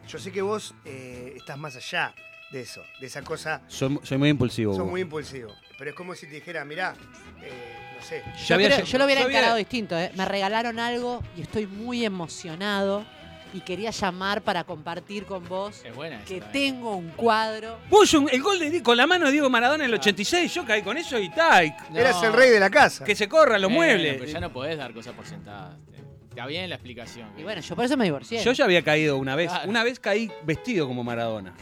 Speaker 1: yo sé que vos eh, estás más allá de eso, de esa cosa
Speaker 6: Soy, soy muy impulsivo.
Speaker 1: son
Speaker 6: Hugo.
Speaker 1: muy impulsivos. Pero es como si te dijera, mirá, eh, no sé.
Speaker 6: Yo
Speaker 5: Yo,
Speaker 6: había-
Speaker 5: creo- yo lo hubiera
Speaker 6: yo había-
Speaker 5: encarado distinto. ¿eh? Me regalaron algo y estoy muy emocionado y quería llamar para compartir con vos
Speaker 7: Es buena esa
Speaker 5: que
Speaker 7: también.
Speaker 5: tengo un cuadro.
Speaker 6: Puyo el gol de Di- con la mano de Diego Maradona en el 86, yo caí con eso y tal.
Speaker 7: No.
Speaker 1: Eras el rey de la casa.
Speaker 6: Que se corran los
Speaker 5: Eh,
Speaker 7: Bueno,
Speaker 6: muebles.
Speaker 7: Pero ya no podés dar cosas por sentadas. Está bien la explicación.
Speaker 5: Y bueno, yo por eso me divorcié.
Speaker 6: Yo ya había caído una vez.
Speaker 7: Claro.
Speaker 6: Una vez caí vestido como Maradona.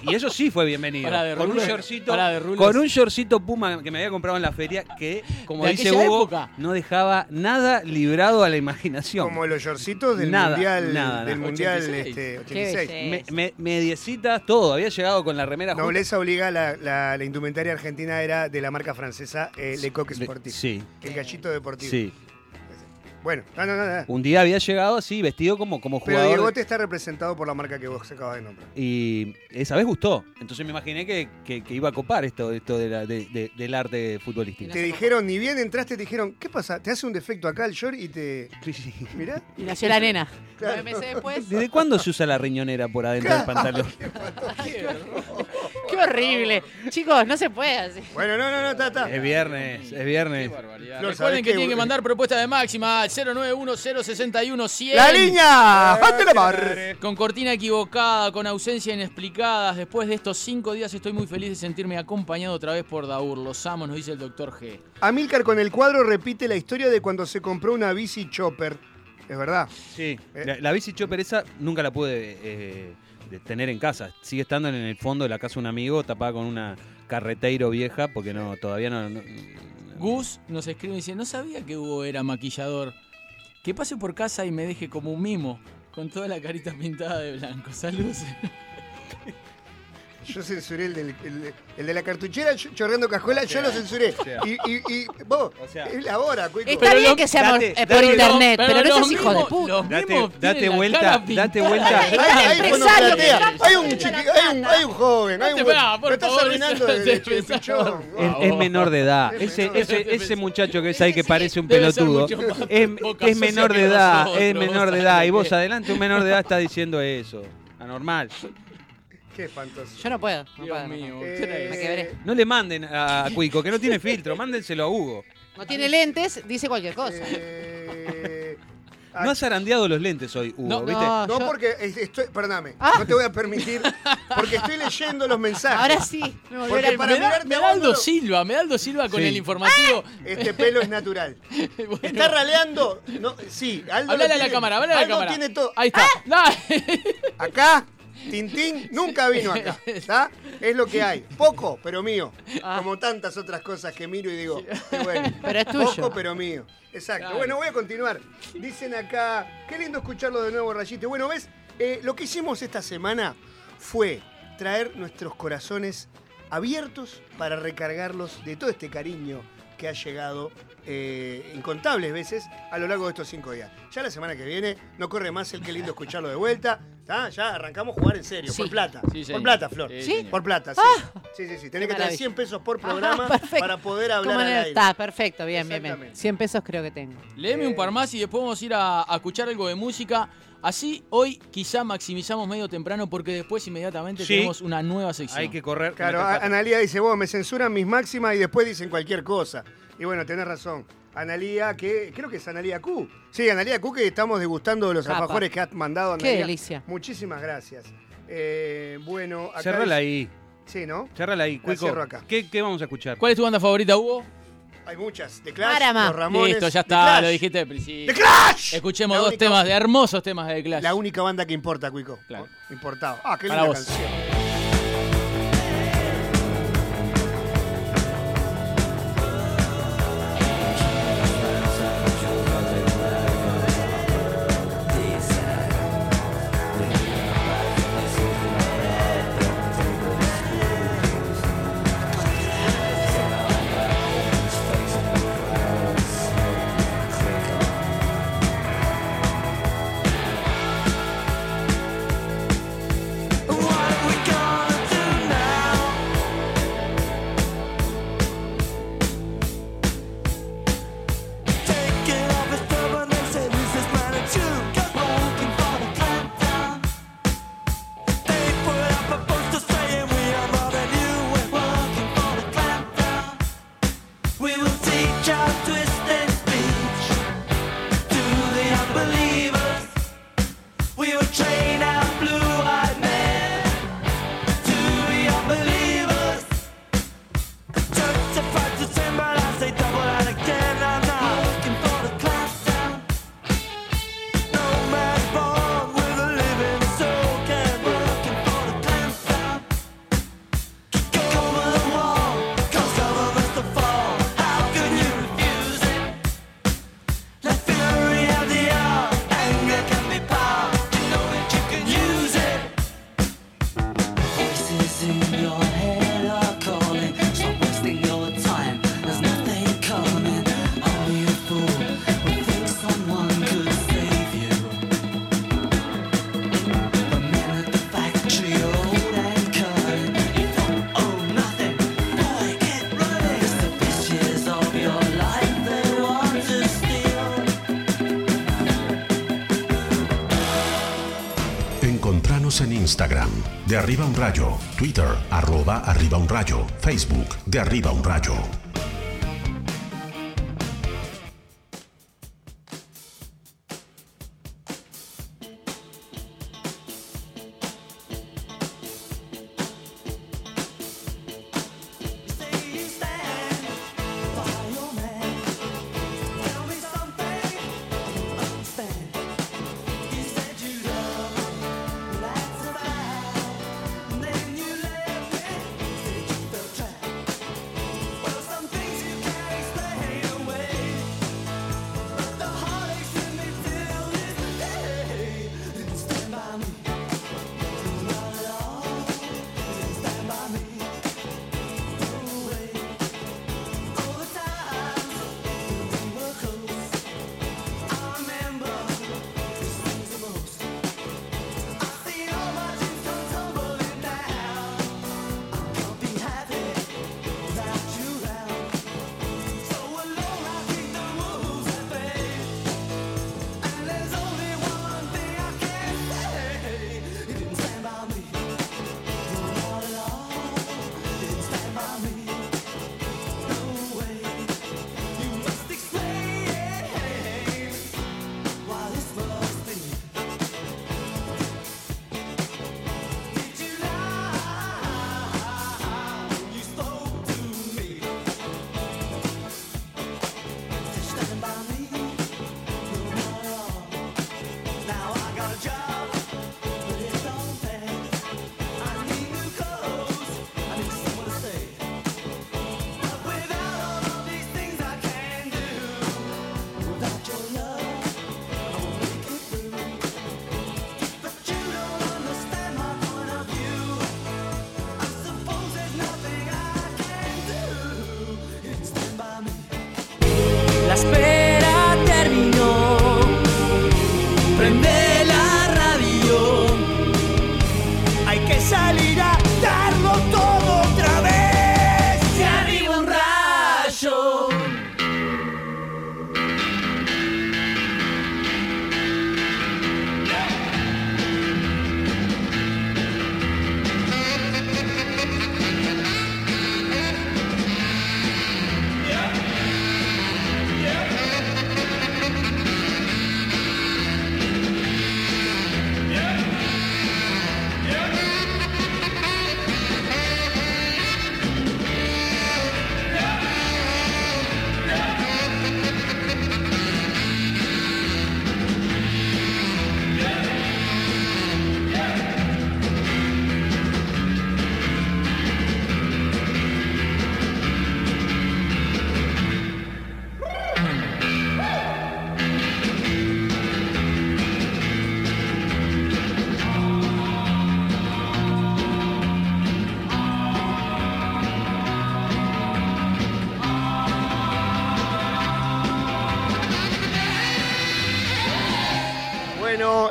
Speaker 6: Y eso sí fue bienvenido.
Speaker 7: Pará, de
Speaker 6: con un
Speaker 7: rulos.
Speaker 6: shortcito.
Speaker 7: Pará, de rulos.
Speaker 6: con un shortcito Puma que me había comprado en la feria que, como
Speaker 7: De
Speaker 6: dice
Speaker 7: aquella
Speaker 6: Hugo,
Speaker 7: época.
Speaker 6: no dejaba nada librado a la imaginación.
Speaker 1: Como los yorcitos del
Speaker 6: Nada,
Speaker 1: mundial,
Speaker 6: nada,
Speaker 1: del
Speaker 6: nada.
Speaker 1: mundial
Speaker 7: 86.
Speaker 1: este,
Speaker 5: Qué
Speaker 1: 86.
Speaker 6: Me-
Speaker 5: belleza.
Speaker 6: me- mediecitas, todo. Había llegado con la remera justa.
Speaker 1: Nobleza obliga, la, la, la indumentaria argentina era de la marca francesa eh, Lecoq Sportif.
Speaker 6: Sí,
Speaker 1: El gallito deportivo.
Speaker 6: sí.
Speaker 1: Bueno, no, no, no. no.
Speaker 6: Un día había llegado así, vestido como, como
Speaker 1: Pero
Speaker 6: jugador.
Speaker 1: Diegote está representado por la marca que vos acabas de nombrar.
Speaker 6: Y esa vez gustó. Entonces me imaginé que, que- que iba a copar esto, esto de la- de- de- del arte futbolístico.
Speaker 1: Te dijeron, ni bien entraste, te dijeron, ¿qué pasa? Te hace un defecto acá el short y te. Mirá.
Speaker 5: Y nació la nena.
Speaker 1: Claro.
Speaker 5: Nueve meses después.
Speaker 6: ¿Desde cuándo se usa la riñonera por adentro del pantalón?
Speaker 5: ¡Qué horrible! Chicos, no se puede así.
Speaker 1: Bueno, no, no, no, está, está.
Speaker 6: Es viernes, es viernes.
Speaker 7: barbaridad.
Speaker 1: Flor, ¿sabés
Speaker 7: Recuerden que
Speaker 1: qué?
Speaker 7: tienen que mandar propuestas de máxima al 091061100.
Speaker 1: ¡La línea! ¡Fante la barra!
Speaker 7: Con cortina equivocada, con ausencia inexplicadas. Después de estos cinco días estoy muy feliz de sentirme acompañado otra vez por Daur. Los amo, nos dice el doctor G.
Speaker 1: Amílcar con el cuadro repite la historia de cuando se compró una bici chopper. Es verdad.
Speaker 6: Sí, la, la bici chopper esa nunca la pude eh, de tener en casa. Sigue estando en el fondo de la casa de un amigo, tapada con una carreteiro vieja, porque no todavía no... no-
Speaker 5: Eh,
Speaker 7: Gus nos escribe y dice, no sabía que Hugo era maquillador. Que pase por casa y me deje como un mimo, con toda la carita pintada de blanco. Saludos.
Speaker 1: Yo censuré el, del- el- el de la cartuchera ch- chorreando cajuela, yo lo censuré. Y, y, y vos,
Speaker 6: O sea.
Speaker 1: es la hora, cuico.
Speaker 5: Está
Speaker 6: Pero
Speaker 5: bien
Speaker 6: lo-
Speaker 5: que sea por-
Speaker 6: date-
Speaker 5: eh, por
Speaker 6: date-
Speaker 5: internet, pero, no
Speaker 7: los
Speaker 5: seas hijo de
Speaker 7: mimos-
Speaker 5: puta.
Speaker 7: los
Speaker 6: Date-
Speaker 7: mimos
Speaker 6: date
Speaker 7: tienen la
Speaker 6: vuelta,
Speaker 7: cara
Speaker 6: date
Speaker 7: pintada.
Speaker 6: vuelta.
Speaker 1: Ahí- ahí es cuando
Speaker 5: empresario
Speaker 1: platea.
Speaker 5: que-
Speaker 1: hay un chiqui, hay un, hay un joven, hay un
Speaker 7: Date,
Speaker 1: buen-
Speaker 7: pará, por
Speaker 1: lo estás
Speaker 7: favor,
Speaker 1: arruinando
Speaker 7: ese-
Speaker 1: de derecho de
Speaker 7: ese-
Speaker 1: pichón.
Speaker 6: Es,
Speaker 1: Wow.
Speaker 6: es menor de edad.
Speaker 1: Es
Speaker 6: Ese,
Speaker 1: menor.
Speaker 6: ese, ese muchacho que es ahí que parece un
Speaker 7: Debe ser
Speaker 6: pelotudo.
Speaker 7: mucho más
Speaker 6: Es,
Speaker 7: boca
Speaker 6: es
Speaker 7: sucia
Speaker 6: menor de
Speaker 7: que
Speaker 6: edad,
Speaker 7: nosotros,
Speaker 6: es
Speaker 7: vos
Speaker 6: menor de
Speaker 7: sabés
Speaker 6: edad. Y
Speaker 7: que-
Speaker 6: vos adelante, un menor de edad está diciendo eso. Anormal.
Speaker 1: Qué espantoso.
Speaker 5: Yo no puedo. No puedo,
Speaker 7: Dios
Speaker 5: no
Speaker 7: mío,
Speaker 5: puedo.
Speaker 1: Eh,
Speaker 7: ¿qué era eso?
Speaker 5: Me quebré.
Speaker 6: No le manden a Cuico, que no tiene filtro. Mándenselo a Hugo.
Speaker 5: No tiene lentes, dice cualquier cosa.
Speaker 1: eh,
Speaker 6: No has zarandeado los lentes hoy, Hugo,
Speaker 7: No, Ah.
Speaker 6: ¿viste?
Speaker 5: no.
Speaker 1: no,
Speaker 5: yo-
Speaker 1: porque es- estoy, perdóname, no te voy a permitir, porque estoy leyendo los mensajes.
Speaker 5: Ahora sí, me volvió
Speaker 1: Porque
Speaker 5: la-
Speaker 1: para
Speaker 7: Me da-
Speaker 1: mirarte
Speaker 7: me
Speaker 1: a
Speaker 7: da
Speaker 1: vos no
Speaker 7: Aldo
Speaker 1: lo-
Speaker 7: Silva, me da Aldo Silva con
Speaker 6: Sí.
Speaker 7: el informativo.
Speaker 1: Este pelo es natural.
Speaker 7: Bueno.
Speaker 1: ¿Está raleando? No, sí, Aldo.
Speaker 7: Hablale
Speaker 1: lo
Speaker 7: a la
Speaker 1: tiene-
Speaker 7: cámara, hablale a la
Speaker 1: Aldo
Speaker 7: cámara.
Speaker 1: tiene todo. Ah.
Speaker 7: Ahí está.
Speaker 1: Acá, Tintín nunca vino acá. ¿Está? Es lo que hay. Poco, pero mío.
Speaker 7: Ah.
Speaker 1: Como tantas otras cosas que miro y digo, qué bueno.
Speaker 5: Pero es tuyo.
Speaker 1: Poco, pero mío. Exacto. Bueno, voy a continuar. Dicen acá, qué lindo escucharlo de nuevo, Rayito. Bueno, ¿ves? Eh, lo que hicimos esta semana fue traer nuestros corazones abiertos para recargarlos de todo este cariño que ha llegado eh, incontables veces a lo largo de estos cinco días. Ya la semana que viene no corre más el qué lindo escucharlo de vuelta. ¿tá? Ya arrancamos a jugar en serio,
Speaker 5: Sí.
Speaker 1: por plata.
Speaker 7: Sí, señor.
Speaker 1: por plata, Flor.
Speaker 7: Sí,
Speaker 5: ¿Sí?
Speaker 7: señor. Ah.
Speaker 1: Por plata, sí. Sí, sí, sí.
Speaker 5: Qué
Speaker 1: Tenés que tener
Speaker 5: maravilla.
Speaker 1: 100 pesos por programa
Speaker 5: Ajá, perfecto.
Speaker 1: para poder
Speaker 5: ¿Cómo
Speaker 1: hablar al
Speaker 5: no?
Speaker 1: aire.
Speaker 5: Está, perfecto, bien, bien, bien.
Speaker 1: Exactamente.
Speaker 5: 100 pesos creo que tengo.
Speaker 7: Léeme un par más y después vamos a ir a, a escuchar algo de música. Así hoy quizá maximizamos medio temprano porque después inmediatamente
Speaker 6: Sí.
Speaker 7: tenemos una nueva sección.
Speaker 6: Hay que correr.
Speaker 1: Claro, a- Analía dice, vos me censuran mis máximas y después dicen cualquier cosa. Y bueno, tenés razón. Analía, que creo que es Analía Q. Sí, Analía Q, que estamos degustando los
Speaker 11: Capa.
Speaker 1: alfajores que has mandado,
Speaker 11: Qué
Speaker 1: Analía.
Speaker 11: delicia.
Speaker 1: Muchísimas gracias. Eh, bueno, acá...
Speaker 6: Cerrala
Speaker 1: dice-
Speaker 6: ahí.
Speaker 1: Sí, ¿no?
Speaker 6: Cerrala ahí, Cuico.
Speaker 1: cierro acá.
Speaker 6: ¿Qué, qué vamos a escuchar?
Speaker 7: ¿Cuál es tu banda favorita, Hugo?
Speaker 1: Hay muchas. De Clash,
Speaker 11: Marama.
Speaker 1: Los Ramones...
Speaker 7: Listo, ya
Speaker 1: The Clash.
Speaker 7: está, lo dijiste al principio.
Speaker 1: ¡The Clash!
Speaker 7: Escuchemos
Speaker 1: La
Speaker 7: dos
Speaker 1: única-
Speaker 7: temas, de hermosos temas de The Clash.
Speaker 1: La única banda que importa, Cuico.
Speaker 7: Claro.
Speaker 1: Importado. Ah, qué
Speaker 7: Para
Speaker 1: linda
Speaker 7: vos.
Speaker 1: canción.
Speaker 9: We will teach our twisted speech to the unbelievers. We will train our blue-eyed men to be unbelievers. Church to fight to symbolize they double and again and now looking for the class down. No man born with a living soul can we're looking for the class down. Kick over the wall, 'cause government's the fall. How can you refuse it? The fury of the hour, anger can be power. You know that you can use it. Voices in your head are calling. Stop wasting your time. There's nothing coming. Only a fool would think someone could save you. The men at the factory, old and current, you don't owe nothing. Boy, get running. It's the pictures of your life they want to steal.
Speaker 8: Encontranos en Instagram, de arriba un rayo, Twitter, arroba arriba un rayo, Facebook, de arriba un rayo.
Speaker 9: Well, some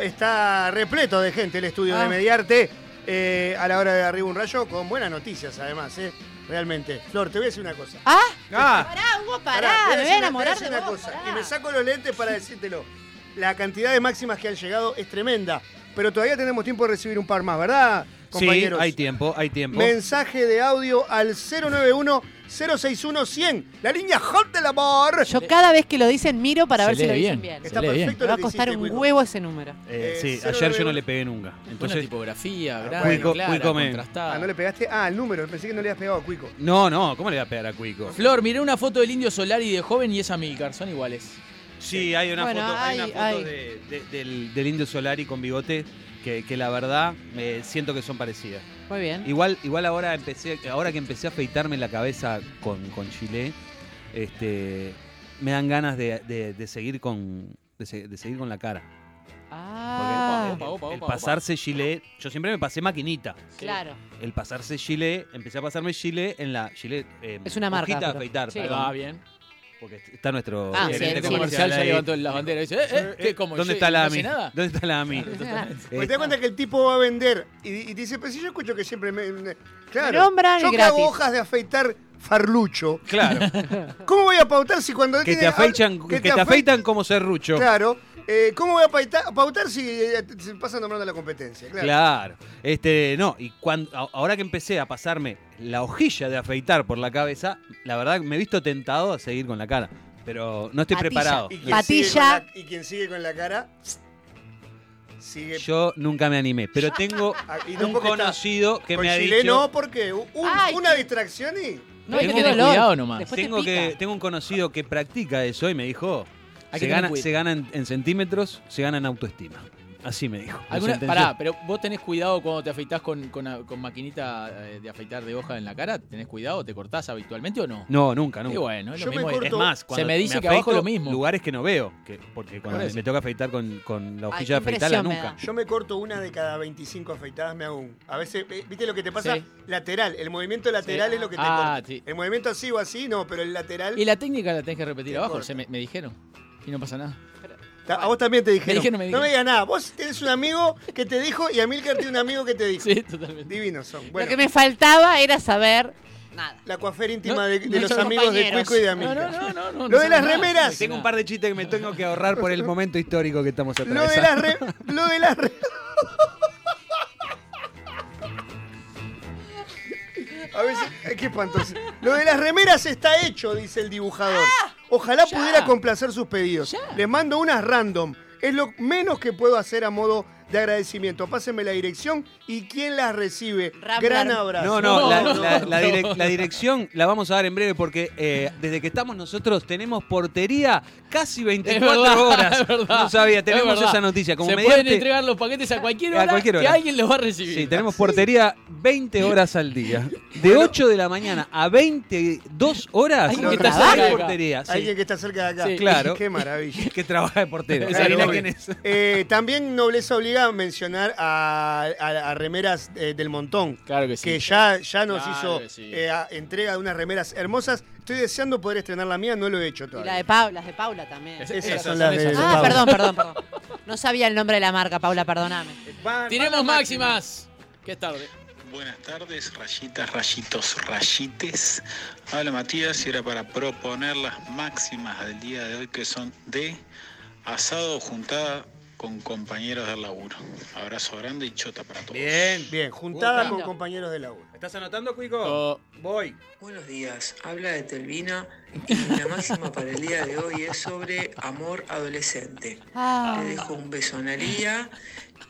Speaker 1: está repleto de gente el estudio
Speaker 5: Ah.
Speaker 1: de Mediarte eh, a la hora de arriba un rayo, con buenas noticias además, ¿eh? Realmente. Flor, te voy a decir una cosa.
Speaker 5: Ah,
Speaker 6: Ah,
Speaker 3: Pará, Hugo,
Speaker 1: Pará,
Speaker 3: pará, me
Speaker 1: te
Speaker 3: voy
Speaker 1: decir
Speaker 3: a
Speaker 1: una-
Speaker 3: enamorar
Speaker 1: te
Speaker 3: de
Speaker 1: voy a decir
Speaker 3: vos.
Speaker 1: una cosa,
Speaker 3: pará.
Speaker 1: Y me saco los lentes para decírtelo. La cantidad de máximas que han llegado es tremenda, pero todavía tenemos tiempo de recibir un par más, ¿verdad,
Speaker 6: sí,
Speaker 1: compañeros?
Speaker 6: hay tiempo, hay tiempo.
Speaker 1: Mensaje de audio al 091-061-100. La línea hot del amor.
Speaker 5: yo cada vez que lo dicen miro para
Speaker 7: Se
Speaker 5: ver si
Speaker 7: lee
Speaker 5: lo dicen
Speaker 7: bien.
Speaker 5: bien.
Speaker 1: Está
Speaker 7: lee bien.
Speaker 5: Me
Speaker 1: perfecto
Speaker 5: va
Speaker 1: lo
Speaker 5: a
Speaker 1: que
Speaker 5: costar
Speaker 1: hiciste,
Speaker 5: un
Speaker 1: Cuico.
Speaker 5: huevo ese número.
Speaker 6: Eh, sí,
Speaker 1: Eh,
Speaker 6: ayer yo no
Speaker 1: 091.
Speaker 6: le pegué nunca.
Speaker 7: Entonces,
Speaker 6: Entonces,
Speaker 1: Ah,
Speaker 7: tipografía, grande,
Speaker 1: Cuico-
Speaker 7: clara,
Speaker 6: Cuico me-
Speaker 7: contrastada.
Speaker 1: Ah, no le pegaste. Ah, el número. Pensé que no le habías pegado a Cuico.
Speaker 6: no, no, ¿cómo le voy a pegar a Cuico?
Speaker 7: Flor, miré una foto del indio Solari de joven y es Amilcar, son iguales.
Speaker 6: Sí, hay una
Speaker 5: Bueno,
Speaker 6: foto, hay,
Speaker 5: hay-
Speaker 6: una foto
Speaker 5: hay.
Speaker 6: de- de- del, del Indio Solari con bigote que, que la verdad eh, siento que son parecidas.
Speaker 5: Muy bien.
Speaker 6: Igual, igual ahora empecé, ahora que empecé a afeitarme la cabeza con, con Chile, este, me dan ganas de, de- de seguir con de, se- de seguir con la cara.
Speaker 5: Ah,
Speaker 7: Opa, opa,
Speaker 6: el
Speaker 7: opa,
Speaker 6: pasarse Chile, yo siempre me pasé maquinita.
Speaker 5: claro.
Speaker 6: El pasarse Chile, empecé a pasarme Chile en la Chile. em,
Speaker 5: Es una marca,
Speaker 6: Hojita de
Speaker 5: pero-
Speaker 6: afeitar,
Speaker 5: sí.
Speaker 7: Ahí
Speaker 6: perdón,
Speaker 7: va Ah, bien.
Speaker 6: porque está nuestro
Speaker 5: Ah,
Speaker 7: el
Speaker 6: gerente
Speaker 5: sí,
Speaker 7: gerente
Speaker 5: sí.
Speaker 7: comercial
Speaker 6: comercial
Speaker 7: ya
Speaker 6: ahí.
Speaker 7: levantó las banderas y dice, eh, eh, ¿qué, cómo?
Speaker 6: ¿Dónde
Speaker 7: Che,
Speaker 6: está la
Speaker 7: ¿No
Speaker 6: AMI?
Speaker 7: hace nada?
Speaker 6: ¿Dónde está la AMI?
Speaker 1: Porque te das cuenta que el tipo va a vender y, y dice, pero si yo escucho que siempre me... me- claro,
Speaker 5: Me nombran
Speaker 1: yo
Speaker 5: y
Speaker 1: que hago
Speaker 5: gratis.
Speaker 1: hojas de afeitar farlucho.
Speaker 6: Claro,
Speaker 1: ¿Cómo voy a pautar si cuando...
Speaker 6: que
Speaker 1: tiene-
Speaker 6: te afeitan, que te
Speaker 1: afe-
Speaker 6: afeitan como serrucho.
Speaker 1: Claro. Eh, ¿Cómo voy a pauta- pautar si eh, se pasa nombrando la competencia? Claro.
Speaker 6: Claro. Este, no, y cuando a- ahora que empecé a pasarme la hojilla de afeitar por la cabeza, la verdad me he visto tentado a seguir con la cara, pero no estoy
Speaker 5: Patilla.
Speaker 6: preparado.
Speaker 1: Y quien
Speaker 5: Patilla.
Speaker 1: sigue con la- y quien sigue con la cara... Sigue...
Speaker 6: Yo nunca me animé, pero tengo
Speaker 1: Ah, y
Speaker 6: un
Speaker 1: tampoco está-
Speaker 6: conocido que
Speaker 1: con
Speaker 6: me ha
Speaker 1: Chile no,
Speaker 6: dicho
Speaker 1: porque un-
Speaker 5: Ay,
Speaker 1: una distracción y...
Speaker 5: No,
Speaker 7: Tengo
Speaker 5: y qué
Speaker 7: que tener
Speaker 5: dolor.
Speaker 7: cuidado nomás.
Speaker 5: Después te
Speaker 6: tengo que
Speaker 5: pica.
Speaker 6: tengo un conocido que practica eso y me dijo
Speaker 7: Hay que
Speaker 6: se
Speaker 7: tener
Speaker 6: gana,
Speaker 7: cuidado.
Speaker 6: se gana en, en centímetros, se gana en autoestima. Así me dijo. me
Speaker 7: ¿Alguna,
Speaker 6: sentenció.
Speaker 7: pará, pero vos tenés cuidado cuando te afeitás con, con- con maquinita eh, de afeitar de hoja en la cara. ¿Tenés cuidado? ¿Te cortás habitualmente o no?
Speaker 6: No, nunca,
Speaker 7: Y
Speaker 6: nunca.
Speaker 7: bueno, es
Speaker 1: Yo
Speaker 7: lo
Speaker 1: me
Speaker 7: mismo.
Speaker 1: corto-
Speaker 6: Es más, cuando
Speaker 7: me dice que
Speaker 6: afeito,
Speaker 7: abajo lo mismo.
Speaker 6: Lugares que no veo, que, porque cuando
Speaker 7: Por
Speaker 6: me,
Speaker 7: eso.
Speaker 6: me toca afeitar con, con la
Speaker 5: Ay,
Speaker 6: hojilla
Speaker 5: qué
Speaker 6: de afeitar la
Speaker 5: impresión me
Speaker 6: nuca.
Speaker 1: Yo me corto una de cada 25 afeitadas, me hago un. A veces, eh, ¿viste lo que te pasa?
Speaker 7: Sí.
Speaker 1: Lateral. El movimiento lateral
Speaker 7: Sí.
Speaker 1: es lo que te
Speaker 7: Ah,
Speaker 1: corta.
Speaker 7: sí.
Speaker 1: El movimiento así o así, no, pero el lateral.
Speaker 7: Y la técnica la tenés que repetir
Speaker 1: Te
Speaker 7: abajo,
Speaker 1: corta.
Speaker 7: se me, me dijeron. Y no pasa nada.
Speaker 1: Ta- A vos también te dijeron.
Speaker 7: dijeron, me
Speaker 1: No
Speaker 7: dijeron.
Speaker 1: me digas nada. Vos tenés un amigo que te dijo y Amilcar tiene un amigo que te dijo.
Speaker 7: Sí, totalmente.
Speaker 1: Divinos son.
Speaker 5: Lo
Speaker 1: Bueno,
Speaker 5: que me faltaba era saber nada.
Speaker 1: la coafer íntima
Speaker 7: No,
Speaker 1: de, de
Speaker 7: no
Speaker 1: los
Speaker 7: son
Speaker 1: amigos de
Speaker 5: compañeros.
Speaker 1: Cuico y de
Speaker 7: No,
Speaker 1: Amilcar.
Speaker 7: no, no, no, no,
Speaker 1: Lo de
Speaker 7: no sabe
Speaker 1: las
Speaker 7: nada,
Speaker 1: remeras.
Speaker 7: no
Speaker 6: Tengo un
Speaker 7: sabe
Speaker 6: par de chistes que me tengo que ahorrar por el momento histórico que estamos
Speaker 1: Lo de
Speaker 6: atravesando.
Speaker 1: las re... Lo de las re... A veces, ay, qué espantoso. Lo de las remeras está hecho, dice el dibujador. Ojalá pudiera complacer sus pedidos. Les mando unas random. Es lo menos que puedo hacer a modo de agradecimiento. Pásenme la dirección y quién las recibe.
Speaker 5: Ramblar.
Speaker 1: Gran abrazo.
Speaker 6: No, no, la,
Speaker 7: No,
Speaker 6: la-
Speaker 7: no,
Speaker 6: la
Speaker 7: no.
Speaker 6: direc- la dirección la vamos a dar en breve porque eh, desde que estamos nosotros tenemos portería casi 24
Speaker 7: Es verdad,
Speaker 6: horas.
Speaker 7: es verdad.
Speaker 6: no sabía,
Speaker 7: Es
Speaker 6: tenemos
Speaker 7: verdad.
Speaker 6: esa noticia. Como
Speaker 7: se
Speaker 6: mediante-
Speaker 7: pueden entregar los paquetes a cualquier
Speaker 6: A
Speaker 7: hora,
Speaker 6: cualquier
Speaker 7: que
Speaker 6: hora.
Speaker 7: alguien los va a recibir.
Speaker 6: Sí, tenemos portería 20 horas al día. De 8 de la mañana a 22 horas
Speaker 7: Alguien que
Speaker 6: está
Speaker 7: trabaja
Speaker 6: haciendo
Speaker 7: acá.
Speaker 6: portería. sí.
Speaker 1: Alguien que está cerca de acá.
Speaker 7: Sí.
Speaker 6: Claro.
Speaker 1: Qué maravilla.
Speaker 6: que trabaja de portero.
Speaker 1: Claro,
Speaker 6: Sabina,
Speaker 1: obvio.
Speaker 6: ¿quién es?
Speaker 1: Eh, también nobleza obliga a mencionar a, a- a remeras eh, del montón.
Speaker 7: Claro que sí.
Speaker 1: Que ya, ya nos
Speaker 7: Claro
Speaker 1: hizo
Speaker 7: que sí.
Speaker 1: eh, a- entrega de unas remeras hermosas. Estoy deseando poder estrenar la mía, no lo he hecho
Speaker 5: Y la
Speaker 1: todavía.
Speaker 5: de Paula, las de Paula también.
Speaker 7: Es-
Speaker 1: Esas
Speaker 7: Esas
Speaker 1: son
Speaker 7: son
Speaker 1: las de
Speaker 7: esas.
Speaker 5: Ah,
Speaker 1: Paula.
Speaker 5: perdón, perdón, perdón. No sabía el nombre de la marca, Paula, perdóname.
Speaker 7: Tiremos máximas. Qué tarde.
Speaker 12: Buenas tardes, rayitas, rayitos, rayites. Habla Matías y era para proponer las máximas del día de hoy que son de asado o juntada con compañeros del laburo. Abrazo grande y chota para todos.
Speaker 6: Bien.
Speaker 1: Bien, juntada
Speaker 5: Junta.
Speaker 1: con compañeros de la U.
Speaker 6: ¿Estás anotando, Cuico?
Speaker 7: Oh.
Speaker 6: Voy.
Speaker 13: Buenos días, habla de Telvina y la máxima para el día de hoy es sobre amor adolescente.
Speaker 5: Ah,
Speaker 13: Le dejo un beso a Analía,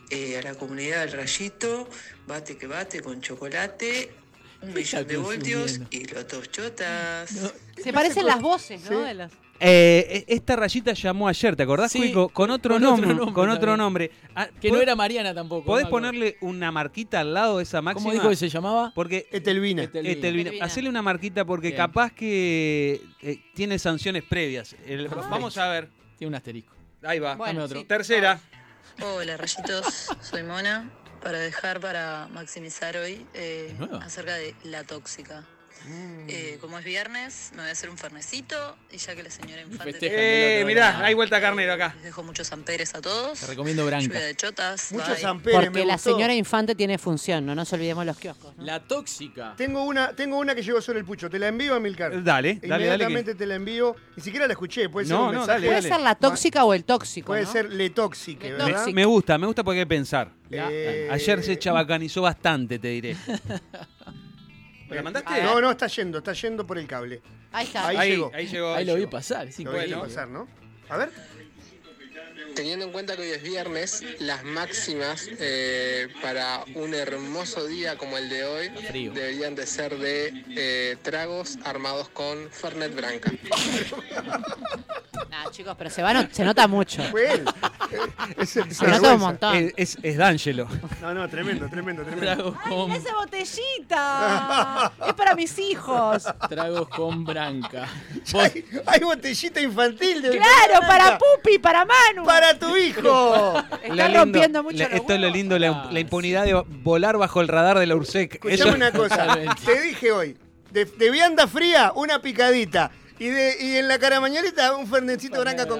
Speaker 13: eh, a la comunidad del Rayito, bate que bate con chocolate, un millón de voltios y los dos chotas.
Speaker 5: se parecen las voces, ¿no?
Speaker 1: Sí.
Speaker 5: De las-
Speaker 6: Eh, e- esta rayita llamó ayer, ¿te acordás,
Speaker 7: Sí,
Speaker 6: Cuico? Con otro
Speaker 7: con otro
Speaker 6: nombre.
Speaker 7: nombre
Speaker 6: con otro
Speaker 7: también.
Speaker 6: nombre. Ah,
Speaker 7: Que no
Speaker 6: ¿pod-
Speaker 7: era Mariana tampoco.
Speaker 6: ¿Podés
Speaker 7: no me acuerdo.
Speaker 6: ponerle una marquita al lado de esa máxima?
Speaker 7: ¿Cómo dijo que se llamaba?
Speaker 6: Porque.
Speaker 1: Etelvina.
Speaker 7: Etelvina.
Speaker 6: Etelvina,
Speaker 5: Etelvina.
Speaker 6: Hacele una marquita porque
Speaker 7: Bien.
Speaker 6: capaz que eh, tiene sanciones previas. El- vamos a ver.
Speaker 7: Ah, Tiene un asterisco.
Speaker 6: Ahí va.
Speaker 5: Bueno,
Speaker 7: Dame otro.
Speaker 5: sí.
Speaker 6: Tercera.
Speaker 14: Ah,
Speaker 13: Hola rayitos, soy Mona para dejar para maximizar hoy
Speaker 7: ¿Es nueva?
Speaker 13: acerca de la tóxica.
Speaker 5: Mm.
Speaker 14: Eh, como es viernes, me voy a hacer un fernecito y ya que la señora Infante...
Speaker 6: Eh,
Speaker 7: festeja en
Speaker 1: Eh,
Speaker 7: el otro
Speaker 4: mirá,
Speaker 7: lado.
Speaker 4: hay vuelta carnero acá.
Speaker 14: Les Eh, dejo muchos amperes a todos.
Speaker 7: Te recomiendo Branca.
Speaker 14: Lluvia de chotas. bye.
Speaker 5: Porque la señora Infante tiene función, no nos olvidemos los kioscos.
Speaker 7: La tóxica.
Speaker 1: Tengo una, tengo una que llegó sobre el pucho. Te la envío a Milcar.
Speaker 6: Dale, dale, dale.
Speaker 1: Inmediatamente te la envío. Ni siquiera la escuché. Puede ser
Speaker 6: No,
Speaker 1: un
Speaker 6: no,
Speaker 1: mensaje.
Speaker 6: dale,
Speaker 5: Puede ser la tóxica o el tóxico.
Speaker 1: Puede
Speaker 5: ¿no?
Speaker 1: ser le tóxique,
Speaker 6: Me-
Speaker 1: ¿verdad?
Speaker 6: Me, gusta, me gusta porque hay que pensar.
Speaker 1: Eh,
Speaker 6: Ayer se chabacanizó bastante, te diré.
Speaker 1: ¿Me
Speaker 6: la mandaste?
Speaker 1: No, no, está yendo, está yendo por el cable.
Speaker 5: Ahí
Speaker 1: está. Ahí, llegó. Lo vi pasar, ¿no? A ver.
Speaker 15: Teniendo en cuenta que hoy es viernes, las máximas eh, para un hermoso día como el de hoy
Speaker 7: frío.
Speaker 15: deberían de ser de eh, tragos armados con Fernet Branca.
Speaker 5: Nah, chicos, pero se, va no- se nota mucho.
Speaker 6: Es-
Speaker 5: nota un montón.
Speaker 6: Es, es, es D'Angelo.
Speaker 1: No, no, tremendo, tremendo,
Speaker 7: tremendo.
Speaker 5: Ay, mirá esa botellita. es para mis hijos.
Speaker 7: Tragos con branca.
Speaker 1: Hay, hay botellita infantil de
Speaker 5: Claro, para Pupi, para Manu.
Speaker 1: Para tu hijo.
Speaker 5: Está
Speaker 6: Lo lindo-
Speaker 5: rompiendo mucho
Speaker 6: la-
Speaker 5: los
Speaker 6: Esto es lo lindo, la, la impunidad de volar bajo el radar de la URSEC.
Speaker 1: Escuchame una cosa. Te dije hoy, de, de vianda fría, una picadita. Y, de, y en la cara mañanita, un fernecito branca con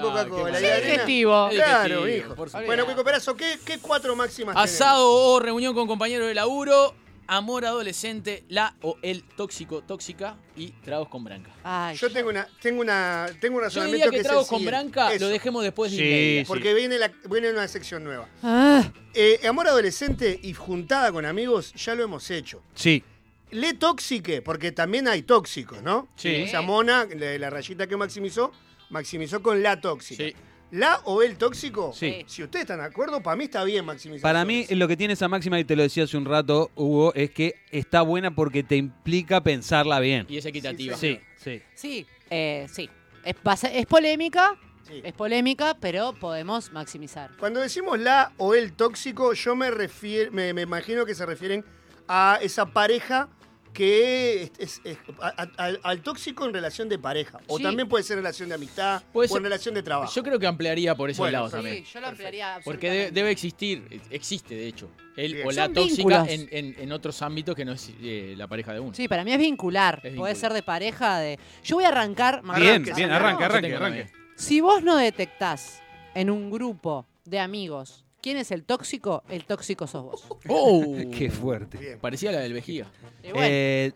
Speaker 7: mal.
Speaker 1: Coca-Cola. Y la
Speaker 7: Sí,
Speaker 1: arena-
Speaker 7: digestivo.
Speaker 1: Claro,
Speaker 7: Digestivo,
Speaker 1: hijo.
Speaker 7: por supuesto.
Speaker 1: Bueno, Cuico Perazo, ¿qué, qué cuatro máximas
Speaker 7: Asado o reunión con compañero de laburo, amor adolescente, la o el tóxico, tóxica y tragos con branca.
Speaker 1: tenés? Yo tengo una, tengo una, tengo un
Speaker 7: Yo
Speaker 1: razonamiento
Speaker 7: diría que
Speaker 1: es el
Speaker 7: tragos con
Speaker 1: siguiente.
Speaker 7: branca
Speaker 1: Eso.
Speaker 7: lo dejemos después de
Speaker 1: Sí,
Speaker 7: Inmedia.
Speaker 1: Porque viene, la, viene una sección nueva.
Speaker 5: Ah.
Speaker 1: Eh, amor adolescente y juntada con amigos, ya lo hemos hecho.
Speaker 6: Sí.
Speaker 1: Le tóxique, porque también hay tóxicos, ¿no?
Speaker 6: Sí.
Speaker 1: O sea, Mona, la, la rayita que maximizó, maximizó con la tóxica. La o el tóxico,
Speaker 6: Sí.
Speaker 1: si ustedes están de acuerdo, para mí está bien maximizar.
Speaker 6: Para mí, lo que tiene esa máxima, y te lo decía hace un rato, Hugo, es que está buena porque te implica pensarla bien.
Speaker 7: Y es equitativa.
Speaker 6: Sí, sí.
Speaker 5: Sí, eh, sí. Es, va a ser- es polémica, es polémica, pero podemos maximizar.
Speaker 1: Cuando decimos la o el tóxico, yo me, refier- me, me imagino que se refieren a esa pareja que es, es- es- a- a- al, al tóxico en relación de pareja. O
Speaker 7: Sí.
Speaker 1: también puede ser en relación de amistad
Speaker 7: Puede
Speaker 1: o en
Speaker 7: ser-
Speaker 1: relación de trabajo.
Speaker 7: Yo creo que ampliaría por esos
Speaker 1: Bueno,
Speaker 7: lados
Speaker 1: sí,
Speaker 7: también.
Speaker 5: yo lo ampliaría
Speaker 7: Porque de- debe existir, eh, existe de hecho, el
Speaker 5: Bien.
Speaker 7: o la
Speaker 5: Son
Speaker 7: tóxica
Speaker 5: vínculos.
Speaker 7: en, en- en otros ámbitos que no es eh, la pareja de uno.
Speaker 5: Sí, para mí es vincular. Puede
Speaker 7: vincular.
Speaker 5: ser de pareja, de... Yo voy a arrancar...
Speaker 7: Bien,
Speaker 5: Marranca.
Speaker 7: bien, arranque, Yo tengo arranque, arranque.
Speaker 5: Si vos no detectás en un grupo de amigos quién es el tóxico, el tóxico sos vos.
Speaker 7: ¡Oh!
Speaker 6: Qué fuerte.
Speaker 7: Parecía la del Vejiga.
Speaker 6: Eh,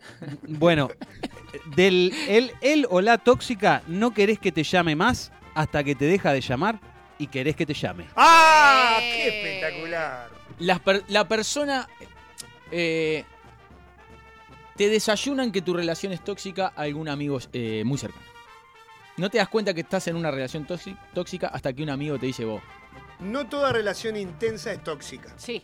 Speaker 6: bueno, del el, el o la tóxica, no querés que te llame más hasta que te deja de llamar y querés que te llame.
Speaker 1: ¡Ah! ¡Qué
Speaker 5: Eh.
Speaker 1: espectacular!
Speaker 7: Las per- la persona. eh, te desayunan que tu relación es tóxica a algún amigo eh, muy cercano. No te das cuenta que estás en una relación tóxi- tóxica hasta que un amigo te dice vos.
Speaker 1: No toda relación intensa es tóxica.
Speaker 5: Sí.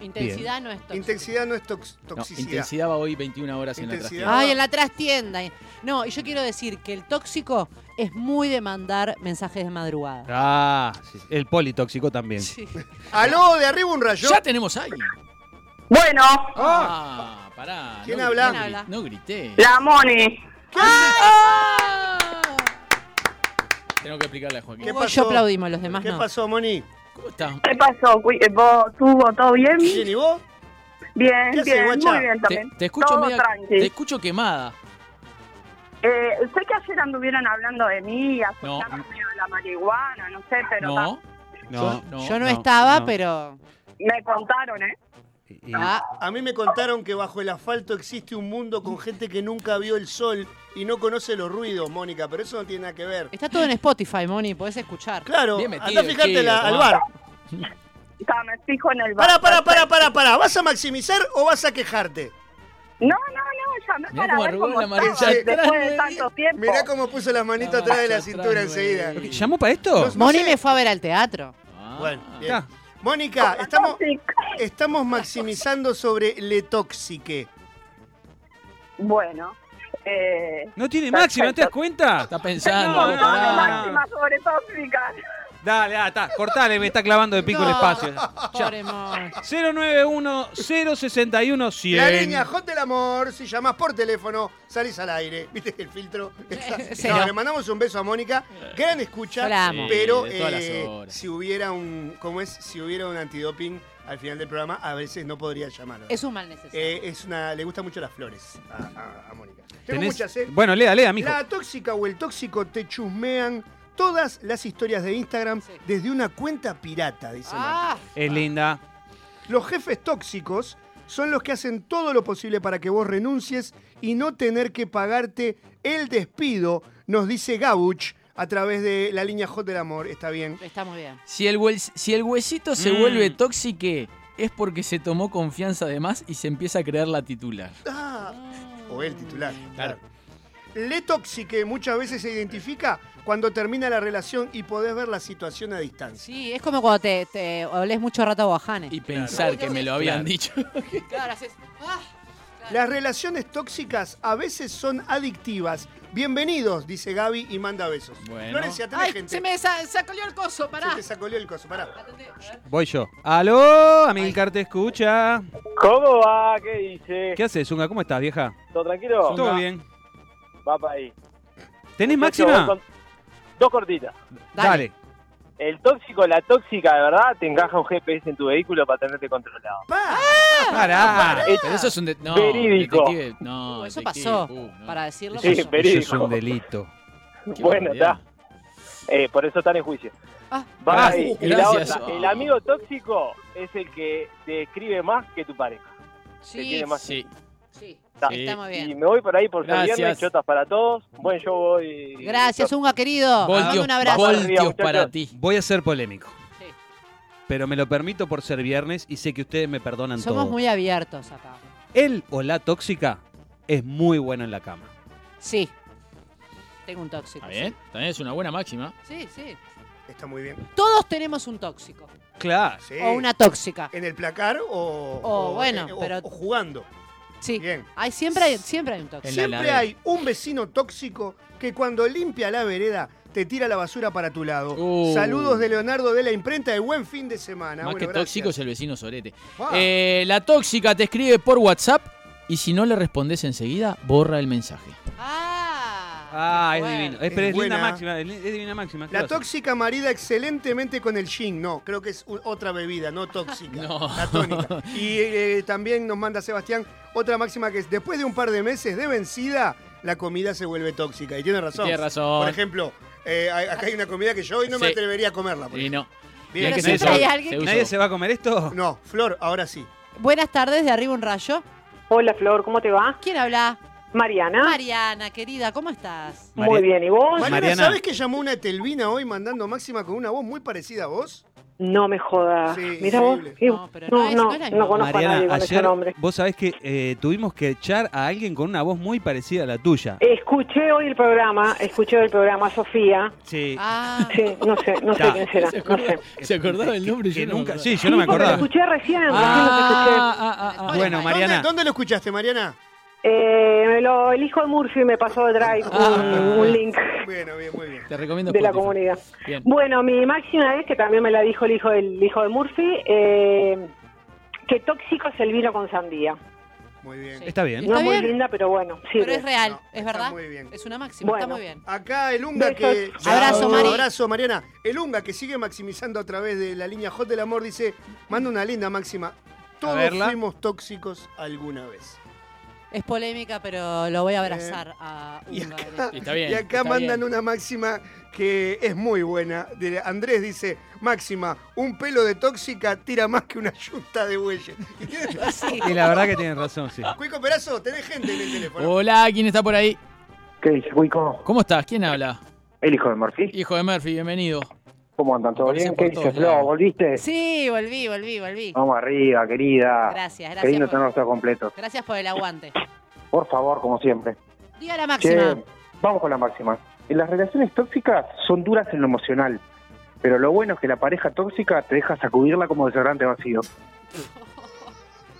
Speaker 5: Intensidad no es tóxica.
Speaker 1: Intensidad no es tox-
Speaker 7: No,
Speaker 1: toxicidad.
Speaker 7: intensidad va hoy 21 horas en la
Speaker 1: Intensidad.
Speaker 7: trastienda.
Speaker 5: Ay, en la trastienda. No, y yo quiero decir que el tóxico es muy de mandar mensajes de madrugada.
Speaker 6: Ah, sí. el politóxico también.
Speaker 1: Aló, de arriba un rayo.
Speaker 7: Ya tenemos a alguien.
Speaker 16: Bueno.
Speaker 7: Ah, pará.
Speaker 1: ¿Quién
Speaker 7: no,
Speaker 1: habla?
Speaker 7: no
Speaker 1: ¿Quién habla?
Speaker 7: gri- No grité.
Speaker 16: La Moni.
Speaker 7: Tengo que explicarle a Joaquín.
Speaker 5: Hugo y yo aplaudimos, los demás
Speaker 1: ¿Qué
Speaker 5: no.
Speaker 1: pasó, Moni?
Speaker 7: ¿Cómo estás?
Speaker 16: ¿Qué pasó? Cui- eh, vos, ¿Tuvo todo bien?
Speaker 1: Bien, ¿y vos?
Speaker 16: Bien,
Speaker 7: ¿Qué haces,
Speaker 16: bien,
Speaker 7: guacha?
Speaker 16: muy bien
Speaker 7: Te-
Speaker 16: también.
Speaker 7: Te, escucho
Speaker 16: todo
Speaker 7: media-
Speaker 16: tranqui.
Speaker 7: te escucho quemada.
Speaker 16: Eh, sé que ayer anduvieron hablando de mí,
Speaker 7: No.
Speaker 16: asociándome a la marihuana, no sé, pero
Speaker 7: No.
Speaker 6: No,
Speaker 5: yo no, estaba,
Speaker 1: no.
Speaker 5: pero.
Speaker 16: me contaron, ¿eh?
Speaker 5: Ah.
Speaker 1: A mí me contaron que bajo el asfalto existe un mundo con gente que nunca vio el sol y no conoce los ruidos, Mónica, pero eso no tiene nada que ver.
Speaker 5: Está todo en Spotify, Moni, podés escuchar.
Speaker 1: Claro, anda a fijarte la- al bar.
Speaker 16: Está, me fijo en el bar.
Speaker 1: Pará, pará, pará, pará, pará. ¿Vas a maximizar o vas a quejarte?
Speaker 16: No, no, no, llamé
Speaker 1: Mirá
Speaker 16: para
Speaker 1: cómo
Speaker 16: ver
Speaker 1: arrugó
Speaker 16: cómo
Speaker 1: la
Speaker 16: estaba
Speaker 1: mancha atrás,
Speaker 16: después de
Speaker 1: nueve.
Speaker 16: tanto tiempo.
Speaker 1: Mirá cómo puso las manitas atrás de la cintura enseguida.
Speaker 6: ¿Llamó para esto?
Speaker 5: Moni me fue a ver al teatro.
Speaker 1: Bueno, bien. Mónica, estamos, estamos maximizando sobre le tóxique.
Speaker 16: Bueno. Eh,
Speaker 6: No tiene máxima, ¿no te das cuenta? Está
Speaker 1: Ah,
Speaker 7: pensando.
Speaker 16: no,
Speaker 6: No,
Speaker 16: no,
Speaker 6: no, no.
Speaker 16: máxima sobre tóxica.
Speaker 6: Dale, ah, está, cortale, me está clavando de pico el espacio. Ya. 091 061 100.
Speaker 1: La línea Hot del Amor, si llamás por teléfono, salís al aire. ¿Viste que el filtro? está-
Speaker 5: Cero.
Speaker 1: No, le mandamos un beso a Mónica. Gran escucha,
Speaker 5: Yo la amo.
Speaker 1: pero
Speaker 5: Sí, de todas las
Speaker 1: eh,
Speaker 5: horas.
Speaker 1: si hubiera un. ¿Cómo es? Si hubiera un antidoping, al final del programa, a veces no podría llamarlo.
Speaker 5: Es un mal necesario.
Speaker 1: Eh, es una, le gustan mucho las flores a, a- a Mónica. Tengo
Speaker 6: ¿Tenés?
Speaker 1: muchas, ¿eh?
Speaker 6: Bueno, lea, lea, mijo.
Speaker 1: La tóxica o el tóxico te chusmean todas las historias de Instagram desde una cuenta pirata, dice Marta.
Speaker 5: Ah.
Speaker 6: Es linda.
Speaker 1: Los jefes tóxicos son los que hacen todo lo posible para que vos renuncies y no tener que pagarte el despido, nos dice Gabuch a través de la línea Hot del Amor. Está bien.
Speaker 5: Está muy bien.
Speaker 7: Si el, huel- si el huesito se
Speaker 1: Mm.
Speaker 7: vuelve tóxique, es porque se tomó confianza de más y se empieza a creer la titular.
Speaker 1: Ah. O el titular, claro. Le tóxique muchas veces se identifica cuando termina la relación y podés ver la situación a distancia.
Speaker 5: Sí, es como cuando te, te olés mucho rato a Guajane.
Speaker 7: Y pensar que me lo habían dicho.
Speaker 1: Las relaciones tóxicas a veces son adictivas. Bienvenidos, dice Gaby y manda besos.
Speaker 6: Bueno.
Speaker 1: Florencia, tenés
Speaker 5: Ay,
Speaker 1: gente.
Speaker 5: se me sa- sacolió el coso, pará.
Speaker 1: Se te sacolió el coso, pará.
Speaker 6: Voy yo. ¡Aló! Amilcar te escucha.
Speaker 17: ¿Cómo va? Ah, ¿Qué dice?
Speaker 6: ¿Qué haces, Zunga? ¿Cómo estás, vieja?
Speaker 17: ¿Todo tranquilo?
Speaker 6: Todo bien.
Speaker 17: Va para ahí.
Speaker 6: ¿Tenés
Speaker 17: Muchacho,
Speaker 6: máxima?
Speaker 17: voy con- Dos cortitas.
Speaker 6: Dale.
Speaker 17: El tóxico, la tóxica, de verdad, te encaja un GPS en tu vehículo para tenerte controlado.
Speaker 7: Ah,
Speaker 6: Ah,
Speaker 7: Pará, pero eso es un... de- no,
Speaker 17: Verídico.
Speaker 7: detective- no,
Speaker 5: Uh, eso
Speaker 7: detective,
Speaker 5: pasó.
Speaker 7: uh,
Speaker 5: Para decirlo.
Speaker 17: Sí,
Speaker 5: pasó.
Speaker 17: verídico.
Speaker 6: Eso es un delito.
Speaker 17: bueno, está. Eh, por eso están en juicio.
Speaker 5: Ah,
Speaker 17: Va
Speaker 6: Gracias.
Speaker 17: ahí.
Speaker 7: Uh,
Speaker 17: Y
Speaker 6: Ah, Gracias.
Speaker 17: la otra, el amigo tóxico es el que te escribe más que tu pareja.
Speaker 5: Sí.
Speaker 17: Te tiene más-
Speaker 7: Sí.
Speaker 17: Está.
Speaker 5: Sí. Está muy bien.
Speaker 17: Y me voy por ahí por ser
Speaker 7: Gracias.
Speaker 17: viernes, chotas para todos. Bueno, yo voy.
Speaker 5: Gracias, Unga, querido. Te mando Ah, un abrazo.
Speaker 6: ti. Voy a ser polémico. Pero me lo permito por ser viernes y sé que ustedes me perdonan
Speaker 5: Somos
Speaker 6: todo.
Speaker 5: muy abiertos acá.
Speaker 6: Él o la tóxica es muy bueno en la cama.
Speaker 5: Sí. Tengo un
Speaker 7: Está
Speaker 5: tóxico.
Speaker 7: Ah, bien, también es una buena máxima.
Speaker 5: Sí, sí.
Speaker 1: Está muy bien.
Speaker 5: Todos tenemos un tóxico.
Speaker 6: Claro.
Speaker 5: O una tóxica.
Speaker 1: Eh, ¿En el placar o,
Speaker 5: O, bueno,
Speaker 1: eh, o-
Speaker 5: pero-
Speaker 1: o jugando?
Speaker 5: Sí. Hay, siempre, hay, siempre hay un tóxico.
Speaker 1: Siempre hay un vecino tóxico que cuando limpia la vereda te tira la basura para tu lado.
Speaker 7: Uh.
Speaker 1: Saludos de Leonardo de la imprenta de buen fin de semana.
Speaker 7: Más
Speaker 1: Bueno,
Speaker 7: que
Speaker 1: gracias. Ah.
Speaker 7: tóxico es el vecino Sorete.
Speaker 1: Wow.
Speaker 7: Eh, la tóxica te escribe por WhatsApp y si no le respondes enseguida, borra el mensaje.
Speaker 6: Ah, es divino. Es, pero
Speaker 1: Es
Speaker 6: es linda
Speaker 1: buena.
Speaker 6: máxima. Es li- es divina máxima. ¿qué
Speaker 1: La
Speaker 6: vas a hacer?
Speaker 1: tóxica marida excelentemente con el gin. No, creo que es u- otra bebida, no tóxica. La tónica. Y eh, también nos manda Sebastián otra máxima que es, después de un par de meses de vencida, la comida se vuelve tóxica. Y tiene razón.
Speaker 7: Tiene razón.
Speaker 1: Por ejemplo, eh, hay- acá hay una comida que yo hoy no me
Speaker 7: Sí.
Speaker 1: atrevería a comerla. por
Speaker 7: Y no.
Speaker 1: Bien.
Speaker 7: Mira que
Speaker 1: Pero
Speaker 7: se
Speaker 1: siempre
Speaker 7: usó,
Speaker 1: hay alguien
Speaker 7: se
Speaker 1: que-
Speaker 7: usó.
Speaker 1: Nadie
Speaker 6: ¿Se va a comer esto?
Speaker 1: No, Flor, ahora sí.
Speaker 5: Buenas tardes, de arriba un rayo.
Speaker 18: Hola Flor, ¿cómo te va?
Speaker 5: ¿Quién habla?
Speaker 18: Ah. Mariana.
Speaker 5: Mariana, querida, ¿cómo estás?
Speaker 18: Muy Mari- bien, ¿y vos?
Speaker 1: Mariana,
Speaker 18: Mariana.
Speaker 1: ¿sabes que llamó una Telvina hoy mandando máxima con una voz muy parecida a vos?
Speaker 18: No me jodas.
Speaker 1: Sí,
Speaker 18: Mira vos.
Speaker 1: increíble.
Speaker 18: qué-
Speaker 1: No,
Speaker 18: No,
Speaker 1: pero
Speaker 18: no,
Speaker 1: no es- no
Speaker 18: no,
Speaker 1: era
Speaker 18: conozco a nadie
Speaker 6: Mariana,
Speaker 18: con ese
Speaker 6: ayer
Speaker 18: nombre.
Speaker 6: vos sabés que eh, tuvimos que echar a alguien con una voz muy parecida a la
Speaker 18: Eh,
Speaker 6: tuya.
Speaker 18: Escuché hoy el programa, escuché hoy el programa Sofía.
Speaker 6: Sí.
Speaker 18: Ah. Sí, no sé, no sé
Speaker 6: Ta.
Speaker 18: quién será.
Speaker 6: Se
Speaker 18: no
Speaker 6: acordó-
Speaker 18: sé.
Speaker 7: ¿Se acordaba el nombre? Yo no me
Speaker 6: Nunca,
Speaker 7: acordaba.
Speaker 6: sí, yo no me
Speaker 18: Sí, porque
Speaker 6: acordaba.
Speaker 18: Lo escuché recién. recién
Speaker 7: lo
Speaker 18: escuché.
Speaker 6: ah. Bueno, Mariana.
Speaker 1: ¿Dónde lo escuchaste, Mariana?
Speaker 18: Eh, me lo- el hijo de Murphy me pasó de Drive un, un link
Speaker 1: Bueno, bien, muy bien.
Speaker 7: Te recomiendo
Speaker 18: de la
Speaker 7: Spotify.
Speaker 18: comunidad.
Speaker 7: Bien.
Speaker 18: Bueno, mi máxima es que también me la dijo el hijo del hijo de Murphy, eh, que tóxico es el vino con sandía.
Speaker 1: Muy bien.
Speaker 6: Está bien.
Speaker 18: No es muy linda, pero bueno, sí.
Speaker 5: Pero es real, es verdad. Es una máxima, está
Speaker 18: Bueno.
Speaker 5: muy bien.
Speaker 1: Acá el Unga que.
Speaker 5: Besos. Abrazo, Mari.
Speaker 1: Abrazo, Mariana. El Unga que sigue maximizando a través de la línea Hot del Amor dice: manda una linda máxima. Todos
Speaker 6: verla.
Speaker 1: fuimos tóxicos alguna vez. Eh,
Speaker 5: Es polémica, pero lo voy a abrazar a
Speaker 1: Y
Speaker 5: Unga.
Speaker 1: acá,
Speaker 5: Está bien,
Speaker 1: y acá
Speaker 5: está
Speaker 1: mandan
Speaker 5: bien.
Speaker 1: una máxima que es muy buena. De- Andrés dice: Máxima, un pelo de tóxica tira más que una yunta de bueyes. Y tiene razón.
Speaker 6: Y la verdad que tienen razón, sí.
Speaker 1: Cuico Perazo, tenés gente en el teléfono.
Speaker 7: Hola, ¿quién está por ahí?
Speaker 19: ¿Qué dice, Cuico?
Speaker 7: ¿Cómo estás? ¿Quién habla?
Speaker 19: El hijo de Murphy.
Speaker 7: Hijo de Murphy, bienvenido.
Speaker 19: ¿Cómo andan? ¿Todo
Speaker 7: Aparece
Speaker 19: bien?
Speaker 7: por
Speaker 19: ¿Qué
Speaker 7: todos
Speaker 19: dices,
Speaker 7: lados.
Speaker 19: Flo? ¿Volviste?
Speaker 18: Eh.
Speaker 5: Sí, volví, volví, volví.
Speaker 19: Vamos arriba, querida.
Speaker 5: Gracias, gracias
Speaker 19: Qué lindo
Speaker 5: por-
Speaker 19: tenerlos todos completos.
Speaker 5: Gracias por el aguante.
Speaker 19: Por favor, como siempre.
Speaker 5: Diga la máxima.
Speaker 19: Che, vamos con la máxima. Las relaciones tóxicas son duras en lo emocional, pero lo bueno es que la pareja tóxica te deja sacudirla como desodorante vacío.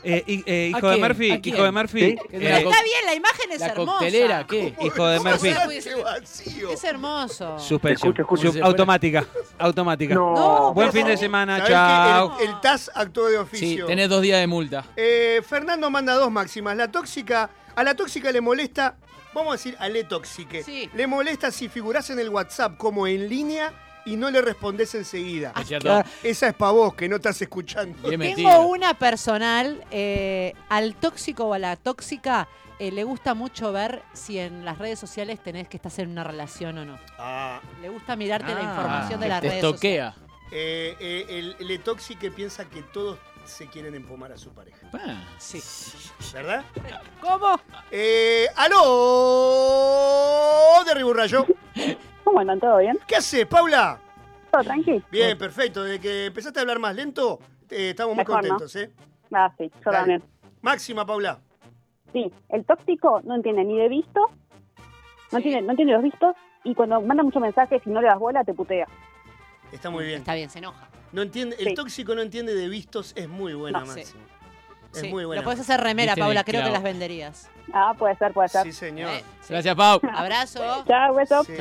Speaker 6: Eh, hi- eh,
Speaker 19: ¿A
Speaker 6: hijo de
Speaker 19: quién?
Speaker 6: Murphy,
Speaker 19: ¿A
Speaker 6: hijo
Speaker 19: quién?
Speaker 6: de Murphy.
Speaker 19: ¿Sí?
Speaker 6: eh,
Speaker 5: Pero está bien, la imagen es
Speaker 6: la
Speaker 5: hermosa.
Speaker 6: coctelera, ¿qué? Hijo de
Speaker 5: ¿Cómo se
Speaker 6: Murphy.
Speaker 5: puede decir? Es hermoso.
Speaker 6: Suspensión.
Speaker 19: Escucho, escucho. Si
Speaker 6: Sub-
Speaker 19: se fuera-
Speaker 6: automática. Automática.
Speaker 19: No,
Speaker 6: Buen
Speaker 19: por
Speaker 6: fin de
Speaker 19: favor.
Speaker 6: semana,
Speaker 1: ¿Sabés
Speaker 6: chao.
Speaker 1: que El, el TAS actuó de
Speaker 7: Sí,
Speaker 1: oficio.
Speaker 7: tenés dos días de multa.
Speaker 1: Eh, Fernando manda dos máximas. La tóxica, a la tóxica le molesta, vamos a decir, a le tóxique. Le molesta si figurás en el WhatsApp como en línea y no le respondés enseguida. Ah,
Speaker 5: cierto.
Speaker 1: Esa es para vos, que no estás escuchando.
Speaker 5: Tengo una personal, eh, al tóxico o a la tóxica eh, le gusta mucho ver si en las redes sociales tenés que estás en una relación o no.
Speaker 1: Ah.
Speaker 5: Le gusta mirarte
Speaker 7: Ah,
Speaker 5: la información de las redes sociales.
Speaker 1: Eh, eh, el, el etoxi que piensa que todos se quieren empomar a su pareja.
Speaker 7: Ah.
Speaker 5: Sí.
Speaker 1: ¿Verdad?
Speaker 5: ¿Cómo?
Speaker 1: Eh, ¡Aló! De Riburrayo.
Speaker 16: ¿Cómo andan? ¿Todo bien?
Speaker 1: ¿Qué haces, Paula?
Speaker 16: Todo tranquilo.
Speaker 1: Bien, perfecto. Desde que empezaste a hablar más lento, eh, estamos muy
Speaker 16: Mejor, ¿no?
Speaker 1: contentos, ¿eh?
Speaker 16: Ah, sí, yo
Speaker 1: Dale.
Speaker 16: también.
Speaker 1: Máxima, Paula.
Speaker 16: Sí, el tóxico no entiende ni de visto, no, tiene, no tiene los vistos, y cuando manda muchos mensajes y no le das bola, te putea.
Speaker 1: Está muy bien.
Speaker 5: Mm, Está bien, se enoja.
Speaker 1: No entiende, El tóxico no entiende de vistos, es muy buena,
Speaker 5: No, sí.
Speaker 1: Máxima. Es
Speaker 5: Sí,
Speaker 1: muy buena.
Speaker 5: Lo podés hacer remera,
Speaker 7: Viste de
Speaker 5: Paula, creo que
Speaker 7: clavo.
Speaker 5: las venderías. Eh,
Speaker 16: Ah, puede ser, puede ser.
Speaker 1: Sí, señor.
Speaker 7: Gracias, Pau.
Speaker 5: Abrazo.
Speaker 16: Chao, beso.
Speaker 1: Sí.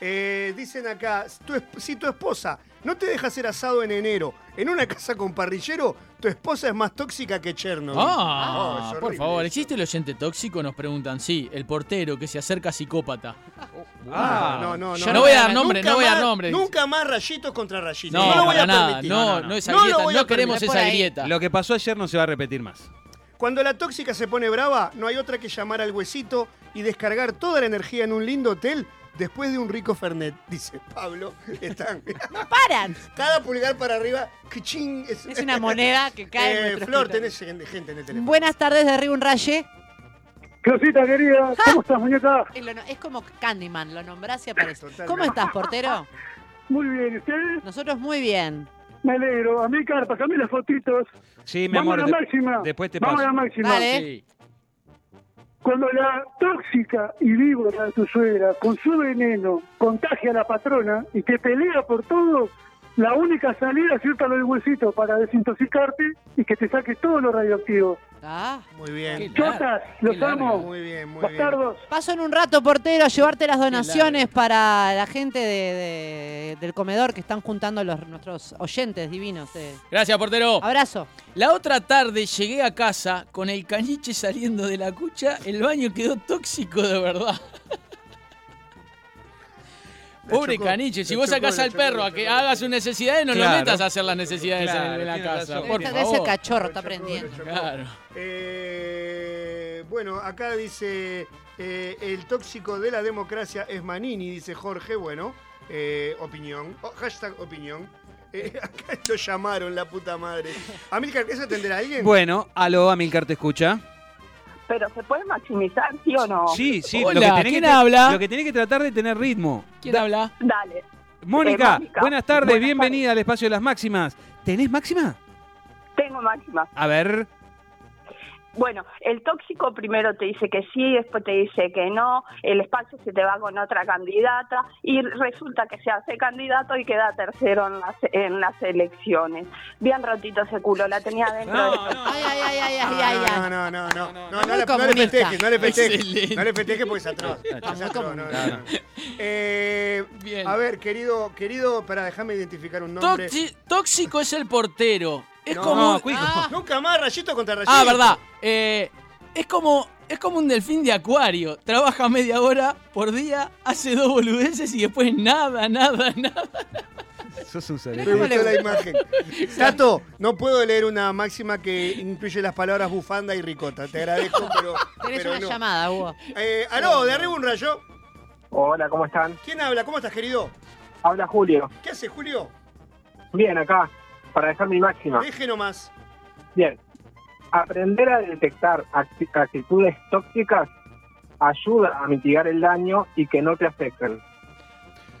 Speaker 1: Eh, dicen acá, tu esp- si tu esposa no te deja hacer asado en enero en una casa con parrillero, tu esposa es más tóxica que Chernobyl. Oh, es
Speaker 7: Ah, por
Speaker 1: horrible.
Speaker 7: favor, ¿existe el oyente tóxico? Nos preguntan, sí, el portero que se acerca psicópata.
Speaker 1: Ah, no, no, no.
Speaker 7: Yo no voy a dar nombre,
Speaker 1: Nunca
Speaker 7: no voy a
Speaker 1: más-
Speaker 7: dar nombre.
Speaker 1: Nunca más rayitos contra rayitos.
Speaker 7: No,
Speaker 1: No, lo voy a
Speaker 7: para nada,
Speaker 1: permitir.
Speaker 7: no, no, esa grieta,
Speaker 1: lo voy
Speaker 7: no
Speaker 1: a permitir.
Speaker 7: queremos esa grieta.
Speaker 6: Lo que pasó ayer no se va a repetir más.
Speaker 1: Cuando la tóxica se pone brava, no hay otra que llamar al huesito y descargar toda la energía en un lindo hotel después de un rico Fernet, dice Pablo. Están. ¡No
Speaker 5: paran!
Speaker 1: Cada pulgar para arriba, ¡kichín! Es,
Speaker 5: Es una moneda que cae en
Speaker 1: Eh,
Speaker 5: nuestro
Speaker 1: Flor,
Speaker 5: escritorio.
Speaker 1: tenés gente gente en el teléfono.
Speaker 5: Buenas tardes de Río Un Raye.
Speaker 20: Cosita querida, ¿cómo estás, muñeca?
Speaker 5: Es, lo- es como Candyman, lo nombrás y aparece. ¿Cómo estás, portero?
Speaker 20: Muy bien, ¿y ustedes?
Speaker 5: Nosotros muy bien.
Speaker 20: Me alegro. A mí, Carpa, cambié las fotitos.
Speaker 6: Sí, mi
Speaker 20: Vamos
Speaker 6: amor,
Speaker 20: a
Speaker 6: de-
Speaker 20: la máxima.
Speaker 6: después te
Speaker 20: Vamos
Speaker 6: paso.
Speaker 20: a la máxima.
Speaker 6: Dale. Sí.
Speaker 20: Cuando la tóxica y víbora de tu suegra, con su veneno, contagia a la patrona y te pelea por todo, la única salida es irte a lo del huesito para desintoxicarte y que te saque todo lo radioactivo.
Speaker 5: Ah.
Speaker 1: Muy bien.
Speaker 20: Chotas, los amo.
Speaker 1: Muy bien, muy bien.
Speaker 20: Bastardos.
Speaker 5: Paso en un rato, portero, a llevarte las donaciones para la gente de- de- del comedor que están juntando los, nuestros oyentes divinos. eh.
Speaker 7: Gracias, portero.
Speaker 5: Abrazo.
Speaker 7: La otra tarde llegué a casa con el caniche saliendo de la cucha, el baño quedó tóxico de verdad. Pobre
Speaker 4: chocó,
Speaker 7: caniche, si
Speaker 4: la
Speaker 7: vos
Speaker 4: chocó,
Speaker 7: sacás
Speaker 4: la
Speaker 7: al
Speaker 4: chocó,
Speaker 7: perro
Speaker 4: la
Speaker 7: a que haga sus necesidades, no
Speaker 4: Claro.
Speaker 7: lo metas a hacer las necesidades en-
Speaker 4: Claro,
Speaker 7: en la
Speaker 4: tiene
Speaker 7: casa.
Speaker 4: razón.
Speaker 7: Por
Speaker 5: Esta vez
Speaker 7: favor.
Speaker 5: el cachorro está aprendiendo.
Speaker 7: Claro.
Speaker 1: Eh, bueno, acá dice eh, el tóxico de la democracia es Manini, dice Jorge. Bueno, eh, opinión. O- hashtag opinión. Eh, acá lo llamaron, la puta madre. Amílcar, ¿quieres atender a alguien?
Speaker 6: Bueno, aló, Amilcar, ¿te escucha?
Speaker 16: Pero se puede maximizar, ¿sí o no?
Speaker 6: Sí, sí. lo
Speaker 7: Hola,
Speaker 6: que tenés
Speaker 7: ¿quién
Speaker 6: que tra-
Speaker 7: habla?
Speaker 6: Lo que tenés que tratar de tener ritmo.
Speaker 7: ¿Quién habla?
Speaker 16: Dale.
Speaker 6: Mónica,
Speaker 16: Eh, Mónica.
Speaker 6: buenas tardes,
Speaker 16: Buenas
Speaker 6: bienvenida al espacio de las máximas. ¿Tenés máxima?
Speaker 16: Tengo máxima.
Speaker 6: A ver.
Speaker 16: Bueno, el tóxico primero te dice que sí, después te dice que no, el espacio se te va con otra candidata y resulta que se hace candidato y queda tercero en las, en las elecciones. Bien rotito ese culo, la tenía dentro. de-
Speaker 5: Ay, ay, ay, ay, ay, ay, ay.
Speaker 1: No, no, no, no, no, no, no,
Speaker 5: Muy
Speaker 1: le- no le
Speaker 5: comunista.
Speaker 1: festejes, no le festejes,
Speaker 7: Excelente.
Speaker 1: no le festejes porque es atroz. Es atroz, no, no, no. Eh, a ver, querido, querido, para déjame identificar un nombre.
Speaker 7: Toxi- tóxico es el portero. Es
Speaker 1: No,
Speaker 7: como.
Speaker 1: no, Cuico. Nunca más rayito contra rayito.
Speaker 7: Ah, verdad. Eh, es como. Es como un delfín de acuario. Trabaja media hora por día, hace dos boludeces y después nada, nada, nada.
Speaker 6: Sos un
Speaker 1: Me gustó la imagen. Tato, no puedo leer una máxima que incluye las palabras bufanda y ricota. Te agradezco, pero.
Speaker 5: Tenés
Speaker 1: pero
Speaker 5: una
Speaker 1: no.
Speaker 5: llamada, Hugo.
Speaker 1: Eh, aló, de arriba un rayo.
Speaker 20: Hola, ¿cómo están?
Speaker 1: ¿Quién habla? ¿Cómo estás, querido?
Speaker 20: Habla Julio.
Speaker 1: ¿Qué hace, Julio?
Speaker 20: Bien, acá, para dejar mi máxima.
Speaker 1: Deje nomás.
Speaker 20: Bien. Aprender a detectar acti- actitudes tóxicas ayuda a mitigar el daño y que no te afecten.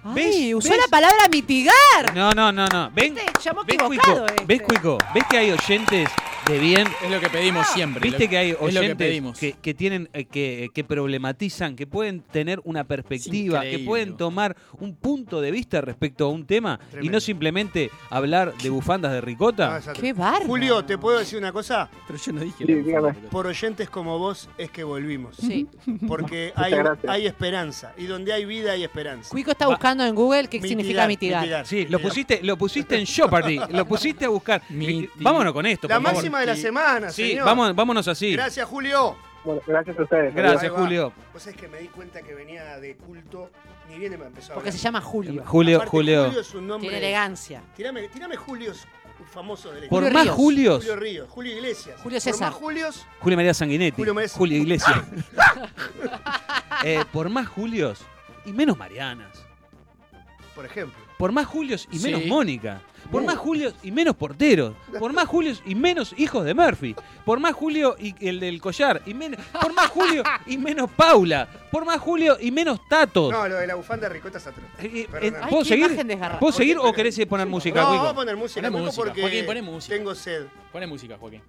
Speaker 5: Ay, usó la palabra mitigar.
Speaker 6: No, no, no, no. Ven,
Speaker 5: Este llamó
Speaker 6: ven
Speaker 5: equivocado.
Speaker 6: Cuico,
Speaker 5: eh.
Speaker 6: ves Cuico, ves que hay oyentes de bien.
Speaker 7: Es lo que pedimos siempre.
Speaker 6: Viste
Speaker 7: lo-
Speaker 6: que hay
Speaker 7: es lo que
Speaker 6: oyentes
Speaker 7: pedimos.
Speaker 6: que, que tienen, eh, que, que problematizan, que pueden tener una perspectiva, que
Speaker 7: increíble,
Speaker 6: pueden tomar un punto de vista respecto a un tema y no simplemente hablar de bufandas de ricota.
Speaker 5: Qué bárbaro.
Speaker 1: Ah, Julio, ¿te puedo decir una cosa?
Speaker 7: Pero yo no dije
Speaker 1: Por oyentes como vos es que volvimos.
Speaker 5: Sí.
Speaker 1: Porque
Speaker 5: Muchas
Speaker 1: hay,
Speaker 5: gracias.
Speaker 1: hay esperanza. Y donde hay vida hay esperanza.
Speaker 5: Cuico está buscando en Google qué significa mitigar.
Speaker 6: Sí, lo pusiste, lo pusiste en Jeopardy, lo pusiste a buscar. Eh, Vámonos con esto,
Speaker 1: La
Speaker 6: por favor.
Speaker 1: máxima de la semana,
Speaker 6: Sí,
Speaker 1: señor.
Speaker 6: vamos- vámonos así.
Speaker 1: Gracias, Julio.
Speaker 19: Bueno, gracias a ustedes.
Speaker 6: Gracias,
Speaker 1: Ahí va.
Speaker 6: Julio.
Speaker 1: Vos es que me di cuenta que venía de culto, ni bien me empezó a
Speaker 5: Porque
Speaker 1: hablar.
Speaker 5: se llama Julio.
Speaker 6: Julio,
Speaker 1: Aparte,
Speaker 6: Julio.
Speaker 1: es un nombre.
Speaker 5: Tiene elegancia.
Speaker 1: Tirame, tirame Julios famosos del
Speaker 6: Por
Speaker 1: equipo.
Speaker 6: más Julios.
Speaker 1: Julio Ríos, Julio Iglesias.
Speaker 5: Julio
Speaker 1: Por
Speaker 5: César.
Speaker 1: más Julios. Ah.
Speaker 6: Julio María Sanguinetti.
Speaker 1: Julio María-
Speaker 6: Julio Iglesias. Eh, por más Julios y menos Marianas.
Speaker 1: Por ejemplo.
Speaker 6: Por más Julios y menos
Speaker 1: Sí.
Speaker 6: Mónica. Por más Julios y menos porteros. Por más Julios y menos hijos de Murphy. Por más Julio y el del collar. Y menos, por más Julio y menos Paula. Por más Julio y menos Tato.
Speaker 1: No, lo de la bufanda de ricota es atrás.
Speaker 6: Eh, ¿Puedo seguir? ¿Puedo seguir o querés poner música,
Speaker 1: No,
Speaker 6: Cuico?
Speaker 1: vamos a poner música,
Speaker 7: Poné
Speaker 1: Cuico,
Speaker 7: música,
Speaker 1: porque
Speaker 7: Joaquín, poné
Speaker 1: tengo sed.
Speaker 7: Pone música, Joaquín.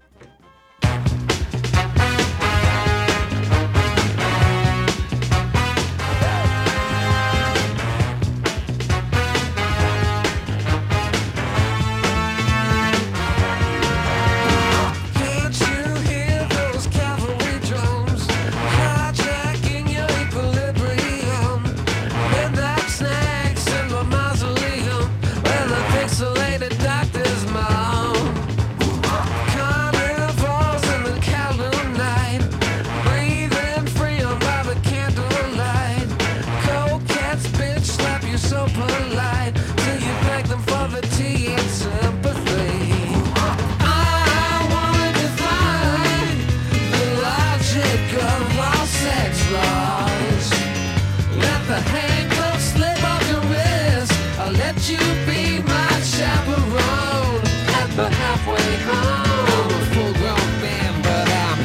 Speaker 2: Can't you hear those cavalry drums hijacking your equilibrium? Midnight snakes in my mausoleum, where the pixelated doctors moan. Carnivores in the calendar night, breathing free on by the candlelight. Coquettes bitch slap you so polite till you beg them for the tea and sympathy. I wanna define the logic of all sex laws. Let the handcuffs slip off your wrist. I'll let you be my chaperone at the halfway home. I'm a full-grown man, but I'm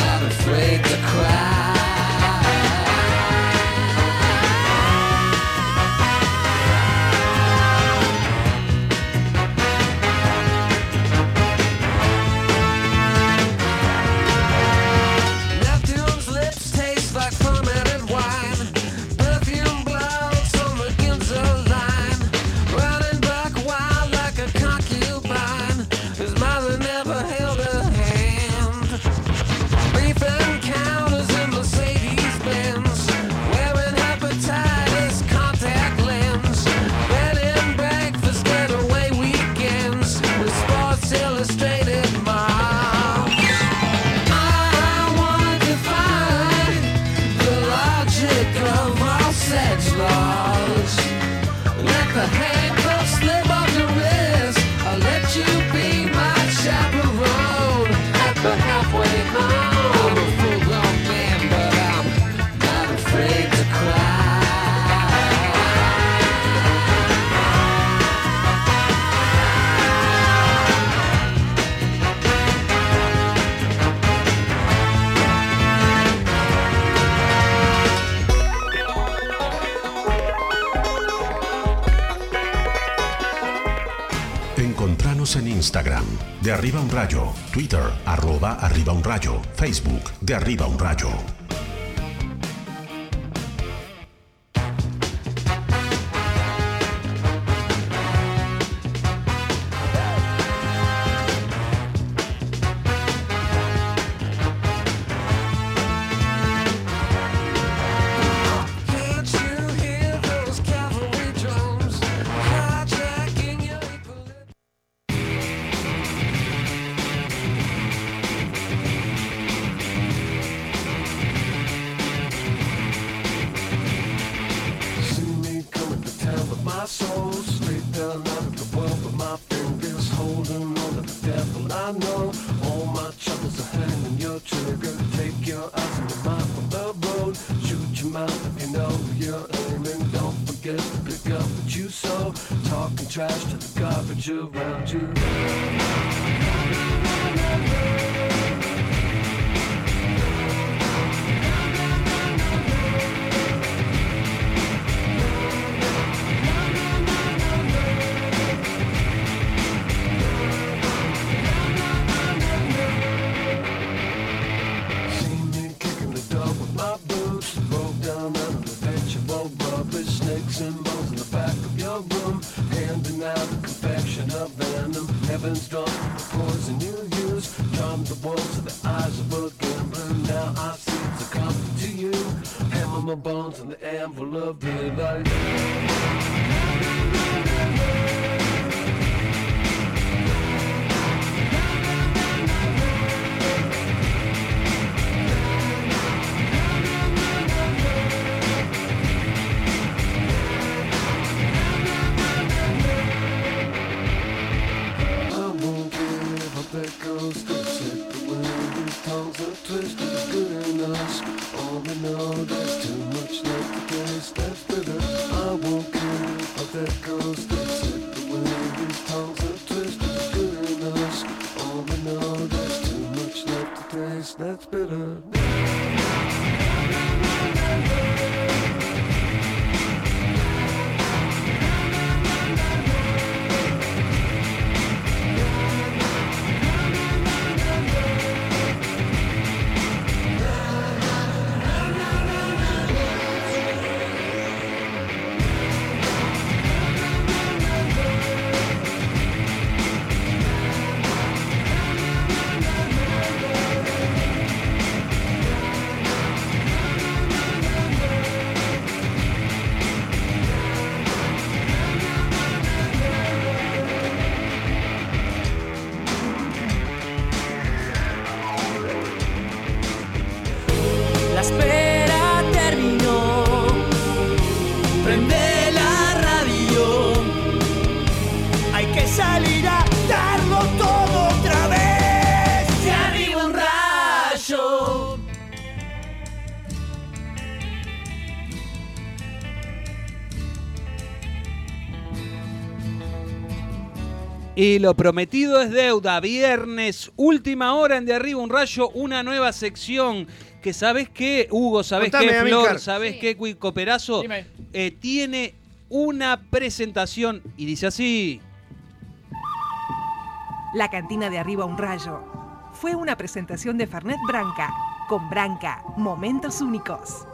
Speaker 2: not afraid to cry. Neptune's lips taste like fermented wine. Perfume blows on the Ginza line. Running back wild like a concubine. His mother never held a hand. Brief encounters in Mercedes Benz. Wearing hepatitis contact lens. Bed and breakfast getaway weekends. With Sports Illustrated moms. I wanna define the logic of all sex laws. Let the handcuffs slip off your wrist. I'll let you be my chaperone at the halfway home. I'm a full-grown man, but I'm not afraid to cry.
Speaker 8: Encontranos en Instagram, de arriba un rayo, Twitter, arroba arriba un rayo, Facebook, de arriba un rayo.
Speaker 2: Can't you hear those cavalry drums hijacking your equilibrium?
Speaker 9: See me coming to town with my soul straight down out of the world with my fingers holding on to the devil I know. All my troubles are hanging your trigger. Take your eyes and your mind from the road. Shoot your mouth if you know you're aiming. Don't forget to pick up what you sow. Talking trash to the garbage around you. kicking the dog with my boots. Broke down under the bench of old rubbish. Snakes and bones in the back of your room. Handing out a confection of venom. Heaven's drunk with the poison you use. Charm the walls to the eyes of a gambler. Now I see it's a comfort to you. Hammer my bones on the anvil of daylight.
Speaker 6: Y lo prometido es deuda. Viernes, última hora en De Arriba un Rayo, una nueva sección. Que sabes qué, Hugo, sabes
Speaker 1: Contame,
Speaker 6: qué,
Speaker 1: Amilcar.
Speaker 6: Flor, sabes qué, Cui- Coperazo, Eh, tiene una presentación y dice así.
Speaker 21: La cantina de arriba un rayo. Fue una presentación de Fernet Branca. Con Branca, momentos únicos.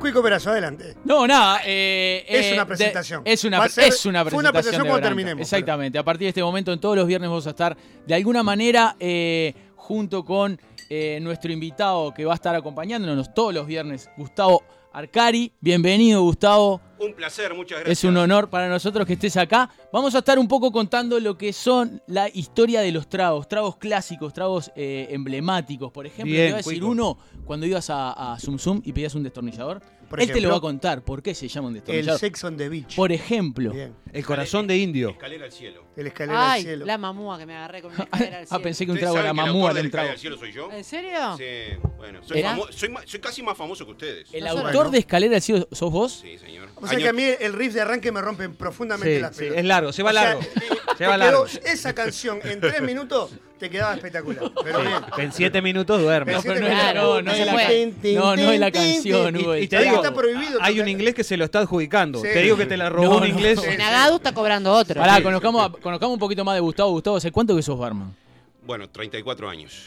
Speaker 1: Cuico Perazo, adelante.
Speaker 7: No, nada. eh,
Speaker 1: Es
Speaker 7: eh,
Speaker 1: una
Speaker 7: de-
Speaker 1: presentación.
Speaker 7: es, una,
Speaker 1: Va a
Speaker 7: pre-
Speaker 1: ser-
Speaker 7: es una
Speaker 1: fue
Speaker 7: presentación.
Speaker 1: una presentación
Speaker 7: de
Speaker 1: cuando
Speaker 7: Branca.
Speaker 1: terminemos,
Speaker 7: Exactamente. A partir de este momento, en todos los viernes vamos a estar, de alguna manera, eh, junto con eh, nuestro invitado que va a estar acompañándonos todos los viernes, Gustavo Arcari. Bienvenido, Gustavo.
Speaker 22: Un placer, muchas gracias.
Speaker 7: Es un honor para nosotros que estés acá. Vamos a estar un poco contando lo que son la historia de los tragos, tragos clásicos, tragos eh, emblemáticos. Por ejemplo,
Speaker 6: Bien,
Speaker 7: te voy a decir
Speaker 6: Cuico.
Speaker 7: uno cuando ibas a, a Zum Zum y pedías un destornillador.
Speaker 6: Por
Speaker 7: Él te
Speaker 6: ejemplo,
Speaker 7: lo va a contar por qué se llaman destornillador.
Speaker 1: el Sex on the Beach.
Speaker 7: Por ejemplo,
Speaker 6: El corazón de indio.
Speaker 22: Escalera al cielo.
Speaker 1: El escalera
Speaker 5: Ay, la mamúa que me agarré con una escalera al
Speaker 7: Ah, pensé que un
Speaker 22: ¿Ustedes
Speaker 7: trago era
Speaker 22: saben que el
Speaker 7: mamúa
Speaker 22: autor de
Speaker 7: era un
Speaker 22: la escalera
Speaker 7: trago.
Speaker 22: al cielo soy yo?
Speaker 5: ¿En serio?
Speaker 22: Sí, bueno. Soy,
Speaker 7: Era-
Speaker 22: famo- soy, ma- soy casi más famoso que ustedes.
Speaker 7: ¿El autor de Escalera del Cielo sos vos? Sí,
Speaker 22: señor.
Speaker 1: O sea que a mí el riff de arranque me rompen profundamente
Speaker 7: Sí,
Speaker 1: las
Speaker 7: sí,
Speaker 1: pelotas.
Speaker 7: es largo, se va
Speaker 1: O sea,
Speaker 7: largo.
Speaker 1: te
Speaker 6: Se va
Speaker 1: quedó-
Speaker 6: largo.
Speaker 1: Esa canción en tres minutos te quedaba espectacular. Pero bien.
Speaker 6: En siete minutos duerme.
Speaker 1: En No, siete pero no es la- minutos. no, no es la- no, no es la canción, Hugo.
Speaker 6: Y, y te
Speaker 1: Ahí
Speaker 6: digo,
Speaker 1: está prohibido
Speaker 6: hay un inglés que se lo está adjudicando.
Speaker 7: Sí.
Speaker 6: Te digo que te la robó
Speaker 7: No,
Speaker 6: un
Speaker 7: no.
Speaker 6: inglés.
Speaker 7: Sí,
Speaker 5: En Agadu está cobrando otro.
Speaker 7: Pará, conozcamos, a- conozcamos un poquito más de Gustavo. Gustavo, ¿hace cuánto que sos barman?
Speaker 22: Bueno, 34 años.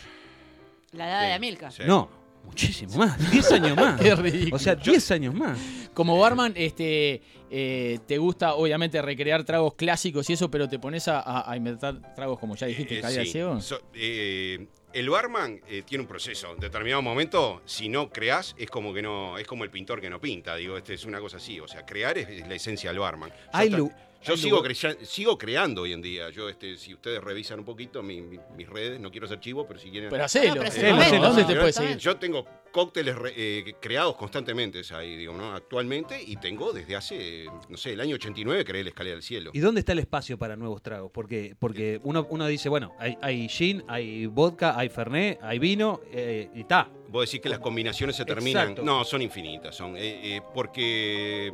Speaker 5: La edad de Amilcar.
Speaker 22: Sí.
Speaker 6: No, muchísimo más. 10 años más.
Speaker 7: Qué ridículo.
Speaker 6: O sea, 10 años más.
Speaker 7: Como barman, este, eh, te gusta obviamente recrear tragos clásicos y eso, pero te pones a- a, a inventar tragos como ya dijiste,
Speaker 22: Eh,
Speaker 7: Escalera del
Speaker 22: sí.
Speaker 7: Cielo.
Speaker 22: So- eh, el barman eh, tiene un proceso. En determinado momento, si no creás, es como que no, es como el pintor que no pinta. Digo, este es una cosa así. O sea, crear es, es la esencia del barman. Yo,
Speaker 6: Hay
Speaker 22: ta-
Speaker 6: lu-
Speaker 22: yo
Speaker 6: hay
Speaker 22: sigo,
Speaker 6: lugar-
Speaker 22: creya- sigo creando hoy en día. Yo, este, si ustedes revisan un poquito mi- mi- mis redes, no quiero ser chivo, pero si quieren.
Speaker 7: Pero
Speaker 5: Ah,
Speaker 7: hacelo. No, pero Hacelo, hacelo. hacelo. ¿Dónde te
Speaker 22: Yo-
Speaker 7: puedes seguir?
Speaker 22: Yo tengo cócteles re- eh, creados constantemente es ahí, digo, ¿no? Actualmente, y tengo desde hace, no sé, el año 89 creé la escalera del cielo.
Speaker 6: ¿Y dónde está el espacio para nuevos tragos? Porque, porque uno, uno dice, bueno, hay, hay gin, hay vodka, hay fernet, hay vino, eh, y está.
Speaker 22: Vos decís que las combinaciones se terminan.
Speaker 6: Exacto.
Speaker 22: No, son infinitas. Son, eh, eh, porque.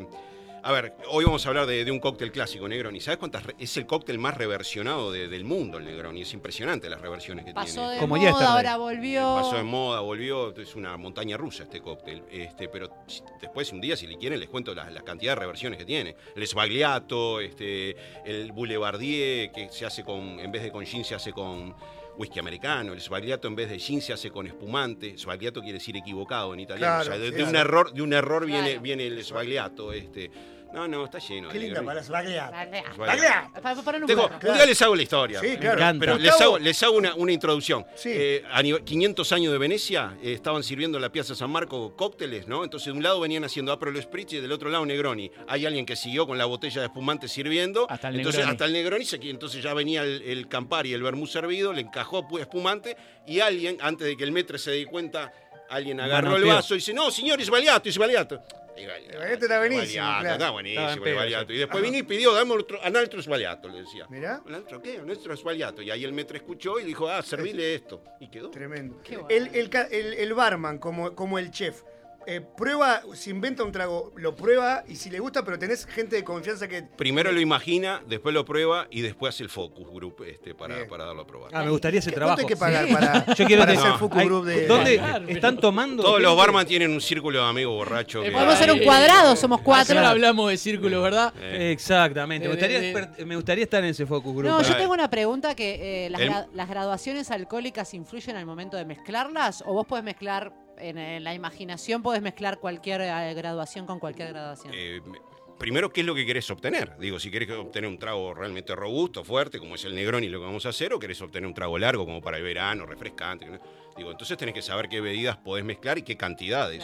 Speaker 22: A ver, hoy vamos a hablar de, de un cóctel clásico, Negroni. ¿Sabes cuántas? re- Es el cóctel más reversionado de- del mundo, el Negroni. Es impresionante las reversiones que
Speaker 5: Pasó
Speaker 22: tiene.
Speaker 5: de moda, ahora volvió.
Speaker 22: Pasó de moda, volvió, es una montaña rusa este cóctel. Este, pero si- después un día, si le quieren, les cuento la, la cantidad de reversiones que tiene. El Sbagliato, este, el Boulevardier, que se hace con, en vez de con gin, se hace con whisky americano. El Sbagliato en vez de gin se hace con espumante. Sbagliato quiere decir equivocado en italiano.
Speaker 1: Claro,
Speaker 22: o sea, de,
Speaker 1: sí,
Speaker 22: de un
Speaker 1: claro.
Speaker 22: error, de un error
Speaker 1: Claro.
Speaker 22: viene, viene el Sbagliato. Este. No, no, está lleno.
Speaker 1: Qué
Speaker 22: de
Speaker 1: linda
Speaker 22: Negroni.
Speaker 1: para Sbagliato.
Speaker 22: Sbagliato.
Speaker 5: Pa- pa- para un
Speaker 22: Tengo-
Speaker 5: lugar.
Speaker 22: Un día les hago la historia.
Speaker 1: Sí, claro.
Speaker 22: Pero
Speaker 1: Gustavo-
Speaker 22: les hago, les hago una, una introducción. Eh, a nivel- 500 años de Venecia, eh, estaban sirviendo en la Piazza San Marco cócteles, ¿no? Entonces, de un lado venían haciendo Aperol Spritz y del otro lado Negroni. Hay alguien que siguió con la botella de espumante sirviendo. Hasta
Speaker 7: el
Speaker 22: entonces,
Speaker 7: Negroni.
Speaker 22: Hasta el Negroni. se- Entonces ya venía el, el Campari y el vermú servido, le encajó pu- espumante y alguien, antes de que el metre se dé cuenta, alguien agarró el
Speaker 1: Manoteó.
Speaker 22: vaso y dice, no, señor, es baleato, es baleato. Y vale,
Speaker 1: Sbagliato está buenísimo,
Speaker 22: Baleato,
Speaker 1: claro.
Speaker 22: Está buenísimo,
Speaker 1: Estaba en
Speaker 22: el
Speaker 1: pedo,
Speaker 22: Baleato.
Speaker 1: sí.
Speaker 22: Y después
Speaker 1: Ajá.
Speaker 22: vino y pidió, dame otro, a Naltro es Baleato, le decía.
Speaker 1: Mirá.
Speaker 22: ¿Naltro qué? Naltro es Baleato. Y ahí el metro escuchó y dijo, ah, servile esto. Y quedó.
Speaker 1: Tremendo. El, el ca- el- el barman, como, como el chef, eh, prueba, si inventa un trago, lo prueba y si le gusta, pero tenés gente de confianza que.
Speaker 22: Primero lo imagina, después lo prueba y después hace el focus group este, para, para darlo a probar.
Speaker 6: Ah, me gustaría ese
Speaker 22: ¿Qué-
Speaker 6: trabajo.
Speaker 22: cuánto hay que pagar para-
Speaker 6: Yo quiero
Speaker 22: para
Speaker 6: decir-
Speaker 22: hacer focus
Speaker 6: hay-
Speaker 22: group de-
Speaker 6: ¿Dónde
Speaker 22: Claro,
Speaker 6: están tomando?
Speaker 22: Todos los
Speaker 6: gente?
Speaker 22: barman tienen un círculo de amigos borrachos.
Speaker 7: Eh,
Speaker 22: que-
Speaker 5: Eh, Podemos ser un cuadrado, somos cuatro.
Speaker 7: Ahora hablamos de círculos, ¿verdad?
Speaker 22: Eh.
Speaker 6: Exactamente. Me
Speaker 5: Eh,
Speaker 6: gustaría,
Speaker 5: de-
Speaker 6: per- me gustaría estar en ese focus group.
Speaker 5: No, yo tengo una pregunta que eh, las,
Speaker 6: El-
Speaker 5: gra- las graduaciones alcohólicas influyen al momento de mezclarlas o vos podés mezclar en, eh, la imaginación podés mezclar cualquier eh, graduación con cualquier graduación.
Speaker 22: Eh, me- primero, ¿qué es lo que querés obtener? Digo, si querés obtener un trago realmente robusto, fuerte, como es el Negroni, lo que vamos a hacer, o querés obtener un trago largo, como para el verano, refrescante. ¿no? Digo, entonces tenés que saber qué bebidas podés mezclar y qué cantidades.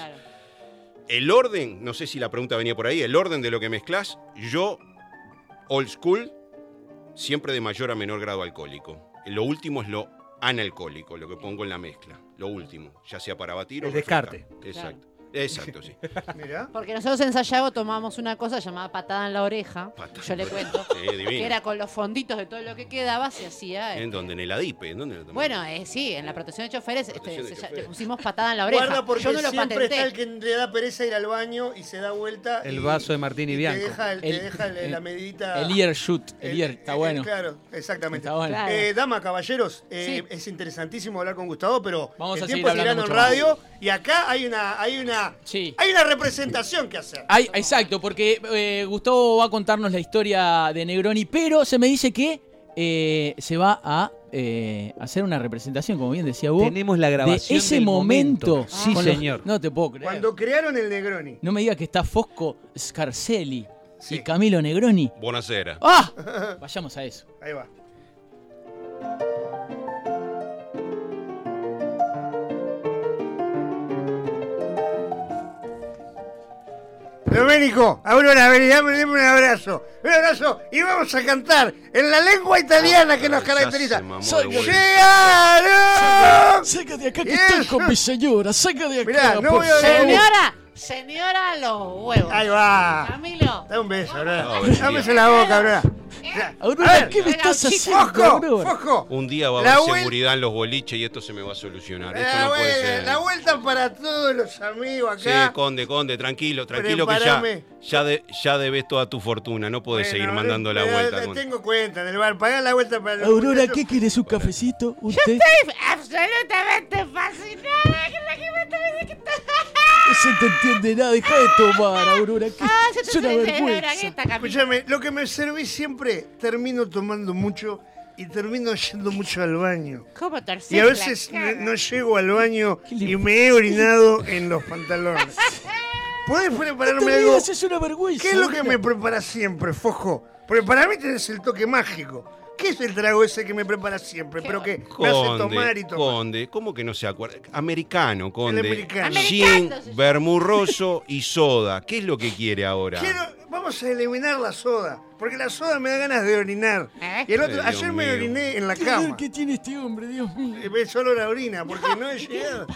Speaker 22: El orden, no sé si la pregunta venía por ahí, el orden de lo que mezclas, yo, old school, siempre de mayor a menor grado alcohólico. Lo último es lo analcohólico, lo que pongo en la mezcla, lo último, ya sea para batir o
Speaker 6: El
Speaker 22: refrescar.
Speaker 6: descarte.
Speaker 22: Exacto. Exacto, sí.
Speaker 1: Mirá.
Speaker 5: Porque nosotros en Sayago tomamos una cosa llamada patada en la oreja. Yo le cuento.
Speaker 22: Sí,
Speaker 5: Que
Speaker 22: divino.
Speaker 5: era con los fonditos de todo lo que quedaba, se hacía. eh.
Speaker 1: Este.
Speaker 22: ¿En dónde? ¿En el ADIPE? ¿En dónde lo tomamos?
Speaker 5: Bueno, eh, sí, en la protección de choferes este,
Speaker 22: Protección de
Speaker 5: se- ya-
Speaker 22: choferes.
Speaker 5: le pusimos patada en la oreja.
Speaker 1: Guarda porque
Speaker 5: Yo no lo
Speaker 1: siempre
Speaker 5: patenté.
Speaker 1: está el que le da pereza ir al baño y se da vuelta. y-
Speaker 6: El vaso de Martín y
Speaker 1: y
Speaker 6: Bianco.
Speaker 1: Te deja, el- te
Speaker 6: El-
Speaker 1: deja el- la medidita.
Speaker 7: El ear shoot, el,
Speaker 1: El-
Speaker 7: ear, está
Speaker 1: eh,
Speaker 7: bueno.
Speaker 1: Claro, exactamente.
Speaker 7: Está bueno. Claro.
Speaker 1: Eh, dama, caballeros, eh, es interesantísimo hablar con Gustavo, pero
Speaker 7: Vamos
Speaker 1: el
Speaker 7: a seguir
Speaker 1: tiempo es
Speaker 7: hablando
Speaker 1: tirano en
Speaker 7: mucho más.
Speaker 1: radio y acá hay una, hay una, hay una representación que hacer.
Speaker 7: Ay, exacto, porque eh, Gustavo va a contarnos la historia de Negroni, pero se me dice que eh, se va a eh, hacer una representación, como bien decía vos.
Speaker 6: Tenemos la grabación
Speaker 7: De ese
Speaker 6: del
Speaker 7: momento.
Speaker 6: momento. Sí,
Speaker 7: con los-
Speaker 6: señor.
Speaker 7: no te puedo creer.
Speaker 1: Cuando crearon el Negroni.
Speaker 7: No me digas que está Fosco Scarcelli y Camilo Negroni.
Speaker 22: Buenasera.
Speaker 7: ¡Ah! Vayamos a eso.
Speaker 1: Ahí va. Doménico, Aurora, vení, dame, dame un abrazo. Un abrazo y vamos a cantar en la lengua italiana que nos caracteriza.
Speaker 9: Soy yo.
Speaker 1: ¡Llegaron!
Speaker 7: Saca de acá
Speaker 9: que estoy con mi
Speaker 7: señora, saca de acá.
Speaker 1: Mirá, no
Speaker 9: por
Speaker 1: voy a
Speaker 9: favor.
Speaker 5: Señora, señora, los huevos.
Speaker 1: Ahí va.
Speaker 5: Camilo.
Speaker 1: Dame un beso, Aurora.
Speaker 22: No,
Speaker 1: Dame
Speaker 22: buen
Speaker 1: un beso
Speaker 22: día.
Speaker 1: en la boca, Aurora.
Speaker 7: Aurora,
Speaker 1: ¿qué
Speaker 5: me estás
Speaker 1: haciendo, Fosco, Fosco.
Speaker 22: Un día va a
Speaker 1: La
Speaker 22: haber
Speaker 1: vuel-
Speaker 22: seguridad en los boliches y esto se me va a solucionar. Esto
Speaker 1: La
Speaker 22: no puede
Speaker 1: vuelta,
Speaker 22: ser.
Speaker 1: Eh, la vuelta para todos los amigos
Speaker 22: Sí,
Speaker 1: acá.
Speaker 22: conde, conde, tranquilo, tranquilo que ya,
Speaker 1: Preparame.
Speaker 22: ya, de- ya debes toda tu fortuna. No podés
Speaker 1: Bueno,
Speaker 22: seguir mandando la
Speaker 1: pero
Speaker 22: vuelta.
Speaker 1: te-
Speaker 22: conde.
Speaker 1: Tengo cuenta del bar, pagá la vuelta para los
Speaker 7: Aurora,
Speaker 1: muchachos.
Speaker 7: ¿qué quieres? ¿Un cafecito? ¿Usted?
Speaker 5: Estoy absolutamente fascinada con la que me está diciendo que está.
Speaker 7: No se te entiende nada, deja de tomar, Aurora. que
Speaker 5: Ah, se te
Speaker 7: es una
Speaker 5: sube,
Speaker 7: vergüenza.
Speaker 1: Escúchame, lo que me serví siempre, termino tomando mucho y termino yendo mucho al baño.
Speaker 5: ¿Cómo
Speaker 1: Y a veces n- no llego al baño y me he orinado en los pantalones. ¿Puedes prepararme
Speaker 7: Te
Speaker 1: algo?
Speaker 7: olvidas, es una vergüenza.
Speaker 1: ¿Qué es lo que me preparas siempre, Fojo? Porque para mí tenés el toque mágico. ¿Qué es el trago ese que me preparas siempre? Pero que me hace tomar y
Speaker 22: Conde,
Speaker 1: tomar.
Speaker 22: conde, ¿cómo que no se acuerda? Americano, conde.
Speaker 1: americano.
Speaker 22: Gin,
Speaker 1: Americano se
Speaker 22: vermurroso y soda. ¿Qué es lo que quiere ahora?
Speaker 1: Quiero- vamos a eliminar la soda, porque la soda me da ganas de orinar. Y el
Speaker 22: Ay,
Speaker 1: otro,
Speaker 22: Dios
Speaker 1: ayer me
Speaker 22: mío.
Speaker 1: oriné en la
Speaker 7: ¿Qué
Speaker 1: cama. Eh,
Speaker 7: ¿Qué tiene este hombre, Dios mío?
Speaker 1: Ve Solo la orina, porque no he llegado.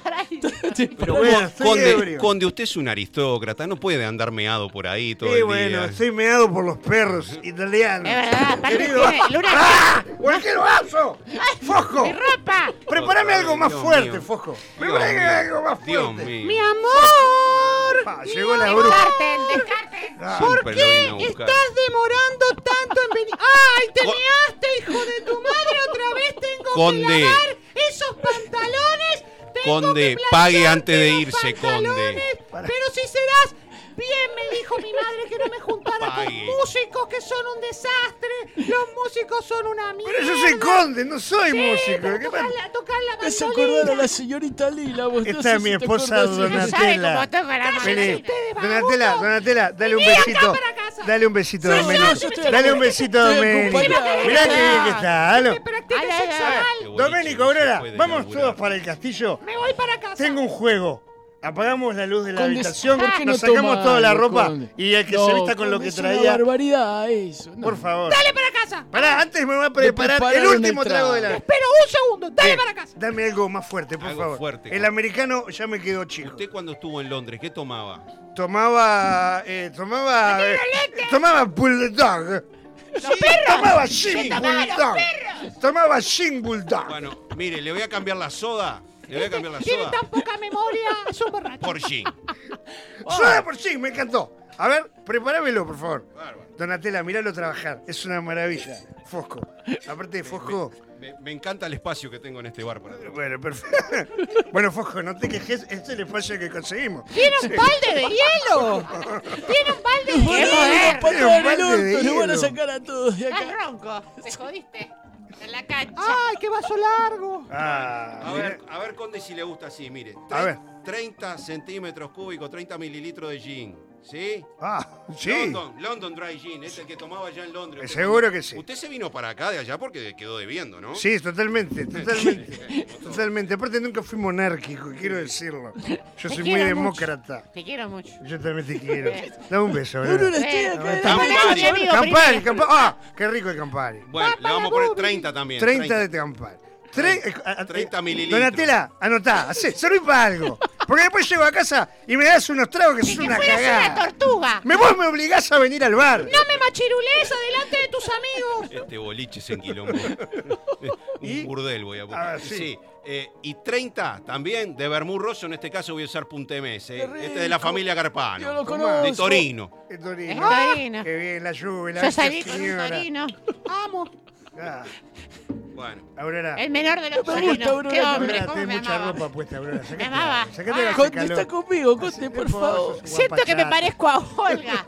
Speaker 22: Pero
Speaker 1: Bueno,
Speaker 22: con-
Speaker 1: estoy
Speaker 22: conde,
Speaker 1: ebrio.
Speaker 22: conde, usted es un aristócrata, no puede andar meado por ahí todo
Speaker 1: Sí,
Speaker 22: el
Speaker 1: bueno,
Speaker 22: día.
Speaker 1: estoy meado por los perros italianos.
Speaker 5: Es verdad, aparte
Speaker 1: Querido.
Speaker 5: tiene luna-
Speaker 1: ¡Ah! ¡Cualquier vaso! ¡Fojo! ¡Mi
Speaker 5: ropa!
Speaker 1: Prepárame algo más
Speaker 22: Dios
Speaker 1: fuerte,
Speaker 22: mío.
Speaker 1: Fojo.
Speaker 22: Dios
Speaker 1: Prepárame
Speaker 22: mío.
Speaker 1: algo más fuerte.
Speaker 22: Dios mío.
Speaker 5: ¡Mi amor!
Speaker 1: Pa, Ah, llegó la bruja.
Speaker 5: descarten, descarten.
Speaker 22: Ah,
Speaker 5: ¿Por
Speaker 22: siempre lo
Speaker 5: qué
Speaker 22: viene a buscar.
Speaker 5: estás demorando tanto en venir? ¡Ay, te
Speaker 22: Co-
Speaker 5: measte, hijo de tu madre! ¡Otra vez tengo que
Speaker 22: Conde.
Speaker 5: lavar esos pantalones! Tengo
Speaker 22: Conde,
Speaker 5: que
Speaker 22: pague
Speaker 5: plancharte
Speaker 22: antes de
Speaker 5: los
Speaker 22: irse,
Speaker 5: pantalones,
Speaker 22: conde.
Speaker 5: Pero si serás... Bien me dijo mi madre que no me juntara
Speaker 22: Pague.
Speaker 5: con músicos que son un desastre. Los músicos son una mierda.
Speaker 1: Pero yo soy conde, no soy
Speaker 5: Sí,
Speaker 1: músico.
Speaker 5: pero
Speaker 1: ¿Qué
Speaker 5: tocar
Speaker 1: pasa?
Speaker 5: la, tocar la
Speaker 7: Me hace
Speaker 5: bandolina.
Speaker 7: acordar a la señorita Lila. vos, no
Speaker 1: Esta
Speaker 7: sé
Speaker 1: es mi
Speaker 7: si te
Speaker 1: esposa
Speaker 7: acordás, Lila.
Speaker 1: Donatella. Vení. Donatella, Donatella, dale un besito. Dale un besito a
Speaker 7: Sí,
Speaker 1: Doménico.
Speaker 7: yo estoy
Speaker 1: Dale un
Speaker 7: acompañado.
Speaker 1: besito a
Speaker 7: Estoy
Speaker 1: Doménico.
Speaker 7: acompañado.
Speaker 1: Mirá qué bien que está. dalo.
Speaker 9: Qué
Speaker 1: Doménico, Aurora, vamos todos para el castillo.
Speaker 5: Me voy para casa.
Speaker 1: Tengo un juego. Apagamos la luz de la
Speaker 7: Conde,
Speaker 1: habitación,
Speaker 7: ¿por qué
Speaker 1: nos
Speaker 7: Ah, no
Speaker 1: sacamos
Speaker 7: toma
Speaker 1: toda la
Speaker 7: algo,
Speaker 1: ropa
Speaker 7: Conde?
Speaker 1: y el que
Speaker 7: No,
Speaker 1: se vista con lo
Speaker 7: Conde,
Speaker 1: que
Speaker 7: es una
Speaker 1: traía.
Speaker 7: barbaridad eso. no.
Speaker 1: Por favor.
Speaker 5: Dale para casa.
Speaker 1: Pará, antes me voy a preparar
Speaker 7: prepararon
Speaker 1: el
Speaker 7: el
Speaker 1: último trago
Speaker 7: trago.
Speaker 1: de la.
Speaker 7: Te
Speaker 5: espero un segundo, dale para casa.
Speaker 1: Dame algo más fuerte, por
Speaker 22: Algo
Speaker 1: favor.
Speaker 22: fuerte,
Speaker 1: el
Speaker 22: Conde.
Speaker 1: americano ya me quedó chico.
Speaker 22: Usted cuando estuvo en Londres, ¿qué tomaba?
Speaker 1: Tomaba. eh, tomaba. eh, tomaba bulldog. Tomaba gin bulldog. Tomaba gin bulldog.
Speaker 22: Bueno, mire, le voy a cambiar la soda. Le voy a cambiar la
Speaker 5: Tiene
Speaker 22: soda
Speaker 5: tan poca memoria, es un borracho.
Speaker 22: por gin.
Speaker 5: Oh.
Speaker 1: Soda por sí, me encantó. A ver, prepáramelo, por favor. Donatella, miralo trabajar. Es una maravilla. Fosco. Aparte de Fosco.
Speaker 22: Me, me encanta el espacio que tengo en este bar. Para trabajar.
Speaker 1: Bueno, perfecto. Bueno, Fosco, no te quejes, este es el espacio que conseguimos.
Speaker 5: Tiene un
Speaker 1: Sí.
Speaker 5: balde de hielo. Tiene un balde de hielo.
Speaker 1: Qué moderno. Tiene un balde de
Speaker 7: Nos van a
Speaker 1: hielo.
Speaker 7: sacar a todos de acá.
Speaker 5: Estás ronco, te jodiste. En la cancha. ¡Ay, qué vaso largo!
Speaker 1: Ah,
Speaker 22: A
Speaker 1: mirá.
Speaker 22: ver, a ver, Conde, si le gusta así, mire.
Speaker 1: A ver.
Speaker 22: 30 centímetros cúbicos, 30 mililitros de gin. ¿Sí?
Speaker 1: Ah, sí.
Speaker 22: London, London Dry Gin, es el que tomaba allá en Londres.
Speaker 1: Eh,
Speaker 22: Usted-
Speaker 1: seguro que sí.
Speaker 22: Usted se vino para acá de allá porque quedó debiendo, ¿no?
Speaker 1: Sí, totalmente, totalmente. totalmente. Aparte, nunca fui monárquico, quiero decirlo. Yo
Speaker 5: Te
Speaker 1: soy muy
Speaker 5: quiero
Speaker 1: demócrata.
Speaker 5: mucho, Te quiero mucho.
Speaker 1: Yo también te quiero. Dame un beso, bro.
Speaker 5: Aurora, estoy acá. Campari.
Speaker 1: Dame- Campari,
Speaker 5: Ponele, amigo,
Speaker 1: Campari,
Speaker 5: primero.
Speaker 1: Campari. Ah, qué rico el Campari.
Speaker 22: Bueno, le vamos a poner 30 también.
Speaker 1: 30 de Campari. Tre- eh, a- a-
Speaker 22: 30
Speaker 1: eh,
Speaker 22: mililitros.
Speaker 1: Donatella, anotá, hacé, serví para algo. Porque después llego a casa y me das unos tragos que
Speaker 10: Y
Speaker 1: son
Speaker 10: que
Speaker 1: una
Speaker 10: fueras una
Speaker 1: cagada.
Speaker 10: tortuga.
Speaker 1: Me vos me obligás a venir al bar.
Speaker 10: No me machirules delante de tus amigos.
Speaker 22: Este boliche es en quilombo. Un burdel voy a poner.
Speaker 1: Ah, sí.
Speaker 22: sí. eh, y 30 también de Bermurroso, en este caso voy a usar Puntemes. eh. Este de la
Speaker 1: rico.
Speaker 22: familia Carpano.
Speaker 1: Yo lo conozco.
Speaker 22: De Torino.
Speaker 1: El Torino.
Speaker 10: Es Torino.
Speaker 1: Qué bien la lluvia. La
Speaker 10: Yo
Speaker 1: vista
Speaker 10: salí con un
Speaker 1: señora.
Speaker 10: torino. Amo.
Speaker 1: Ah,
Speaker 22: Bueno.
Speaker 1: Aurora.
Speaker 10: El menor de los
Speaker 1: Me
Speaker 10: torinos.
Speaker 1: gusta, Aurora,
Speaker 10: Qué
Speaker 1: Aurora,
Speaker 10: hombre, cómo
Speaker 1: tenés
Speaker 10: me
Speaker 1: mucha
Speaker 10: amaba.
Speaker 1: ropa puesta, Aurora. Sacate,
Speaker 10: amaba.
Speaker 1: sacate la
Speaker 10: Ah.
Speaker 1: que
Speaker 10: Conte,
Speaker 1: calor.
Speaker 10: está
Speaker 7: conmigo, Conte, por favor.
Speaker 10: Siento que me
Speaker 22: guapachata.
Speaker 10: parezco a Olga.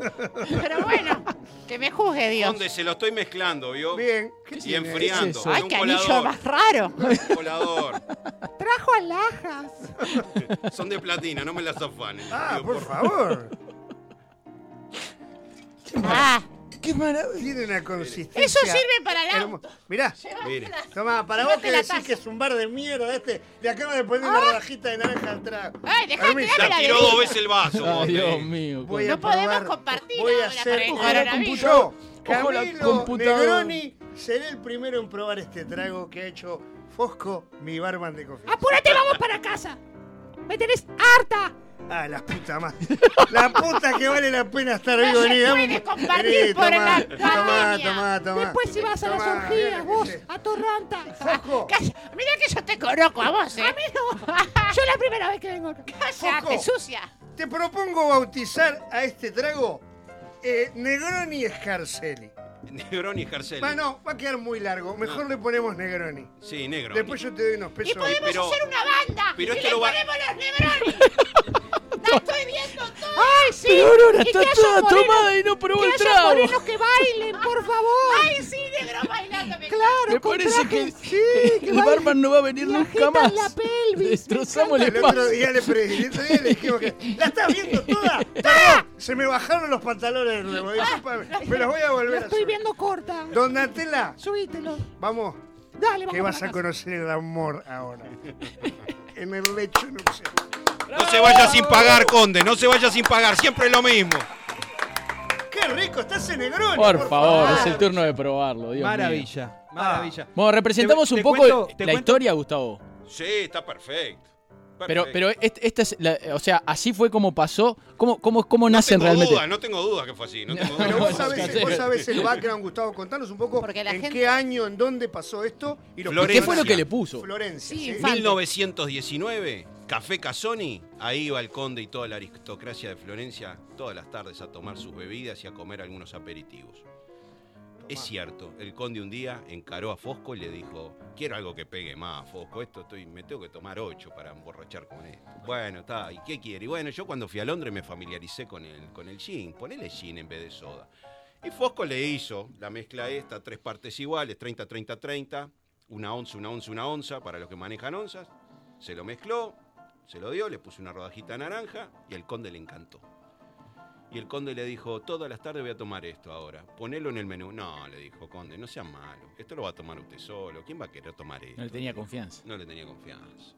Speaker 10: Pero bueno, que me juzgue Dios.
Speaker 22: Donde se lo estoy mezclando, ¿vio?
Speaker 1: Bien.
Speaker 22: Y enfriando. en
Speaker 10: Ay,
Speaker 22: un
Speaker 10: qué anillo
Speaker 22: colador.
Speaker 10: más raro.
Speaker 22: Un colador.
Speaker 10: Trajo alhajas.
Speaker 22: Son de platina, no me las afanes.
Speaker 1: Ah,
Speaker 22: Digo,
Speaker 1: por, favor.
Speaker 10: Ah.
Speaker 1: Qué maravilla. Tiene una consistencia.
Speaker 10: Eso sirve para el
Speaker 1: hermo- Mirá.
Speaker 22: Mire.
Speaker 1: Tomá, para
Speaker 10: No
Speaker 1: vos
Speaker 10: te
Speaker 1: que
Speaker 10: la Ah.
Speaker 1: decís
Speaker 10: tazo.
Speaker 1: que es un bar de mierda este, le acabo de poner una rajita de naranja al trago.
Speaker 10: Ay, dejá,
Speaker 1: Hermes,
Speaker 10: tirame
Speaker 22: Ya
Speaker 10: la
Speaker 22: tiró
Speaker 10: bebida.
Speaker 22: dos veces el vaso.
Speaker 7: Ay,
Speaker 22: vos,
Speaker 7: Dios
Speaker 22: eh.
Speaker 7: mío.
Speaker 1: Voy a
Speaker 10: No podemos
Speaker 1: probar-
Speaker 10: compartir
Speaker 1: Voy a
Speaker 10: ahora para
Speaker 1: hacer
Speaker 10: el
Speaker 1: Ojalá
Speaker 10: coronavirus.
Speaker 1: yo,
Speaker 7: Ojo la
Speaker 1: Camilo
Speaker 7: computadora.
Speaker 1: Negroni, seré el primero en probar este trago que ha hecho Fosco, mi barman de confianza.
Speaker 10: ¡Apúrate, vamos para casa! ¡Me tenés harta!
Speaker 1: Ah, la puta madre. La puta que vale la pena estar
Speaker 10: No
Speaker 1: vivo.
Speaker 10: se
Speaker 1: Vení, dame un-
Speaker 10: puede compartir
Speaker 1: Vení,
Speaker 10: por
Speaker 1: tomá,
Speaker 10: la
Speaker 1: Tomá,
Speaker 10: pandemia.
Speaker 1: tomá, tomá.
Speaker 10: Después si vas a las
Speaker 1: Tomá,
Speaker 10: orgías, vos, a Torranta. Calla, Mirá que yo te conozco a vos, ¿eh? A mí no. Yo la primera vez que vengo. ¡Cállate,
Speaker 1: Coco.
Speaker 10: sucia!
Speaker 1: Te propongo bautizar a este trago eh, Negroni Scarcelli.
Speaker 22: Negroni y Scarcelli.
Speaker 1: Va, no, va a quedar muy largo. Mejor le ponemos Negroni.
Speaker 22: Sí, negro.
Speaker 1: Después yo te doy unos pesos.
Speaker 10: Y podemos
Speaker 22: pero-
Speaker 10: hacer una banda.
Speaker 22: pero
Speaker 10: y
Speaker 22: esto
Speaker 10: le
Speaker 22: lo va-
Speaker 10: ponemos los Negroni. ¡La estoy viendo toda! ¡Ay, sí!
Speaker 7: Pero Aurora
Speaker 10: Y que
Speaker 7: está
Speaker 10: haya
Speaker 7: toda
Speaker 10: un moreno-
Speaker 7: tomada y no probó
Speaker 10: que
Speaker 7: el
Speaker 10: haya
Speaker 7: trago.
Speaker 10: morenos que bailen, por favor! ¡Ay, sí, negro bailando! Me
Speaker 7: Me
Speaker 10: claro,
Speaker 7: parece que el barman no va a venir nunca más.
Speaker 10: la pelvis.
Speaker 7: Destrozamos el
Speaker 1: El otro
Speaker 7: espacio.
Speaker 1: día le, pre- el otro día le dijimos que. ¡La estás viendo toda! Perdón, se me bajaron los pantalones de nuevo. Disculpame, me los voy a volver
Speaker 10: Ah, Lo
Speaker 1: a
Speaker 10: estoy
Speaker 1: subir.
Speaker 10: viendo corta.
Speaker 1: Donatella,
Speaker 10: Subítelo.
Speaker 1: vamos.
Speaker 10: Dale, vamos.
Speaker 1: Que vas
Speaker 10: para
Speaker 1: a
Speaker 10: casa.
Speaker 1: conocer el amor ahora. en el lecho nupcial.
Speaker 22: No se vaya sin pagar, Conde. No se vaya sin pagar. Siempre lo mismo.
Speaker 1: ¡Qué rico! ¡Estás en Negroni!
Speaker 7: Por favor, es el turno de probarlo, Dios mío.
Speaker 4: Maravilla,
Speaker 1: Ah.
Speaker 4: maravilla.
Speaker 7: Bueno, representamos
Speaker 4: Te-
Speaker 7: un
Speaker 4: te
Speaker 7: poco
Speaker 4: cuento- te
Speaker 7: la
Speaker 4: cuento-
Speaker 7: historia, Gustavo.
Speaker 22: Sí, está perfecto.
Speaker 7: Pero,
Speaker 1: Eh,
Speaker 22: Perfecto.
Speaker 7: pero este- esta es la- o sea, así fue como pasó. ¿Cómo, cómo, cómo
Speaker 22: No
Speaker 7: nacen
Speaker 22: tengo
Speaker 7: realmente?
Speaker 22: duda, no tengo duda que fue así. No tengo duda.
Speaker 1: Pero
Speaker 7: No,
Speaker 1: vos
Speaker 7: no,
Speaker 1: sabés,
Speaker 7: no,
Speaker 1: vos
Speaker 7: no.
Speaker 1: sabés el background, Gustavo. Contanos un poco
Speaker 10: Porque
Speaker 1: en
Speaker 10: la gente-
Speaker 1: qué año, en dónde pasó esto. Y los
Speaker 7: ¿Qué fue lo que le puso?
Speaker 1: Florencia.
Speaker 10: Sí,
Speaker 1: sí.
Speaker 10: infante.
Speaker 22: 1919, Café Casoni, ahí va el conde y toda la aristocracia de Florencia todas las tardes a tomar sus bebidas y a comer algunos aperitivos. Es cierto, el conde un día encaró a Fosco y le dijo, quiero algo que pegue más, Fosco, esto estoy, me tengo que tomar ocho para emborrachar con esto. Bueno, está, ¿y qué quiere? Y bueno, yo cuando fui a Londres me familiaricé con el, con el gin, ponele gin en vez de soda. Y Fosco le hizo la mezcla esta, tres partes iguales, 30-30-30, una onza, una onza, una onza, para los que manejan onzas. Se lo mezcló, se lo dio, le puso una rodajita de naranja y el conde le encantó. Y el conde le dijo, todas las tardes voy a tomar esto ahora, ponelo en el menú. No, le dijo, conde, no sea malo, esto lo va a tomar usted solo, ¿quién va a querer tomar esto?
Speaker 7: No le tenía confianza.
Speaker 22: No le tenía confianza.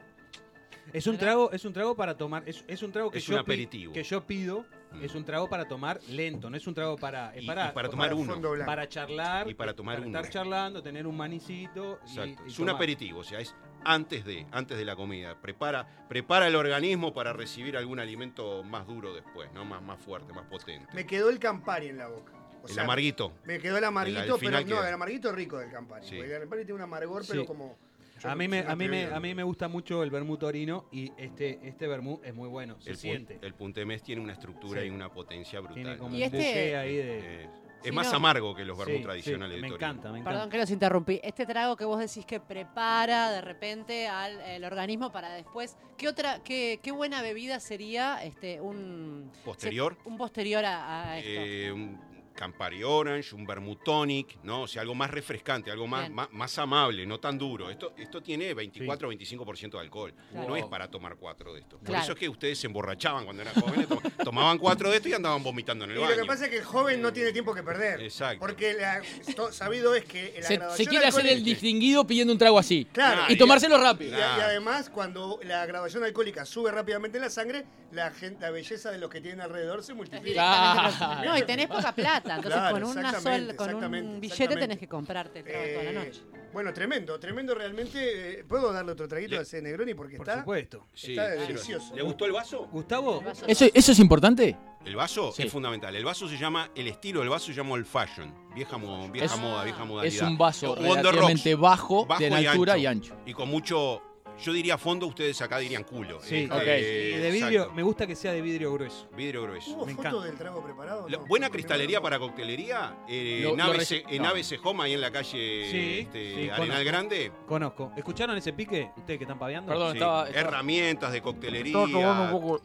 Speaker 4: Es un trago, es un trago para tomar, es, es un trago que
Speaker 22: Es
Speaker 4: yo
Speaker 22: un
Speaker 4: pi-
Speaker 22: aperitivo. Mm.
Speaker 4: que yo pido, es un trago para tomar lento, no es un trago para es
Speaker 22: Y-
Speaker 4: para,
Speaker 22: y para tomar uno.
Speaker 1: fondo blanco.
Speaker 4: para charlar eh,
Speaker 22: Y para tomar uno.
Speaker 4: estar charlando, tener un manicito y-
Speaker 22: Exacto.
Speaker 4: y
Speaker 22: es un
Speaker 4: tomar.
Speaker 22: aperitivo, o sea, es antes de, antes de la comida. Prepara, prepara el organismo para recibir algún alimento más duro después, ¿no? Más, más fuerte, más potente.
Speaker 1: Me quedó el Campari en la boca. O
Speaker 22: el
Speaker 1: sea,
Speaker 22: amarguito.
Speaker 1: Me quedó el amarguito,
Speaker 22: El- al
Speaker 1: pero
Speaker 22: final
Speaker 1: no,
Speaker 22: queda.
Speaker 1: el amarguito rico del Campari.
Speaker 22: Sí.
Speaker 1: porque El Campari tiene un amargor,
Speaker 4: Sí.
Speaker 1: pero como. yo
Speaker 4: A mí, me,
Speaker 1: soy
Speaker 4: a, mí me,
Speaker 1: atrevido.
Speaker 4: a mí me gusta mucho el vermú torino y este, este vermú es muy bueno, se
Speaker 22: El,
Speaker 4: siente.
Speaker 22: pun- el puntemés tiene una estructura
Speaker 4: Sí.
Speaker 22: y una potencia brutal.
Speaker 4: Tiene como
Speaker 5: Y
Speaker 4: un
Speaker 5: este-
Speaker 4: bouquet ahí de...
Speaker 22: Eh, es
Speaker 5: Si
Speaker 22: más
Speaker 5: no-
Speaker 22: amargo que los
Speaker 4: Sí,
Speaker 22: vermú
Speaker 4: sí,
Speaker 22: tradicionales de
Speaker 4: Me
Speaker 22: Torino.
Speaker 4: encanta, me encanta.
Speaker 5: Perdón que los interrumpí. Este trago que vos decís que prepara de repente al el organismo para después. ¿Qué otra, qué, qué buena bebida sería este un
Speaker 22: Posterior.
Speaker 5: se- un posterior a, a esto?
Speaker 22: eh, un Campari Orange, un Vermouth Tonic, ¿no? O sea, algo más refrescante, algo más,
Speaker 5: Bien.
Speaker 22: más, más amable, no tan duro. Esto, esto tiene 24 o 25% de alcohol.
Speaker 5: Claro.
Speaker 22: No es para tomar cuatro de estos. Por
Speaker 5: Claro.
Speaker 22: eso es que ustedes se emborrachaban cuando eran jóvenes, to- tomaban cuatro de estos y andaban vomitando en
Speaker 1: Y
Speaker 22: el
Speaker 1: lo
Speaker 22: baño.
Speaker 1: que pasa es que el joven no tiene tiempo que perder.
Speaker 22: Exacto.
Speaker 1: Porque la- to- sabido es que la
Speaker 7: Se,
Speaker 1: graduación
Speaker 7: se quiere hacer el
Speaker 1: alcohólica-
Speaker 7: distinguido pidiendo un trago así.
Speaker 1: Claro.
Speaker 7: Y tomárselo rápido.
Speaker 1: Y, a-
Speaker 22: Ah.
Speaker 1: y además, cuando la graduación alcohólica sube rápidamente en la sangre, la, gen- la belleza de los que tienen alrededor se multiplica.
Speaker 7: Directamente
Speaker 5: Claro. No, y tenés poca plata, entonces
Speaker 1: Claro,
Speaker 5: con, una
Speaker 1: exactamente,
Speaker 5: sol, con
Speaker 1: exactamente,
Speaker 5: un billete tenés
Speaker 1: exactamente.
Speaker 5: que comprarte el trago toda
Speaker 1: Eh,
Speaker 5: la noche.
Speaker 1: Bueno, tremendo, tremendo realmente. Eh, ¿Puedo darle otro traguito a ese Negroni? Porque está. Por
Speaker 6: supuesto.
Speaker 1: Está
Speaker 22: Sí, sí,
Speaker 1: delicioso.
Speaker 22: ¿Le gustó el vaso?
Speaker 6: Gustavo.
Speaker 7: ¿Eso, eso es importante?
Speaker 22: El vaso
Speaker 7: Sí.
Speaker 22: es fundamental. El vaso se llama, el estilo del vaso se llama old fashion. Vieja, mo- vieja moda, vieja modalidad.
Speaker 7: es un
Speaker 22: O
Speaker 7: vaso
Speaker 22: on the rocks.
Speaker 7: relativamente bajo,
Speaker 22: Bajo
Speaker 7: de en
Speaker 22: y
Speaker 7: altura
Speaker 22: ancho.
Speaker 7: y ancho.
Speaker 22: Y con mucho, yo diría fondo, ustedes acá dirían culo.
Speaker 7: Sí,
Speaker 22: Este,
Speaker 7: ok.
Speaker 22: eh,
Speaker 7: Y
Speaker 6: de vidrio,
Speaker 22: exacto.
Speaker 6: me gusta que sea de vidrio grueso.
Speaker 22: Vidrio grueso.
Speaker 1: ¿Hubo foto del trago preparado?
Speaker 22: La- buena cristalería para coctelería. Eh,
Speaker 6: Lo- lo
Speaker 22: nave,
Speaker 6: reci-
Speaker 22: Se- en
Speaker 6: no.
Speaker 22: nave Sejoma, ahí en la calle
Speaker 6: Sí,
Speaker 22: este,
Speaker 6: sí,
Speaker 22: Arenal
Speaker 6: conozco.
Speaker 22: Grande.
Speaker 6: Conozco. ¿Escucharon ese pique? Ustedes que están paviando.
Speaker 22: Sí. Herramientas de coctelería.
Speaker 6: Estaba tomando un poco-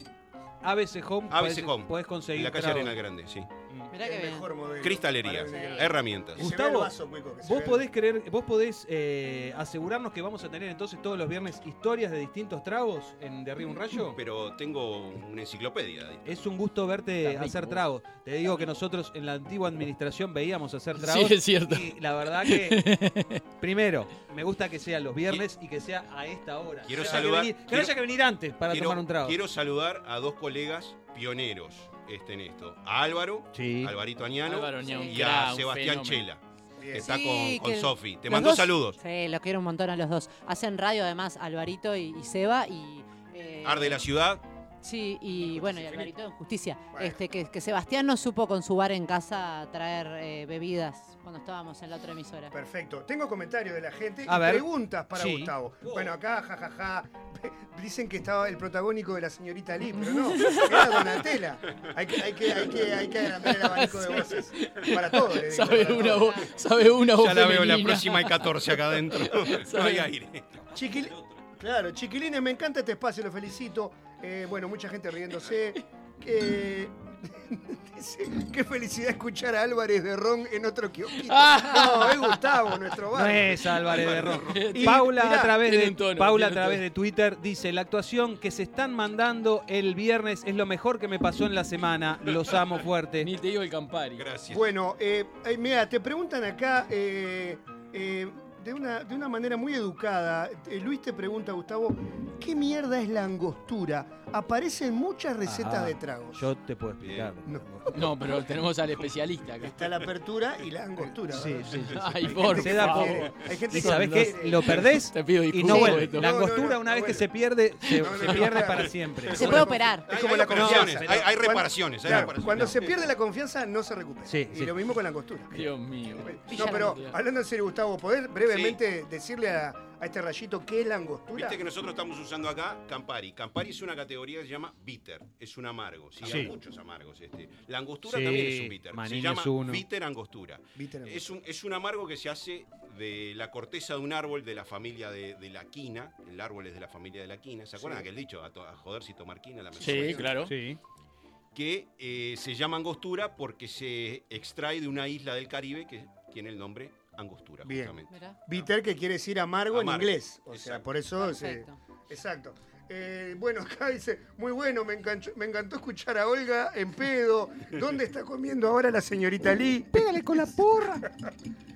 Speaker 6: ABC Home.
Speaker 22: ABC
Speaker 6: podés-
Speaker 22: Ah, Home.
Speaker 6: Podés conseguir.
Speaker 22: En la calle
Speaker 6: tragos.
Speaker 22: Arenal Grande, sí.
Speaker 5: Mirá que bien.
Speaker 22: Cristalería, herramientas.
Speaker 1: Que se vea el
Speaker 6: Gustavo,
Speaker 1: vaso, Cuico, que se
Speaker 6: vos
Speaker 1: vea el-
Speaker 6: podés creer, vos podés eh, asegurarnos que vamos a tener entonces todos los viernes historias de distintos tragos en De Arriba un Rayo.
Speaker 22: Pero tengo una enciclopedia. ahí.
Speaker 6: Es un gusto verte
Speaker 22: Está rico,
Speaker 6: hacer
Speaker 22: vos.
Speaker 6: tragos. Te digo que nosotros en la antigua administración veíamos hacer tragos.
Speaker 7: es cierto.
Speaker 6: Y la verdad que, primero, me gusta que sea los viernes y que sea a esta hora.
Speaker 22: Quiero
Speaker 6: Que haya que
Speaker 22: saludar-
Speaker 6: venir- que no
Speaker 22: quiero-
Speaker 6: haya que venir antes para
Speaker 22: quiero,
Speaker 6: tomar un trago.
Speaker 22: Quiero saludar a dos colegas pioneros este, en esto. A Álvaro,
Speaker 6: Sí.
Speaker 22: Alvarito Añano
Speaker 7: Álvaro Añano, un
Speaker 22: y
Speaker 7: crack,
Speaker 22: a
Speaker 7: un
Speaker 22: Sebastián
Speaker 7: fenómeno.
Speaker 22: Chela, que está
Speaker 5: Sí,
Speaker 22: con, con
Speaker 5: que-
Speaker 22: Sofi. Te
Speaker 5: los
Speaker 22: mando
Speaker 5: dos-
Speaker 22: saludos.
Speaker 5: Sí, los quiero un montón a los dos. Hacen radio además, Alvarito y, y Seba. Y, eh,
Speaker 22: Arde la ciudad.
Speaker 5: Sí, y bueno, y Alvarito en justicia. Este, que, que Sebastián no supo con su bar en casa traer eh, bebidas cuando estábamos en la otra emisora.
Speaker 1: Perfecto. Tengo comentarios de la gente
Speaker 5: A
Speaker 1: y
Speaker 5: ver.
Speaker 1: preguntas para
Speaker 5: Sí.
Speaker 1: Gustavo. Bueno, acá, jajaja. Dicen que estaba el protagónico de la señorita Lee, pero no, era Donatella. Hay que, hay que, hay que, hay que agrandar el abanico de voces. Para todos, le digo.
Speaker 7: Sabe una voz, sabe una voz
Speaker 22: Ya la veo, la
Speaker 7: femenina.
Speaker 22: próxima hay 14 acá adentro. No hay aire.
Speaker 1: Chiquil- Claro, chiquilines, me encanta este espacio, lo felicito. Eh, bueno, mucha gente riéndose. Eh, dice, qué felicidad escuchar a Álvarez de Ron en otro kiosquito. No, es Gustavo, nuestro
Speaker 6: No
Speaker 1: bar.
Speaker 6: es Álvarez de Ron.
Speaker 1: Y
Speaker 6: Paula
Speaker 1: mirá,
Speaker 6: a través de
Speaker 1: tiene un tono,
Speaker 6: Paula a
Speaker 1: tiene un
Speaker 6: través
Speaker 1: tono.
Speaker 6: de Twitter dice la actuación que se están mandando el viernes es lo mejor que me pasó en la semana. Los amo fuerte.
Speaker 7: Ni te digo el Campari.
Speaker 22: Gracias.
Speaker 1: Bueno, eh, eh, mira, te preguntan acá eh, eh, de, una, de una manera muy educada. Eh, Luis te pregunta, Gustavo, ¿qué mierda es la angostura? Aparecen muchas recetas
Speaker 6: Ah,
Speaker 1: de tragos.
Speaker 6: Yo te puedo explicar.
Speaker 7: No, pero tenemos al especialista acá.
Speaker 1: Está la apertura y la angostura.
Speaker 6: Sí,
Speaker 1: ¿verdad?
Speaker 6: sí, sí.
Speaker 7: Ay, por
Speaker 6: Se da
Speaker 7: favor.
Speaker 6: poco.
Speaker 1: Hay gente
Speaker 6: y
Speaker 1: que-
Speaker 6: sabes qué?
Speaker 1: Los-
Speaker 6: lo perdés
Speaker 7: Te pido
Speaker 6: y
Speaker 7: disculpas
Speaker 6: no
Speaker 7: por
Speaker 6: vuelve.
Speaker 7: esto.
Speaker 6: La
Speaker 7: No, no,
Speaker 6: angostura
Speaker 7: no,
Speaker 6: una
Speaker 7: no
Speaker 6: vez que
Speaker 7: vuelve.
Speaker 6: se pierde se,
Speaker 1: No, no,
Speaker 6: se
Speaker 1: no.
Speaker 6: pierde para siempre.
Speaker 1: Es
Speaker 5: Se
Speaker 1: como
Speaker 5: puede
Speaker 1: la
Speaker 5: operar.
Speaker 1: confianza. Es como
Speaker 22: Hay-
Speaker 1: la
Speaker 22: hay reparaciones,
Speaker 1: confianza.
Speaker 22: hay- hay
Speaker 1: Cuando-
Speaker 22: reparaciones, hay
Speaker 1: claro,
Speaker 22: reparaciones.
Speaker 1: Cuando
Speaker 22: No.
Speaker 1: se pierde la confianza, no se recupera.
Speaker 6: Sí,
Speaker 1: y
Speaker 6: sí.
Speaker 1: lo mismo con la angostura.
Speaker 7: Dios mío.
Speaker 1: No, pero hablando en serio, Gustavo, ¿poder brevemente decirle a, a este rayito qué es la angostura?
Speaker 22: Viste que nosotros estamos usando acá Campari. Campari es una categoría que se llama bitter. Es un amargo. Sí, hay
Speaker 6: Sí.
Speaker 22: muchos amargos. Este. La angostura
Speaker 6: Sí,
Speaker 22: también es un bitter.
Speaker 6: Manini
Speaker 22: se llama
Speaker 6: es uno.
Speaker 22: bitter angostura.
Speaker 1: Bitter angostura.
Speaker 22: Es, un, es un amargo que se hace de la corteza de un árbol de la familia de, de la quina. El árbol es de la familia de la quina. ¿Se acuerdan
Speaker 6: Sí.
Speaker 22: aquel dicho? A, to- a joder si tomar quina la mejor
Speaker 7: Sí,
Speaker 22: medicina?
Speaker 7: claro.
Speaker 22: Que eh, se llama angostura porque se extrae de una isla del Caribe que tiene el nombre angostura,
Speaker 1: Bien.
Speaker 22: justamente.
Speaker 1: Bitter, que quiere decir amargo, en
Speaker 22: Amargo.
Speaker 1: inglés. O sea,
Speaker 22: Exacto.
Speaker 1: por eso. se-
Speaker 22: Perfecto.
Speaker 1: exacto. Eh, bueno, acá dice, muy bueno, me, enganchó- me encantó escuchar a Olga en pedo. ¿Dónde está comiendo ahora la señorita Lee?
Speaker 10: Pégale con la porra.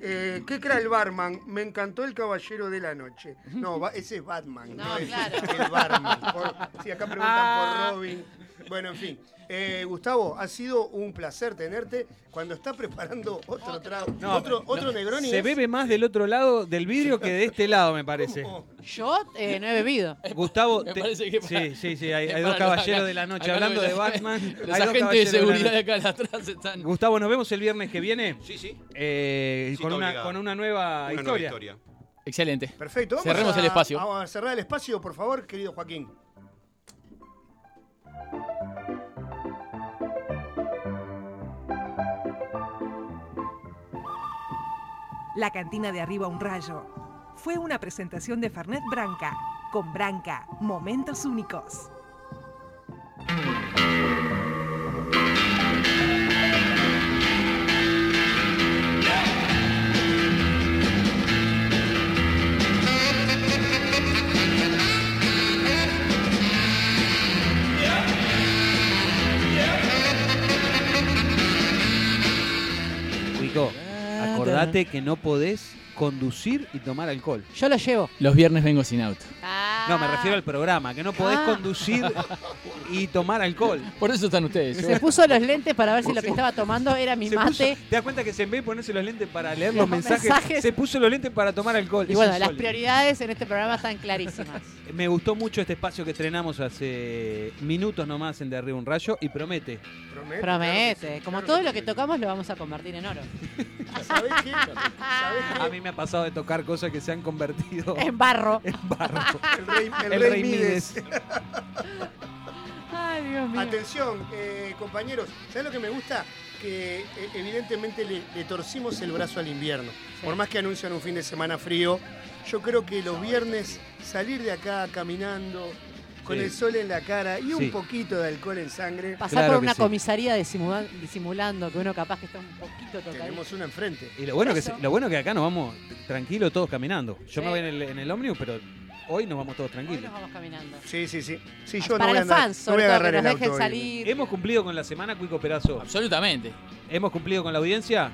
Speaker 1: Eh, ¿Qué crea el barman? Me encantó el caballero de la noche. No, va- ese es Batman. No, es El barman. Por- sí, acá preguntan por Robin. Bueno, en fin. Eh, Gustavo, ha sido un placer tenerte. Cuando está preparando otro trago,
Speaker 6: No,
Speaker 1: otro,
Speaker 6: no.
Speaker 1: otro Negroni. ¿eh?
Speaker 6: Se
Speaker 1: es-
Speaker 6: bebe más del otro lado del vidrio que de este lado, me parece.
Speaker 5: Yo eh, no he bebido.
Speaker 6: Gustavo,
Speaker 5: Me
Speaker 6: te-
Speaker 5: parece que para-
Speaker 6: sí, sí, sí, hay,
Speaker 5: es
Speaker 6: hay
Speaker 5: para
Speaker 6: dos
Speaker 5: los
Speaker 6: caballeros
Speaker 5: acá-
Speaker 6: de la noche.
Speaker 5: acá
Speaker 6: Hablando
Speaker 5: los-
Speaker 6: de Batman,
Speaker 7: Los
Speaker 6: hay dos
Speaker 7: agentes de
Speaker 6: caballeros la
Speaker 7: seguridad
Speaker 6: noche.
Speaker 7: de acá atrás están.
Speaker 6: Gustavo, nos vemos el viernes que viene. Sí,
Speaker 22: sí.
Speaker 7: Cita
Speaker 6: con, una,
Speaker 7: obligada.
Speaker 6: con una nueva
Speaker 7: Una nueva
Speaker 6: historia.
Speaker 7: historia. Excelente.
Speaker 1: Perfecto. vamos
Speaker 7: Cerremos
Speaker 1: a-
Speaker 7: el espacio.
Speaker 1: Vamos a cerrar el espacio, por favor, querido Joaquín.
Speaker 21: La cantina de arriba un rayo fue una presentación de Fernet Branca. Con Branca, momentos únicos.
Speaker 6: Cuico, acordate que no podés conducir y tomar alcohol.
Speaker 5: Yo lo llevo.
Speaker 7: Los viernes vengo sin auto.
Speaker 6: No, me refiero al programa, que no podés
Speaker 5: Ah.
Speaker 6: conducir y tomar alcohol.
Speaker 7: Por eso están ustedes.
Speaker 5: Se puso los lentes para ver si lo que estaba tomando era mi
Speaker 6: Se puso-
Speaker 5: mate.
Speaker 6: ¿Te das cuenta que se en vez de ponerse los lentes para leer
Speaker 5: Los
Speaker 6: los, mensajes,
Speaker 5: mensajes.
Speaker 6: se puso los lentes para tomar alcohol?
Speaker 5: Y
Speaker 6: Es
Speaker 5: bueno, las
Speaker 6: insólito.
Speaker 5: prioridades en este programa están clarísimas.
Speaker 6: Me gustó mucho este espacio que estrenamos hace minutos nomás en De Arriba un Rayo y promete.
Speaker 1: Promete.
Speaker 5: Promete. Como todo lo que tocamos lo vamos a convertir en oro.
Speaker 1: ¿Sabés qué?
Speaker 6: A mí me ha pasado de tocar cosas que se han convertido
Speaker 5: En barro.
Speaker 1: El rey, el
Speaker 6: El
Speaker 1: rey
Speaker 6: rey
Speaker 1: Mides.
Speaker 5: Ay, Dios mío.
Speaker 1: Atención, eh, compañeros, ¿sabes lo que me gusta? Que eh, evidentemente le, le torcimos el brazo al invierno. Por más que anuncian un fin de semana frío, yo creo que los viernes salir de acá caminando con
Speaker 5: Sí.
Speaker 1: el sol en la cara y un
Speaker 5: Sí.
Speaker 1: poquito de alcohol en sangre.
Speaker 5: Pasar por una comisaría disimula- disimulando que uno capaz que está un poquito tocado.
Speaker 1: Tenemos una enfrente.
Speaker 6: Y lo bueno, que, se- lo bueno que acá nos vamos tranquilos todos caminando. Yo me voy en el, en el ómnibus, pero hoy nos vamos todos tranquilos.
Speaker 5: Vamos caminando.
Speaker 1: Sí, sí, sí. Sí, yo
Speaker 5: Para
Speaker 1: no voy a
Speaker 5: los
Speaker 1: andar-
Speaker 5: fans,
Speaker 1: no voy
Speaker 5: sobre
Speaker 1: a
Speaker 5: todo,
Speaker 1: agarrar
Speaker 5: que
Speaker 1: el
Speaker 5: nos
Speaker 1: auto.
Speaker 5: dejen
Speaker 1: hoy.
Speaker 5: salir.
Speaker 6: ¿Hemos cumplido con la semana, Cuico Perazo?
Speaker 7: Absolutamente.
Speaker 6: ¿Hemos cumplido con la audiencia?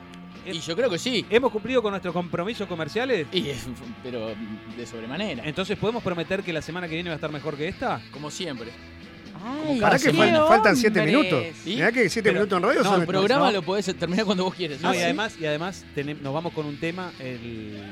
Speaker 7: Y yo creo que sí.
Speaker 6: ¿Hemos cumplido con nuestros compromisos comerciales?
Speaker 7: pero de sobremanera.
Speaker 6: Entonces, ¿podemos prometer que la semana que viene va a estar mejor que esta?
Speaker 7: Como siempre.
Speaker 5: Ay,
Speaker 1: Pará que fal- faltan siete
Speaker 6: hombres.
Speaker 1: minutos.
Speaker 6: ¿Y?
Speaker 1: Mirá que siete
Speaker 6: Pero-
Speaker 1: minutos en radio
Speaker 6: no,
Speaker 1: son
Speaker 6: el programa
Speaker 1: ¿no?
Speaker 6: lo
Speaker 7: podés terminar cuando vos quieres.
Speaker 6: No,
Speaker 7: ¿Ah,
Speaker 6: y
Speaker 7: sí?
Speaker 6: además, y además tenem- nos vamos con un tema, el-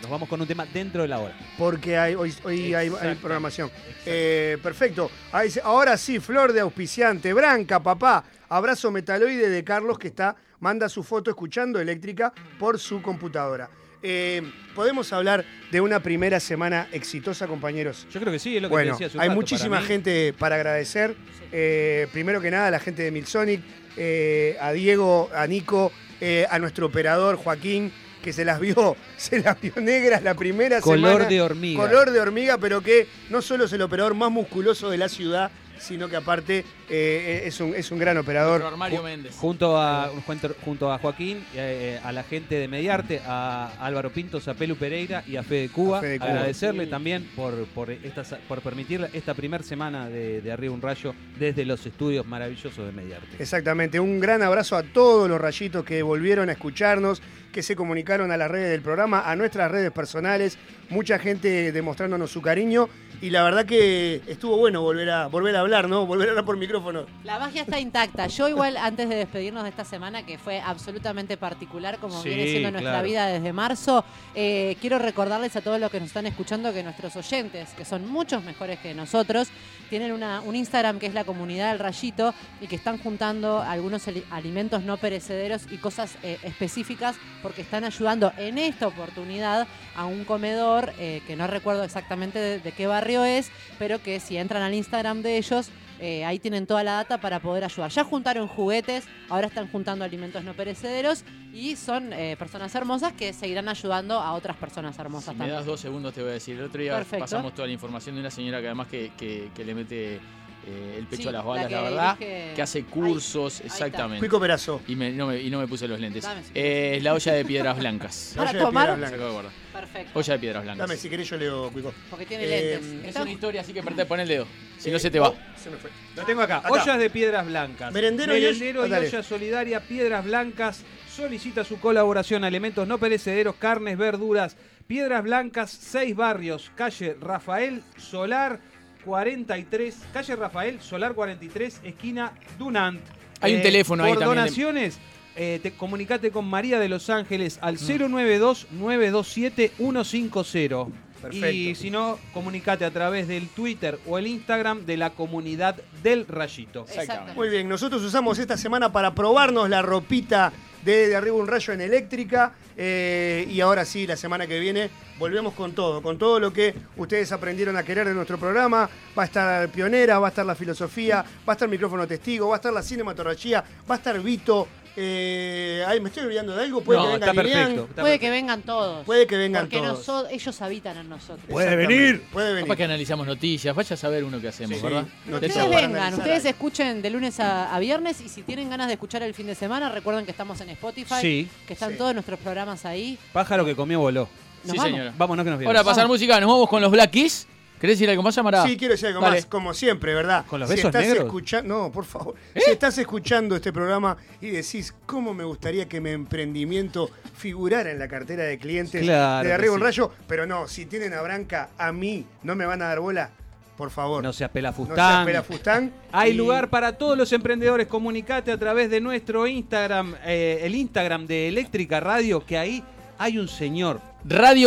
Speaker 6: nos vamos con un tema dentro de la hora.
Speaker 1: Porque hay, hoy, hoy hay, hay programación. Eh, perfecto. Ahí dice, ahora sí, flor de auspiciante. Branca, papá. Abrazo metaloide de Carlos que está, manda su foto escuchando eléctrica por su computadora. Eh, Podemos hablar de una primera semana exitosa, compañeros.
Speaker 6: Yo creo que sí, es lo que te
Speaker 1: Bueno,
Speaker 6: decía hace un
Speaker 1: hay
Speaker 6: rato,
Speaker 1: muchísima
Speaker 6: para mí-
Speaker 1: gente para agradecer. Eh, primero que nada, a la gente de Milsonic, eh, a Diego, a Nico, eh, a nuestro operador Joaquín, que se las vio, se las vio negras la primera
Speaker 6: Color
Speaker 1: semana.
Speaker 6: de hormiga.
Speaker 1: Color de hormiga, pero que no solo es el operador más musculoso de la ciudad, sino que aparte eh, es, un, es un gran operador.
Speaker 7: Mario Méndez.
Speaker 6: Junto a, junto- junto a Joaquín, eh, a la gente de Mediarte, a Álvaro Pintos, a Pelu Pereira y a Fede Cuba.
Speaker 1: A Fede Cuba.
Speaker 6: Agradecerle también por, por, esta, por permitir esta primera semana de, de Arriba un Rayo desde los estudios maravillosos de Mediarte.
Speaker 1: Exactamente, un gran abrazo a todos los rayitos que volvieron a escucharnos, que se comunicaron a las redes del programa, a nuestras redes personales, mucha gente demostrándonos su cariño y la verdad que estuvo bueno volver a volver a hablar, ¿no? Volver a hablar por micrófono.
Speaker 5: La magia está intacta. Yo igual antes de despedirnos de esta semana, que fue absolutamente particular, como
Speaker 6: Sí,
Speaker 5: viene siendo nuestra
Speaker 6: claro.
Speaker 5: vida desde marzo, eh, quiero recordarles a todos los que nos están escuchando que nuestros oyentes, que son muchos mejores que nosotros, tienen una- un Instagram que es la comunidad del rayito y que están juntando algunos ali- alimentos no perecederos y cosas eh, específicas porque están ayudando en esta oportunidad a un comedor eh, que no recuerdo exactamente de- de qué barrio es, pero que si entran al Instagram de ellos eh, ahí tienen toda la data para poder ayudar. Ya juntaron juguetes, ahora están juntando alimentos no perecederos y son eh, personas hermosas que seguirán ayudando a otras personas hermosas
Speaker 7: Si me
Speaker 5: también.
Speaker 7: das dos segundos te voy a decir. El otro día
Speaker 5: Perfecto.
Speaker 7: pasamos toda la información de una señora que además que, que- que le mete eh, el pecho
Speaker 5: Sí,
Speaker 7: a las balas,
Speaker 5: la
Speaker 7: la,
Speaker 5: que
Speaker 7: verdad.
Speaker 5: dirige-
Speaker 7: Que hace cursos, exactamente.
Speaker 1: Cuico Perazo.
Speaker 7: Y, me- no me, y no me puse los lentes.
Speaker 5: Dame, si
Speaker 7: Eh, la olla de piedras blancas.
Speaker 5: ¿Para La olla de tomar? piedras blancas.
Speaker 7: Se acabó de guardar.
Speaker 5: Perfecto.
Speaker 7: Olla de piedras blancas.
Speaker 1: Dame si querés yo leo Cuico.
Speaker 5: Porque tiene
Speaker 1: Eh, oh,
Speaker 5: lentes.
Speaker 7: Es una historia, así que pon el dedo. Si no se te va.
Speaker 1: Se me fue.
Speaker 6: Lo tengo acá.
Speaker 1: Acá.
Speaker 6: Ollas de piedras blancas.
Speaker 1: Merendero y olla-
Speaker 6: Merendero y,
Speaker 1: dale.
Speaker 6: olla solidaria Piedras Blancas solicita su colaboración a elementos no perecederos, carnes, verduras. Piedras Blancas, seis barrios, calle Rafael Solar 43, calle Rafael Solar 43, esquina Dunant.
Speaker 7: Hay un teléfono ahí
Speaker 6: Eh, por
Speaker 7: también.
Speaker 6: donaciones, eh, te, comunicate con María de Los Ángeles
Speaker 7: Mm.
Speaker 6: al 092-927-150.
Speaker 1: Perfecto.
Speaker 6: Y si no, comunicate a través del Twitter o el Instagram de la comunidad del Rayito.
Speaker 1: Exactamente. Muy bien, nosotros usamos esta semana para probarnos la ropita de, de arriba un rayo en eléctrica eh, y ahora sí, la semana que viene volvemos con todo, con todo lo que ustedes aprendieron a querer de nuestro programa. Va a estar Pionera, va a estar la filosofía, va a estar Micrófono Testigo, va a estar la cinematografía, va a estar Vito. eh, ay, me estoy olvidando de algo. Puede
Speaker 6: No,
Speaker 1: que venga
Speaker 6: está
Speaker 1: Lilian,
Speaker 6: perfecto, está
Speaker 5: Puede que vengan todos.
Speaker 1: Puede que vengan
Speaker 5: porque
Speaker 1: todos.
Speaker 5: noso- ellos habitan en nosotros.
Speaker 1: Puede venir.
Speaker 7: Capaz que analizamos noticias. Vaya a saber uno qué hacemos,
Speaker 1: Sí,
Speaker 7: ¿verdad?
Speaker 1: sí.
Speaker 7: De
Speaker 1: Noticias
Speaker 7: todo.
Speaker 5: Ustedes vengan, ustedes escuchen de lunes a, a viernes y si tienen ganas de escuchar el fin de semana, recuerden que estamos en Spotify,
Speaker 6: Sí.
Speaker 5: que están
Speaker 6: Sí.
Speaker 5: todos nuestros programas ahí.
Speaker 6: Pájaro que comió voló.
Speaker 5: Nos Sí, vamos. señora.
Speaker 6: Vámonos que nos vemos.
Speaker 7: Ahora a pasar música, nos vamos con los Black Keys, ¿Querés decir algo más, Amará?
Speaker 1: Sí, quiero decir algo
Speaker 7: Dale.
Speaker 1: más, como siempre, ¿verdad?
Speaker 7: ¿Con los
Speaker 1: si
Speaker 7: besos
Speaker 1: estás
Speaker 7: negros?
Speaker 1: escuchando, no, por favor. Si estás escuchando este programa y decís, ¿cómo me gustaría que mi emprendimiento figurara en la cartera de clientes
Speaker 6: Claro
Speaker 1: de
Speaker 6: que
Speaker 1: arriba un
Speaker 6: sí.
Speaker 1: rayo? Pero no, si tienen a Branca, a mí, no me van a dar bola, por favor.
Speaker 6: No seas
Speaker 1: No
Speaker 6: pelafustán.
Speaker 1: seas pelafustán.
Speaker 6: Hay
Speaker 1: Y-
Speaker 6: lugar para todos los emprendedores. Comunicate a través de nuestro Instagram, eh, el Instagram de Eléctrica Radio, que ahí hay un señor.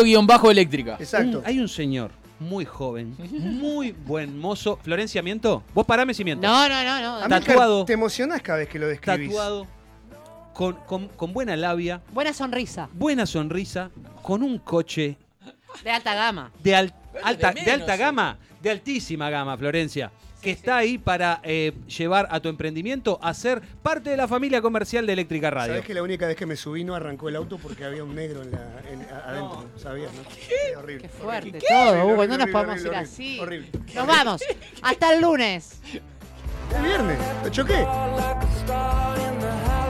Speaker 7: Radio-eléctrica.
Speaker 6: Un- hay un señor muy joven, muy buen mozo. Florencia, ¿miento? Vos parame si miento.
Speaker 5: No, no, no, no.
Speaker 1: Amílcar,
Speaker 6: Tatuado,
Speaker 1: Te emocionás cada vez que lo describís.
Speaker 6: tatuado, con, con- con buena labia,
Speaker 5: Buena sonrisa,
Speaker 6: buena sonrisa, con un coche
Speaker 5: de alta gama.
Speaker 6: de, al- alta,
Speaker 5: menos,
Speaker 6: de alta
Speaker 5: sí.
Speaker 6: gama, de altísima gama, Florencia, que está ahí para eh, llevar a tu emprendimiento a ser parte de la familia comercial de Eléctrica Radio.
Speaker 1: Sabés que la única vez que me subí no arrancó el auto porque había un negro en la- en- a- adentro. ¿Sabías, no? Qué horrible. Qué
Speaker 5: fuerte todo, Hugo, no nos podemos ir así.
Speaker 1: Horrible.
Speaker 5: Nos vamos. Hasta el lunes.
Speaker 1: El viernes, lo choqué.
Speaker 2: Like a star in the house.